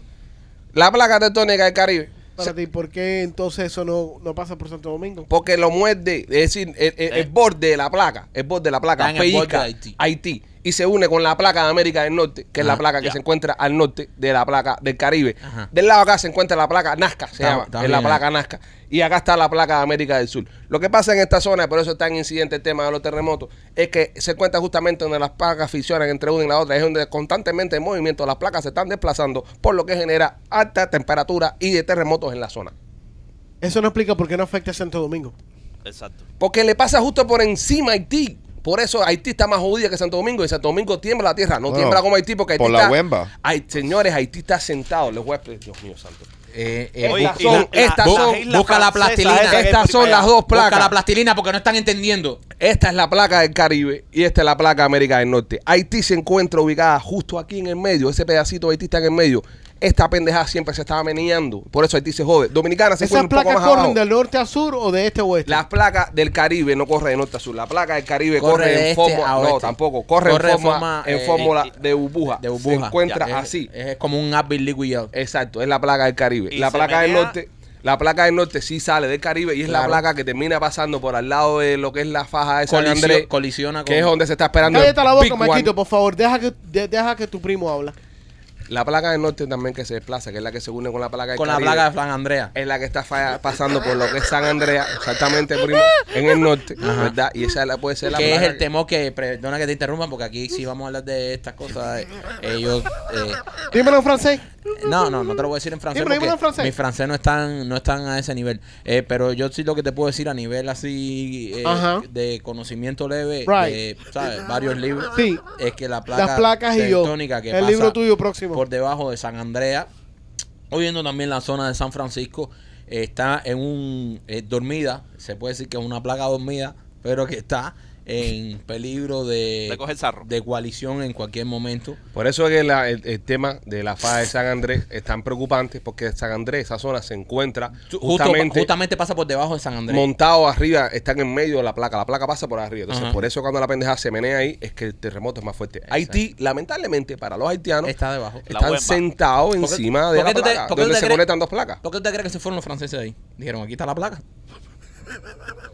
[SPEAKER 3] la placa tectónica del Caribe,
[SPEAKER 5] Para ti, ¿por qué entonces eso no, no pasa por Santo Domingo?
[SPEAKER 3] porque lo muerde, es decir, el, el- el
[SPEAKER 7] Eh.
[SPEAKER 3] borde de la placa, el borde de la placa,
[SPEAKER 4] Está en el borde
[SPEAKER 3] pellizca
[SPEAKER 4] de Haití.
[SPEAKER 3] y se une con la placa de América del Norte, que es la
[SPEAKER 4] Ajá.
[SPEAKER 3] placa que
[SPEAKER 7] Ya.
[SPEAKER 3] se encuentra al norte de la placa del Caribe.
[SPEAKER 4] Ajá.
[SPEAKER 3] Del lado acá se encuentra la placa Nazca, se
[SPEAKER 4] Está-
[SPEAKER 3] llama,
[SPEAKER 4] está
[SPEAKER 3] es la
[SPEAKER 4] bien.
[SPEAKER 3] placa Nazca. Y acá está la placa de América del Sur. Lo que pasa en esta zona, y por eso está en incidente el tema de los terremotos, es que se encuentra justamente donde las placas ficcionan entre una y la otra, es donde constantemente en movimiento las placas se están desplazando, por lo que genera alta temperatura y de terremotos en la zona.
[SPEAKER 5] Eso no explica por qué no afecta a Santo Domingo.
[SPEAKER 7] Exacto.
[SPEAKER 3] Porque le pasa justo por encima a Haití. Por eso Haití está más judía que Santo Domingo. Y Santo Domingo tiembla la tierra. No
[SPEAKER 6] Bueno,
[SPEAKER 3] tiembla como Haití porque Haití
[SPEAKER 6] por la
[SPEAKER 3] está...
[SPEAKER 6] Wemba.
[SPEAKER 3] Ay, señores, Haití está sentado. Les voy a explicar- Dios mío, santo.
[SPEAKER 4] Eh, eh,
[SPEAKER 3] Estas
[SPEAKER 7] Oye,
[SPEAKER 4] busca-
[SPEAKER 7] y la-
[SPEAKER 3] son- estas
[SPEAKER 7] las
[SPEAKER 3] son-
[SPEAKER 7] islas
[SPEAKER 4] busca la
[SPEAKER 7] francesas
[SPEAKER 4] plastilina.
[SPEAKER 7] esas que
[SPEAKER 4] Estas
[SPEAKER 3] Estas
[SPEAKER 7] explica
[SPEAKER 3] son
[SPEAKER 7] ella.
[SPEAKER 3] las dos
[SPEAKER 4] busca la
[SPEAKER 3] placas.
[SPEAKER 4] plastilina porque no están entendiendo.
[SPEAKER 3] Esta es la placa del Caribe y esta es la placa de América del Norte. Haití se encuentra ubicada justo aquí en el medio. Ese pedacito de Haití está en el medio. Esta pendejada siempre se estaba meneando. Por eso Haití se jode. Dominicana se
[SPEAKER 5] ¿Esas
[SPEAKER 3] encuentra un poco
[SPEAKER 5] placas
[SPEAKER 3] más
[SPEAKER 5] corren
[SPEAKER 3] abajo.
[SPEAKER 5] del norte a sur o de este a oeste?
[SPEAKER 3] Las placas del Caribe no corre de norte a sur. La placa del Caribe corre,
[SPEAKER 4] Corre de
[SPEAKER 3] en
[SPEAKER 4] este
[SPEAKER 3] forma.
[SPEAKER 4] a
[SPEAKER 3] no,
[SPEAKER 4] oeste.
[SPEAKER 3] tampoco. Corre,
[SPEAKER 4] Corre
[SPEAKER 3] en
[SPEAKER 4] de
[SPEAKER 3] forma,
[SPEAKER 4] forma,
[SPEAKER 3] en
[SPEAKER 4] eh,
[SPEAKER 3] fórmula
[SPEAKER 7] eh,
[SPEAKER 3] de burbuja.
[SPEAKER 4] De burbuja.
[SPEAKER 3] Se encuentra
[SPEAKER 4] Ya, eh. es-
[SPEAKER 3] así.
[SPEAKER 4] Es, como un Advil líquido.
[SPEAKER 3] Exacto, es la placa del Caribe.
[SPEAKER 7] Y
[SPEAKER 3] La
[SPEAKER 7] se
[SPEAKER 3] placa del
[SPEAKER 7] menea-
[SPEAKER 3] norte. La placa del norte sí sale del Caribe y es la
[SPEAKER 4] Claro.
[SPEAKER 3] placa que termina pasando por al lado de lo que es la faja de San
[SPEAKER 4] Colisio-
[SPEAKER 3] Andrés,
[SPEAKER 4] colisiona con-
[SPEAKER 3] que es donde se está esperando. el
[SPEAKER 5] Cállate la boca,
[SPEAKER 3] Big One.
[SPEAKER 5] Marquito, por favor. Deja que, de- deja que tu primo habla.
[SPEAKER 3] La placa del norte también que se desplaza, que es la que se une con la placa del
[SPEAKER 4] Con la
[SPEAKER 3] Caribe.
[SPEAKER 4] plaga de Fran Andrea.
[SPEAKER 3] es la que está falla- pasando por lo que es San Andrea, exactamente primo, en el norte, ¿verdad? Y esa la- puede ser la
[SPEAKER 4] que es
[SPEAKER 3] placa
[SPEAKER 4] el temor que, perdona que te interrumpan, porque aquí sí vamos a hablar de estas cosas. eh, Ellos. eh,
[SPEAKER 5] Dímelo en francés.
[SPEAKER 4] no, no, no te lo voy a decir en francés.
[SPEAKER 5] Dímelo, dímelo en
[SPEAKER 4] porque
[SPEAKER 5] francés.
[SPEAKER 4] Mi francés no están, no están a ese nivel. Eh, pero yo sí lo que te puedo decir a nivel así eh,
[SPEAKER 5] Ajá.
[SPEAKER 4] de conocimiento leve,
[SPEAKER 5] Right.
[SPEAKER 4] de, ¿sabes? Varios libros.
[SPEAKER 5] Sí.
[SPEAKER 4] Es que la placa
[SPEAKER 5] Las placas y yo.
[SPEAKER 4] tectónica que
[SPEAKER 5] El
[SPEAKER 4] pasa
[SPEAKER 5] libro tuyo próximo.
[SPEAKER 4] Por debajo de San Andrea, oyendo también la zona de San Francisco, eh, está en un eh, dormida, se puede decir que es una placa dormida, pero que está en peligro de,
[SPEAKER 7] De coger sarro.
[SPEAKER 4] de coalición en cualquier momento.
[SPEAKER 3] Por eso es que la- el, el tema de la FA de San Andrés es tan preocupante, porque San Andrés, esa zona, se encuentra
[SPEAKER 4] Justo-
[SPEAKER 3] justamente,
[SPEAKER 4] justamente pasa por debajo de San Andrés.
[SPEAKER 3] montado arriba, están en medio de la placa, la placa pasa por arriba. Entonces,
[SPEAKER 4] Ajá.
[SPEAKER 3] por eso cuando la pendeja se menea ahí, es que el terremoto es más fuerte. Haití, lamentablemente, para los haitianos,
[SPEAKER 4] está debajo.
[SPEAKER 7] La
[SPEAKER 3] están
[SPEAKER 7] huemba.
[SPEAKER 3] sentados
[SPEAKER 4] ¿Por qué-
[SPEAKER 3] encima
[SPEAKER 4] por
[SPEAKER 3] de
[SPEAKER 4] qué
[SPEAKER 3] la
[SPEAKER 4] tú te-
[SPEAKER 3] placa,
[SPEAKER 4] por qué tú
[SPEAKER 3] donde
[SPEAKER 4] te
[SPEAKER 3] se
[SPEAKER 4] crees-
[SPEAKER 3] conectan dos placas.
[SPEAKER 4] ¿Por qué tú te crees que se fueron los franceses de ahí? Dijeron, aquí está la placa.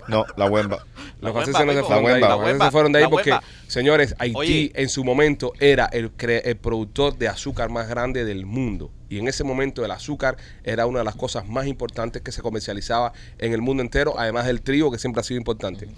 [SPEAKER 6] No, la huemba.
[SPEAKER 7] La
[SPEAKER 3] Los franceses no
[SPEAKER 7] huemba,
[SPEAKER 3] se
[SPEAKER 7] Rico.
[SPEAKER 3] fueron
[SPEAKER 6] La
[SPEAKER 3] de ahí.
[SPEAKER 6] huemba.
[SPEAKER 3] Los franceses
[SPEAKER 7] La
[SPEAKER 3] se fueron de ahí
[SPEAKER 7] huemba.
[SPEAKER 3] porque,
[SPEAKER 7] La
[SPEAKER 3] señores, Haití
[SPEAKER 7] Oye.
[SPEAKER 3] en su momento era el, cre- el productor de azúcar más grande del mundo. Y en ese momento el azúcar era una de las cosas más importantes que se comercializaba en el mundo entero, además del trigo, que siempre ha sido importante.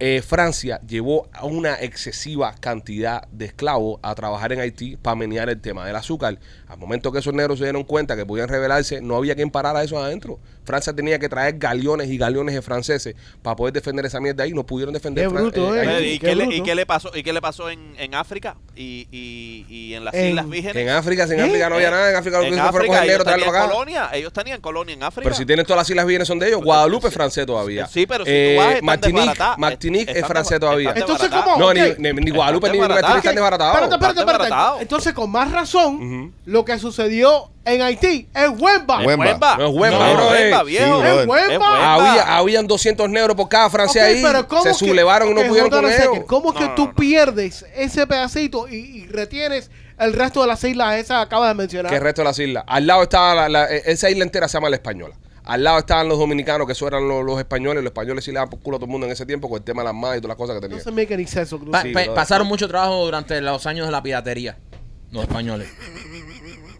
[SPEAKER 3] Eh, Francia llevó a una excesiva cantidad de esclavos a trabajar en Haití para menear el tema del azúcar. Al momento que esos negros se dieron cuenta que podían rebelarse, no había quien parar a esos adentro. Francia tenía que traer galeones y galeones de franceses para poder defender esa mierda ahí. No pudieron defender
[SPEAKER 5] Qué
[SPEAKER 3] Fran-
[SPEAKER 5] bruto, eh.
[SPEAKER 3] Haití.
[SPEAKER 7] Oye,
[SPEAKER 5] Ay,
[SPEAKER 7] ¿Y
[SPEAKER 5] qué
[SPEAKER 7] qué, le,
[SPEAKER 5] bruto.
[SPEAKER 7] ¿Y qué le pasó, y qué le pasó en, en África y, y, y en las
[SPEAKER 5] En-
[SPEAKER 7] Islas Vírgenes?
[SPEAKER 3] En África, si en
[SPEAKER 5] ¿Eh?
[SPEAKER 3] África no había nada. En África lo que
[SPEAKER 7] En
[SPEAKER 3] hizo fue
[SPEAKER 7] África,
[SPEAKER 3] coger
[SPEAKER 7] ellos
[SPEAKER 3] negros, traerlo
[SPEAKER 7] tenían
[SPEAKER 3] para acá.
[SPEAKER 7] colonia, ellos tenían colonia en África.
[SPEAKER 3] Pero si tienen todas las islas vírgenes son de ellos. Guadalupe es francés todavía.
[SPEAKER 7] Sí, pero si
[SPEAKER 3] Eh,
[SPEAKER 7] tú vas, están
[SPEAKER 3] Martinique,
[SPEAKER 7] desbaratadas.
[SPEAKER 3] Martinique es
[SPEAKER 7] Están
[SPEAKER 3] francés
[SPEAKER 7] desba-
[SPEAKER 3] todavía.
[SPEAKER 7] están
[SPEAKER 5] Entonces,
[SPEAKER 7] desbaratadas.
[SPEAKER 3] No,
[SPEAKER 5] Ok.
[SPEAKER 3] ni, ni- ni Guadalupe ni
[SPEAKER 7] Están
[SPEAKER 3] Martinique están
[SPEAKER 7] desbaratados.
[SPEAKER 3] desbaratados.
[SPEAKER 5] Espérate, espérate,
[SPEAKER 7] Bastante
[SPEAKER 5] espérate.
[SPEAKER 7] baratado.
[SPEAKER 5] Entonces, con más razón,
[SPEAKER 3] Ujú.
[SPEAKER 5] lo que sucedió en Haití es huemba.
[SPEAKER 6] Huemba.
[SPEAKER 3] No es huemba, bro,
[SPEAKER 7] huemba,
[SPEAKER 3] eh.
[SPEAKER 7] viejo.
[SPEAKER 6] Sí, bro.
[SPEAKER 5] Es huemba.
[SPEAKER 7] huemba.
[SPEAKER 3] Había, habían 200 negros por cada francés
[SPEAKER 5] Ok,
[SPEAKER 3] ahí.
[SPEAKER 5] pero ¿cómo
[SPEAKER 3] Se
[SPEAKER 5] es que-
[SPEAKER 3] sublevaron,
[SPEAKER 5] ok,
[SPEAKER 3] no pudieron
[SPEAKER 5] hold
[SPEAKER 3] con
[SPEAKER 5] on a
[SPEAKER 3] ellos.
[SPEAKER 5] second. ¿Cómo es que
[SPEAKER 7] No,
[SPEAKER 5] tú
[SPEAKER 7] no, no.
[SPEAKER 5] pierdes ese pedacito y, y retienes el resto de las islas esas que acabas de mencionar?
[SPEAKER 3] Que el resto de las islas. Al lado estaba la, la- esa isla entera se llama la española. Al lado estaban los dominicanos, que eso eran los, los españoles. Los españoles sí le daban por culo a todo el mundo en ese tiempo con el tema de las madres y todas las cosas que
[SPEAKER 5] no
[SPEAKER 3] tenían.
[SPEAKER 5] se me any sense, Cruz.
[SPEAKER 4] Pa-
[SPEAKER 3] Sí,
[SPEAKER 4] pa-
[SPEAKER 3] brother.
[SPEAKER 4] pasaron mucho trabajo durante los años de la piratería. Los españoles.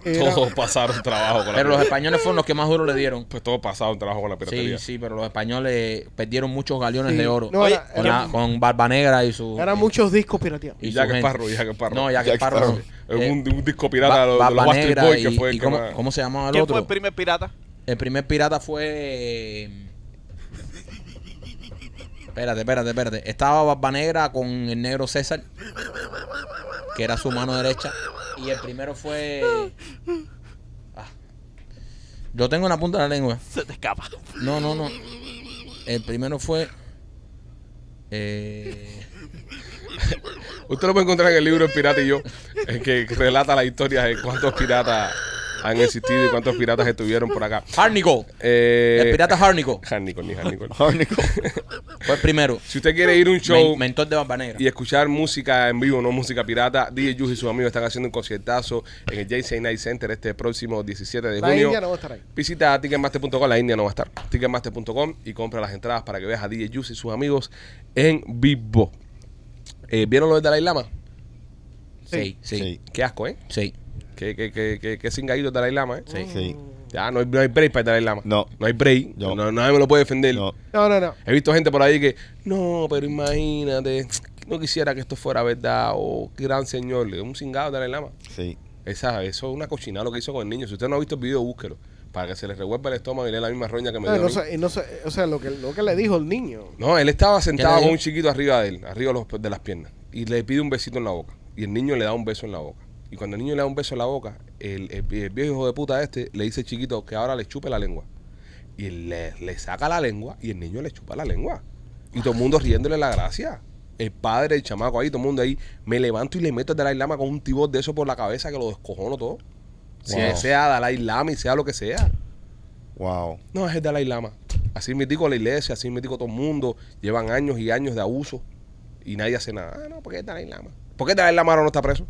[SPEAKER 5] Era-
[SPEAKER 3] pasaron trabajo con
[SPEAKER 4] Pero los
[SPEAKER 3] piratería.
[SPEAKER 4] españoles fueron los que más duro le dieron.
[SPEAKER 3] Pues todos pasaron trabajo con la
[SPEAKER 4] Sí,
[SPEAKER 3] piratería.
[SPEAKER 4] sí, pero los españoles perdieron muchos galeones
[SPEAKER 5] Sí.
[SPEAKER 4] de oro.
[SPEAKER 5] No, era-
[SPEAKER 4] con,
[SPEAKER 5] era-
[SPEAKER 4] la- con Barba Negra y su.
[SPEAKER 5] Eran
[SPEAKER 4] y-
[SPEAKER 5] muchos discos pirateados.
[SPEAKER 3] Y
[SPEAKER 4] su
[SPEAKER 3] Jack
[SPEAKER 4] gente.
[SPEAKER 3] Sparrow, Jack Sparrow.
[SPEAKER 4] No, Jack
[SPEAKER 6] Jack
[SPEAKER 4] Sparrow. no.
[SPEAKER 6] Sparrow.
[SPEAKER 3] Eh, un, un disco pirata
[SPEAKER 4] Ba-
[SPEAKER 3] de los, de los
[SPEAKER 4] Barba
[SPEAKER 3] Backstreet
[SPEAKER 4] Negra
[SPEAKER 3] Boys,
[SPEAKER 4] y,
[SPEAKER 3] que fue el
[SPEAKER 4] y
[SPEAKER 3] que
[SPEAKER 4] cómo,
[SPEAKER 3] más-
[SPEAKER 4] ¿Cómo se llamaba el
[SPEAKER 7] ¿Quién fue
[SPEAKER 4] otro?
[SPEAKER 7] el primer pirata?
[SPEAKER 4] El primer pirata fue. Espérate, espérate, espérate. Estaba Barba Negra con el negro César, que era su mano derecha. Y el primero fue. Ah. Lo tengo en la punta de la lengua.
[SPEAKER 7] Se te escapa.
[SPEAKER 4] No, no, no. El primero fue. Eh,
[SPEAKER 3] Usted lo puede encontrar en el libro El Pirata y yo, eh, que relata la historia de cuántos piratas han existido y cuántos piratas estuvieron por acá.
[SPEAKER 4] Harnico.
[SPEAKER 3] Eh,
[SPEAKER 4] El pirata Harnico
[SPEAKER 3] Harnico, ni Harnico.
[SPEAKER 6] Árnico.
[SPEAKER 4] fue el primero.
[SPEAKER 3] Si usted quiere ir a un show
[SPEAKER 4] Men- mentor de Barba Negra.
[SPEAKER 3] y escuchar música en vivo, no música pirata, DJ Juice y sus amigos están haciendo un conciertazo en el JC Night Center este próximo 17 de
[SPEAKER 5] La
[SPEAKER 3] junio.
[SPEAKER 5] India no va a estar ahí.
[SPEAKER 3] Visita ticketmaster.com, la India no va a estar. Ticketmaster.com y compra las entradas para que veas a DJ Juice y sus amigos en vivo. Eh, ¿Vieron lo del Dalai Lama?
[SPEAKER 4] Sí, sí, sí.
[SPEAKER 6] Sí.
[SPEAKER 3] Qué asco, ¿eh?
[SPEAKER 4] sí.
[SPEAKER 3] Qué, qué, qué, qué, qué cingadito el Dalai Lama, ¿eh?
[SPEAKER 6] Sí.
[SPEAKER 3] Ya, no hay, no hay break para el Dalai Lama.
[SPEAKER 6] No.
[SPEAKER 3] No hay break.
[SPEAKER 6] No.
[SPEAKER 3] No, nadie me lo puede
[SPEAKER 5] Mm.
[SPEAKER 3] defender.
[SPEAKER 6] No.
[SPEAKER 5] No, no, Eh, no.
[SPEAKER 3] He visto gente por ahí que, no, pero imagínate, no quisiera que esto fuera verdad, o gran señor, le dio un cingado de Dalai Lama.
[SPEAKER 6] Sí.
[SPEAKER 3] Esa, eso es una cochinada lo que hizo con el niño. Si usted no ha visto el video, búsquelo, para que se le revuelva el estómago y le dé la misma roña que me
[SPEAKER 5] No,
[SPEAKER 3] dio.
[SPEAKER 5] Ah, no
[SPEAKER 3] a mí. No,
[SPEAKER 5] sé, y no sé, o sea, lo que, lo que le dijo el niño.
[SPEAKER 3] él estaba sentado
[SPEAKER 4] dijo?
[SPEAKER 3] con un chiquito arriba de él, arriba de, los- de las piernas, y le pide un besito en la boca, y el niño le da un beso en la boca. Y cuando el niño le da un beso en la boca, el, el- el viejo hijo de puta este le dice al chiquito que ahora le chupe la lengua. Y él le, le saca la lengua y el niño le chupa la lengua. Y todo el mundo riéndole la gracia. El padre, el chamaco ahí, todo el mundo ahí. Me levanto y le meto al Dalai Lama con un tibot de eso por la cabeza que lo descojono todo. Si
[SPEAKER 6] Wow.
[SPEAKER 3] sea Dalai Lama y sea lo que sea.
[SPEAKER 6] Wow.
[SPEAKER 3] No, es el Dalai Lama. Así me digo la iglesia, así me digo todo el mundo. Llevan años y años de abuso y nadie hace nada. Ah, no, porque es Dalai Lama. ¿Por qué Dalai Lama ahora no está preso?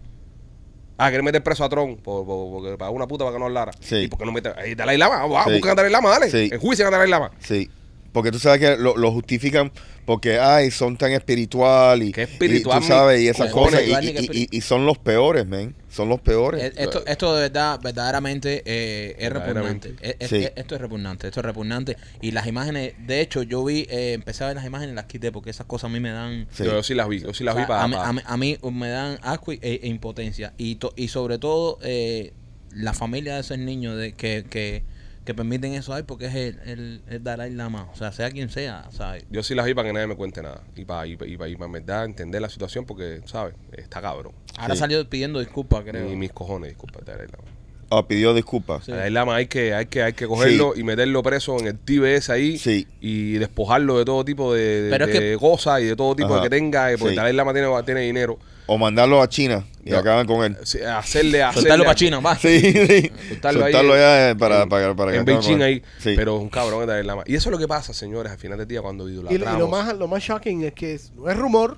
[SPEAKER 3] Ah, quiere meter preso a Tron por, por- porque pagó una puta para que no hablara.
[SPEAKER 6] Sí.
[SPEAKER 3] ¿Y por qué no mete? Eh, Dalai Lama, va,
[SPEAKER 6] Sí.
[SPEAKER 3] busca a Dalai Lama, dale.
[SPEAKER 6] Sí.
[SPEAKER 3] Enjuician a Dalai Lama.
[SPEAKER 6] Sí. Porque tú sabes que lo, lo justifican porque, ay, son tan espiritual y,
[SPEAKER 3] Qué espiritual,
[SPEAKER 6] y tú sabes, y esas
[SPEAKER 3] cojones.
[SPEAKER 6] cosas. Y,
[SPEAKER 4] Espiritual ni
[SPEAKER 6] y-
[SPEAKER 4] qué
[SPEAKER 6] y-
[SPEAKER 4] espiri-
[SPEAKER 6] y son los peores, men. Son los peores.
[SPEAKER 3] Pues,
[SPEAKER 4] Eh, Esto, esto de verdad, verdaderamente eh, es
[SPEAKER 3] Verdaderamente.
[SPEAKER 4] repugnante. Eh, eh,
[SPEAKER 6] Sí.
[SPEAKER 4] eh, Esto es repugnante, esto es repugnante. Y las imágenes, de hecho, yo vi, eh, empecé a ver las imágenes y las quité porque esas cosas a mí me dan...
[SPEAKER 6] Sí.
[SPEAKER 3] Yo, yo sí las vi, yo sí las
[SPEAKER 4] o sea,
[SPEAKER 3] vi para.
[SPEAKER 4] a, mí,
[SPEAKER 3] para-
[SPEAKER 4] a mí- a mí me dan asco y- e, e impotencia. Y, to- y sobre todo, eh, la familia de esos niños de, que, que, que permiten eso ahí porque es el, el, el Dalai Lama. O sea, sea quien sea, ¿sabes?
[SPEAKER 3] Yo sí las vi para que nadie me cuente nada. Y para, y para, y para, y para en verdad entender la situación porque, ¿sabes? Está cabrón.
[SPEAKER 4] Ahora
[SPEAKER 6] Sí.
[SPEAKER 4] salió pidiendo disculpas, creo.
[SPEAKER 3] Y mis cojones, disculpa, Dalai Lama.
[SPEAKER 6] ah, pidió disculpas.
[SPEAKER 3] A Dalai Lama hay que, hay que, hay que cogerlo
[SPEAKER 6] Sí.
[SPEAKER 3] y meterlo preso en el TBS ahí
[SPEAKER 6] Sí.
[SPEAKER 3] y despojarlo de todo tipo de,
[SPEAKER 4] Pero es
[SPEAKER 3] de
[SPEAKER 4] que-
[SPEAKER 3] cosas y de todo tipo
[SPEAKER 6] Ajá.
[SPEAKER 3] que tenga, eh, porque
[SPEAKER 6] Sí.
[SPEAKER 3] Dalai Lama tiene, tiene dinero.
[SPEAKER 6] O mandarlo a China y
[SPEAKER 3] No.
[SPEAKER 6] acaban con él.
[SPEAKER 3] Sí, Hacerle, hacerle
[SPEAKER 4] Soltarlo para China, más.
[SPEAKER 6] Sí, sí.
[SPEAKER 3] Soltarlo ahí
[SPEAKER 6] Soltarlo
[SPEAKER 3] en-
[SPEAKER 6] allá eh, para, para, para que
[SPEAKER 3] en
[SPEAKER 6] acaben
[SPEAKER 3] Beijing
[SPEAKER 6] con él.
[SPEAKER 3] ahí,
[SPEAKER 6] Sí.
[SPEAKER 3] pero es un cabrón de Dalai Lama. Y eso es lo que pasa, señores, al final del día cuando
[SPEAKER 5] Y, lo- y
[SPEAKER 3] idolatramos.
[SPEAKER 5] lo más lo más shocking es que es- no es rumor.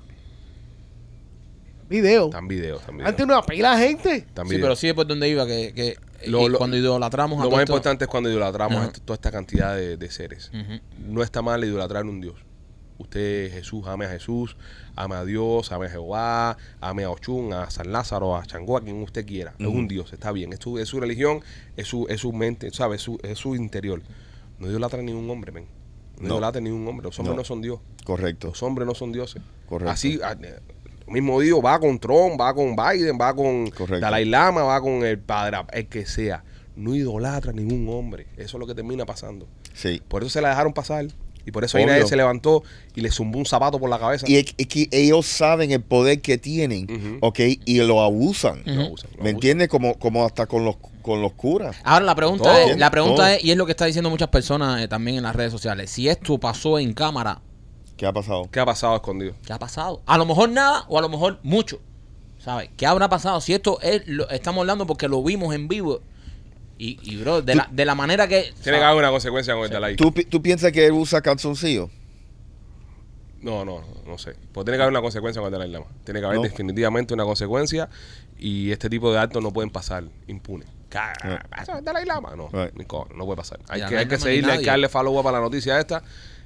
[SPEAKER 5] Video.
[SPEAKER 3] Están videos, están videos.
[SPEAKER 5] Antes una pila de gente.
[SPEAKER 3] están
[SPEAKER 4] Sí,
[SPEAKER 3] videos.
[SPEAKER 4] pero sí es por donde iba, que, que
[SPEAKER 3] Lo-
[SPEAKER 4] y
[SPEAKER 3] lo-
[SPEAKER 4] cuando idolatramos a
[SPEAKER 3] Lo
[SPEAKER 4] todo
[SPEAKER 3] más
[SPEAKER 4] esto-
[SPEAKER 3] importante es cuando idolatramos a
[SPEAKER 4] Ajá.
[SPEAKER 3] esto- toda esta cantidad de, de seres.
[SPEAKER 4] Ujú.
[SPEAKER 3] No está mal idolatrar un Dios. Usted, Jesús, ame a Jesús, ame a Dios, ame a Jehová, ame a Ochun, a San Lázaro, a Changó, a quien usted quiera. Es un Dios, está bien. Es su, es su religión, es su, es su mente, ¿sabe? Es su, es su interior. No idolatra ni un hombre, men. No,
[SPEAKER 6] No.
[SPEAKER 3] idolatra ni un hombre. Los hombres
[SPEAKER 6] No.
[SPEAKER 3] no son Dios.
[SPEAKER 6] Correcto.
[SPEAKER 3] Los hombres no son dioses.
[SPEAKER 6] Correcto.
[SPEAKER 3] Así, a- lo mismo digo, va con Trump, va con Biden, va con
[SPEAKER 6] Correcto.
[SPEAKER 3] Dalai Lama, va con el padre, el que sea. No idolatra ningún hombre. Eso es lo que termina pasando.
[SPEAKER 6] Sí.
[SPEAKER 3] Por eso se la dejaron pasar. Y por eso
[SPEAKER 6] Obvio.
[SPEAKER 3] Inés se levantó y le zumbó un zapato por la cabeza.
[SPEAKER 6] Y es- es que ellos saben el poder que tienen,
[SPEAKER 3] Ujú.
[SPEAKER 6] ¿ok? Y lo abusan.
[SPEAKER 3] Lo abusan, lo
[SPEAKER 6] ¿Me
[SPEAKER 3] abusan.
[SPEAKER 6] entiendes? Como, como hasta con los, con los curas.
[SPEAKER 4] Ahora la pregunta
[SPEAKER 3] Todo.
[SPEAKER 4] es, la pregunta
[SPEAKER 6] Todo.
[SPEAKER 4] es, y es lo que está diciendo muchas personas eh, también en las redes sociales, si esto pasó en cámara,
[SPEAKER 6] ¿Qué ha pasado?
[SPEAKER 3] ¿Qué ha pasado escondido?
[SPEAKER 4] ¿qué ha pasado? A lo mejor nada o a lo mejor mucho. ¿Sabes? ¿Qué habrá pasado? Si esto es, lo, estamos hablando porque lo vimos en vivo. Y, y, bro, de, la, de la manera que...
[SPEAKER 3] Tiene que haber una consecuencia con el Dalai.
[SPEAKER 6] Ah. ¿Tú, pi- tú piensas que él usa calzoncillos?
[SPEAKER 3] No, no, no, no sé. Pues tiene que haber una consecuencia con el Dalai Lama. Tiene que haber
[SPEAKER 6] No.
[SPEAKER 3] definitivamente una consecuencia y este tipo de actos no pueden pasar impune. Ca-
[SPEAKER 6] Right.
[SPEAKER 3] pasa el Dalai Lama. No,
[SPEAKER 6] Right.
[SPEAKER 3] ni co- no puede pasar. Hay
[SPEAKER 4] Ya,
[SPEAKER 3] que,
[SPEAKER 4] no
[SPEAKER 3] hay
[SPEAKER 4] hay
[SPEAKER 3] que
[SPEAKER 4] nada más ni
[SPEAKER 3] seguirle, hay
[SPEAKER 4] nadie.
[SPEAKER 3] que darle follow up a la noticia esta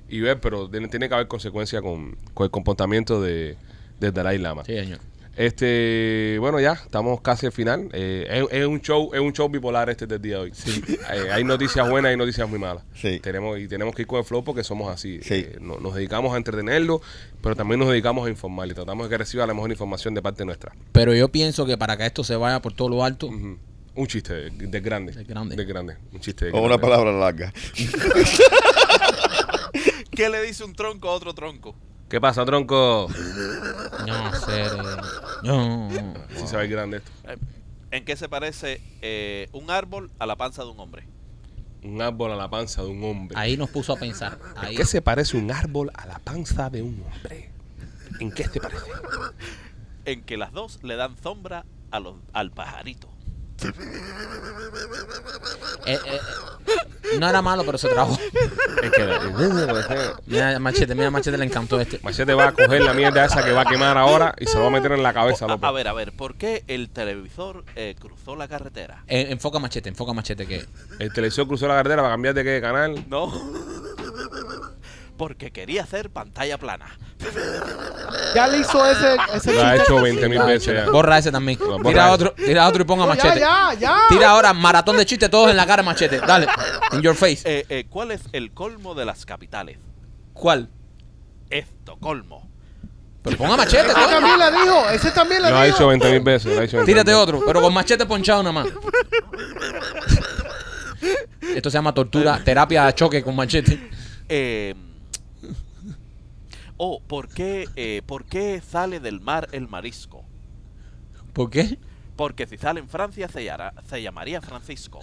[SPEAKER 3] y ver, pero tiene, tiene que haber consecuencia con, con el comportamiento de, del Dalai Lama.
[SPEAKER 4] Sí, señor.
[SPEAKER 3] Este, bueno, ya estamos casi al final. Eh, es, es un show, es un show bipolar este del día de hoy. Eh, hay noticias buenas y noticias muy malas.
[SPEAKER 6] Sí.
[SPEAKER 3] Tenemos y tenemos que ir con el flow porque somos así.
[SPEAKER 6] Sí.
[SPEAKER 3] Eh, no- nos dedicamos a entretenerlo, pero también nos dedicamos a informar y tratamos de que reciba la mejor información de parte nuestra.
[SPEAKER 4] Pero yo pienso que para que esto se vaya por todo lo alto,
[SPEAKER 3] Ujú. Un chiste de, de grande.
[SPEAKER 4] De grande.
[SPEAKER 3] De Un chiste de
[SPEAKER 6] O
[SPEAKER 3] grande.
[SPEAKER 6] una palabra larga.
[SPEAKER 7] ¿Qué le dice un tronco a otro tronco?
[SPEAKER 3] ¿Qué pasa, tronco?
[SPEAKER 4] no sé, no.
[SPEAKER 3] Sí se va a ir grande esto.
[SPEAKER 7] Eh, ¿En qué se parece eh, un árbol a la panza de un hombre?
[SPEAKER 3] Un árbol a la panza de un hombre.
[SPEAKER 4] Ahí nos puso a pensar. Ahí.
[SPEAKER 3] ¿En qué se parece un árbol a la panza de un hombre? ¿En qué se parece?
[SPEAKER 7] En que las dos le dan sombra a los, al pajarito.
[SPEAKER 4] Eh, eh, eh, no era malo, pero se trabó.
[SPEAKER 3] Es que
[SPEAKER 4] Mira, Machete, mira, Machete le encantó este.
[SPEAKER 3] Machete va a coger la mierda esa que va a quemar ahora y se lo va a meter en la cabeza,
[SPEAKER 7] a,
[SPEAKER 3] López.
[SPEAKER 7] a ver, a ver, ¿por qué el televisor eh, cruzó la carretera?
[SPEAKER 4] Eh, enfoca Machete, enfoca Machete que...
[SPEAKER 3] El televisor cruzó la carretera para cambiar de qué canal.
[SPEAKER 7] No. Porque quería hacer pantalla plana.
[SPEAKER 5] Ya le hizo ese, ese
[SPEAKER 3] Lo ha
[SPEAKER 5] chiste.
[SPEAKER 3] hecho 20 mil veces ya.
[SPEAKER 4] Borra ese también.
[SPEAKER 3] Borra
[SPEAKER 4] Tira
[SPEAKER 3] ese.
[SPEAKER 4] otro, tira otro y ponga
[SPEAKER 5] No, ya,
[SPEAKER 4] Machete.
[SPEAKER 5] ya, ya.
[SPEAKER 4] Tira ahora maratón de chistes todos en la cara, Machete. Dale. In your face.
[SPEAKER 7] Eh, eh, ¿Cuál es el colmo de las capitales?
[SPEAKER 4] ¿Cuál?
[SPEAKER 7] Estocolmo.
[SPEAKER 4] Pero ponga Machete,
[SPEAKER 5] Ese
[SPEAKER 4] coño.
[SPEAKER 5] también la dijo. Ese también la
[SPEAKER 3] Lo ha
[SPEAKER 5] dijo.
[SPEAKER 3] hecho 20 mil veces. lo ha hecho 20.000
[SPEAKER 4] Tírate
[SPEAKER 3] veces.
[SPEAKER 4] otro, pero con Machete ponchado nada más. Esto se llama tortura, terapia de choque con Machete.
[SPEAKER 7] Eh, oh, ¿por qué, eh, ¿por qué sale del mar el marisco?
[SPEAKER 4] ¿Por qué?
[SPEAKER 7] Porque si sale en Francia se, llara- se llamaría Francisco.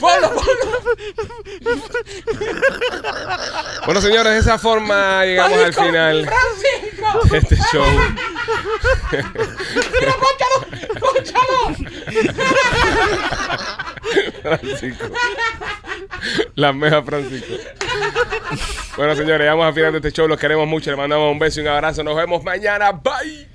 [SPEAKER 4] Ponlo, ponlo.
[SPEAKER 3] Bueno, señores, de esa forma llegamos al final de este show. Francisco. La meja Francisco. Bueno, señores, llegamos al final de este show. Los queremos mucho. Les mandamos un beso y un abrazo. Nos vemos mañana. Bye.